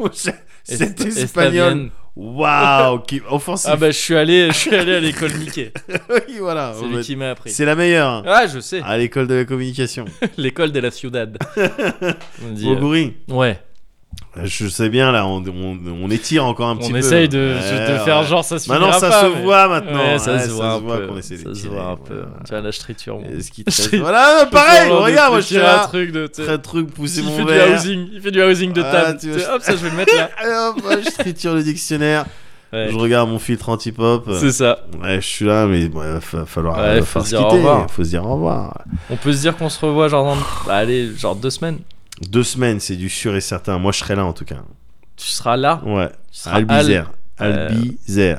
C'est Est- espagnol. Estavienne. Waouh, qui offensif. Ah bah je suis allé, je suis allé à l'école Mickey. oui, voilà. C'est on lui va- qui m'a appris. C'est la meilleure. hein. Ah je sais, À l'école de la communication. l'école de la ciudad. On dit, euh, Moguri. ouais, Je sais bien là, on, on, on étire encore un petit on peu. essaye de, Ouais, de ouais. faire genre ça se Maintenant finira ça pas, se mais- voit maintenant. hein, Ouais, ça Ouais, se voit un peu. qu'on essaie ça se d'étirer, voit un peu. voilà. Tu vois, là, je triture. Et ce qui te Je- reste- Voilà, pareil, regarde, moi je suis un là. truc de. tu sais, Très truc, pousser il mon fait du verre. housing, il fait du housing de Ah, table. tu vois, Tu sais, Hop, ça je vais le mettre là. Allez hop, ouais, je triture le dictionnaire. Ouais, Je regarde mon filtre anti-pop. C'est ça. Ouais, je suis là, mais bon, il va fa- falloir, Ouais, euh, faut falloir se se dire au quitter. revoir. faut se dire au revoir. On peut se dire qu'on se revoit genre dans. bah, allez, genre deux semaines. Deux semaines, c'est du sûr et certain. Moi, je serai là en tout cas. Tu seras là. Ouais. Tu seras à l- Albizer. Euh, Albizer.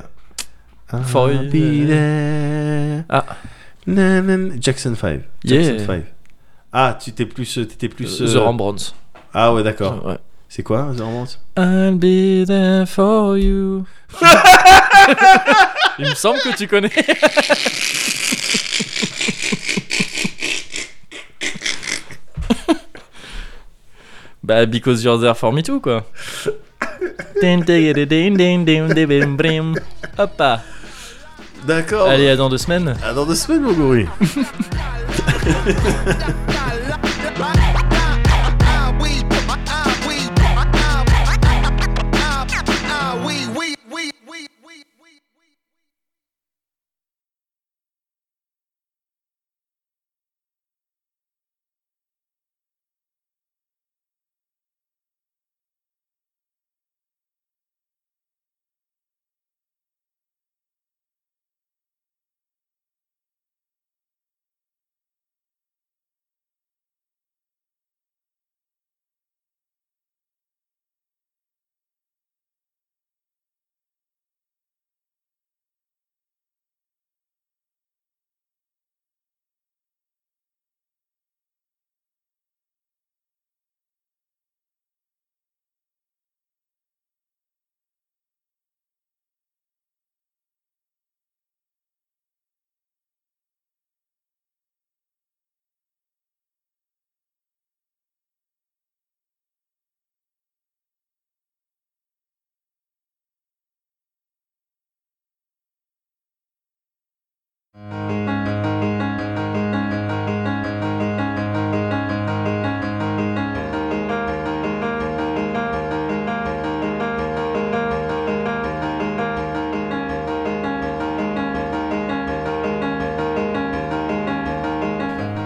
For you. I'll be there. Ah. Na, na, na. Jackson 5. Jackson Yeah. 5. Ah, tu t'es plus. euh, T'étais plus. The euh, Rembrandt. Ah ouais, d'accord. Ouais. C'est quoi, The Rembrandt I'll be there for you. Il me semble que tu connais. bah, because you're there for me too, quoi. Din, din, din, din, din, din, din, bim, brim. Hop là. D'accord. Allez, à dans deux semaines. À dans deux semaines, mon gorille.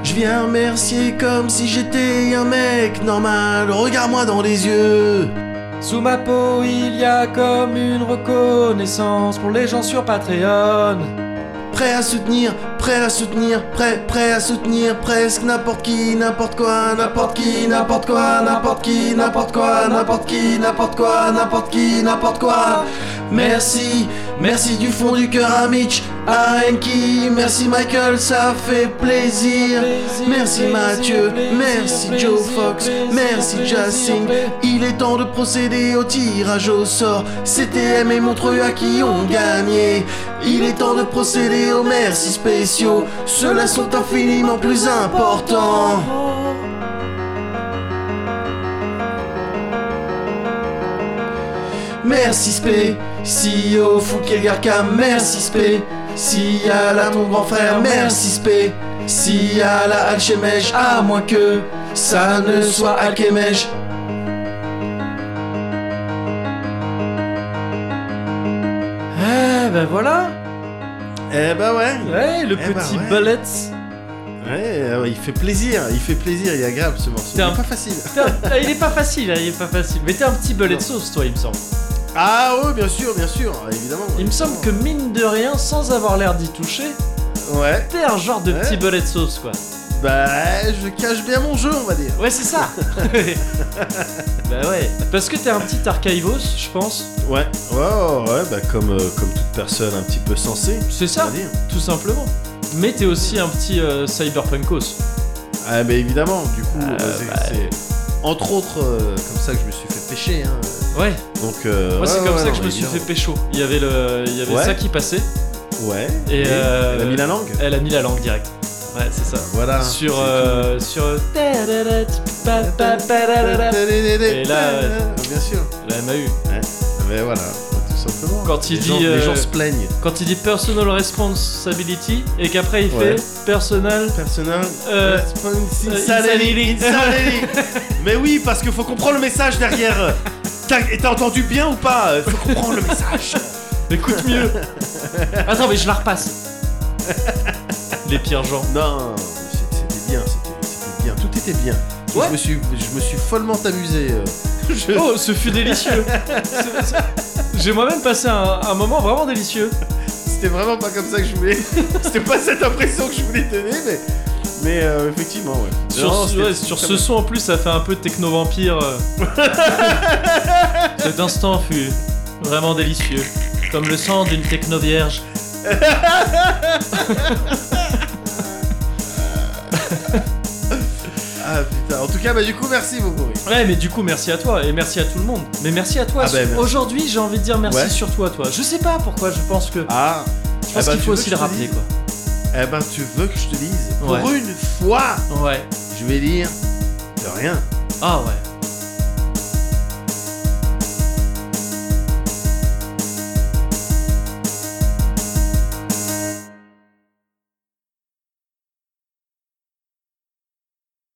Je viens remercier comme si j'étais un mec normal. Regarde-moi dans les yeux. Sous ma peau, il y a comme une reconnaissance pour les gens sur Patreon. Prêt à soutenir, prêt à soutenir, prêt, prêt à soutenir presque n'importe qui, n'importe quoi, n'importe qui, n'importe quoi, n'importe qui, n'importe quoi, n'importe qui, n'importe quoi, n'importe qui, n'importe quoi. Merci, merci du fond du cœur à Mitch, à Enki, merci Michael, ça fait plaisir. Merci Mathieu, merci Joe Fox, merci Jacing. Il est temps de procéder au tirage au sort. CTM et Montreux à qui ont gagné. Il est temps de procéder aux merci spéciaux. Ceux-là sont infiniment plus importants. Merci spé, E si au Fouquet Garca, merci spé, si à la mon grand frère, merci spé, si à la Alchemège, à moins que ça ne soit Alchemège. Ah, Eh ben voilà Eh bah ouais, Ouais, le bah Eh ben petit ouais. bullet. ouais, il fait plaisir, il fait plaisir, il est agréable ce morceau. Putain. pas facile. Putain, il est pas facile, hein, il est pas facile. Mais t'es un petit bullet Non. sauce, toi, il me semble. Ah ouais, bien sûr, bien sûr, évidemment. Il me semble que, mine de rien, sans avoir l'air d'y toucher, Ouais, t'es un genre de Ouais. petit bullet sauce, quoi. bah je cache bien mon jeu, on va dire. Ouais, c'est ça Bah ouais. Parce que t'es un petit archivos, je pense. Ouais, ouais, ouais, ouais, bah comme, euh, comme toute personne un petit peu sensée, C'est on ça, va dire. tout simplement. Mais t'es aussi un petit euh, cyberpunkos. Ah bah évidemment, du coup, Euh, euh, c'est- bah. c'est entre autres euh, comme ça que je me suis fait pêcher. Hein. Ouais, Donc, euh, moi c'est ouais, comme ouais, ça non, que je me mais suis fait évidemment. pécho. Il y avait, le, il y avait Ouais. ça qui passait, Ouais. Et, euh, Elle a mis la langue elle a mis la langue direct. Ouais, c'est ça. Voilà. sur Ah, c'est euh, sur euh, tout. elle Et là, ouais. Bien sûr. m'a eu Mais voilà, tout simplement. Quand il les dit, gens, les euh, gens se plaignent. quand il dit personal responsibility et qu'après il Ouais. fait personal Personnel. Euh, euh, Insanity. insanity. Insanity. Mais oui, parce qu'il faut comprendre le message derrière. T'as et t'as entendu bien ou pas euh, Faut comprendre le message. écoute mieux attends mais je la repasse les pires gens Non, c'est- c'était bien, c'était c'était bien, tout était bien. Ouais. Je, me suis, je me suis follement amusé. euh. Je- oh ce fut délicieux Ce- ce- j'ai moi-même passé un, un moment vraiment délicieux C'était vraiment pas comme ça que je voulais. C'était pas cette impression que je voulais donner, mais. Mais euh, effectivement, ouais. sur, Non, ce, c'était- ouais, sur ce son en plus ça fait un peu euh. techno vampire cet instant fut vraiment délicieux comme le sang d'une techno vierge Ah putain. En tout cas, bah du coup, merci beaucoup. Rick. Ouais, mais du coup, merci à toi et merci à tout le monde. Mais merci à toi. Ah bah, merci. Aujourd'hui, j'ai envie de dire merci Ouais. surtout à toi. Je sais pas pourquoi, je pense que. Ah. je pense eh qu'il ben, tu faut veux aussi que le je te rappeler, dise quoi. Eh ben, tu veux que je te dise Pour Ouais. une fois, Ouais. je vais lire de rien. Ah ouais.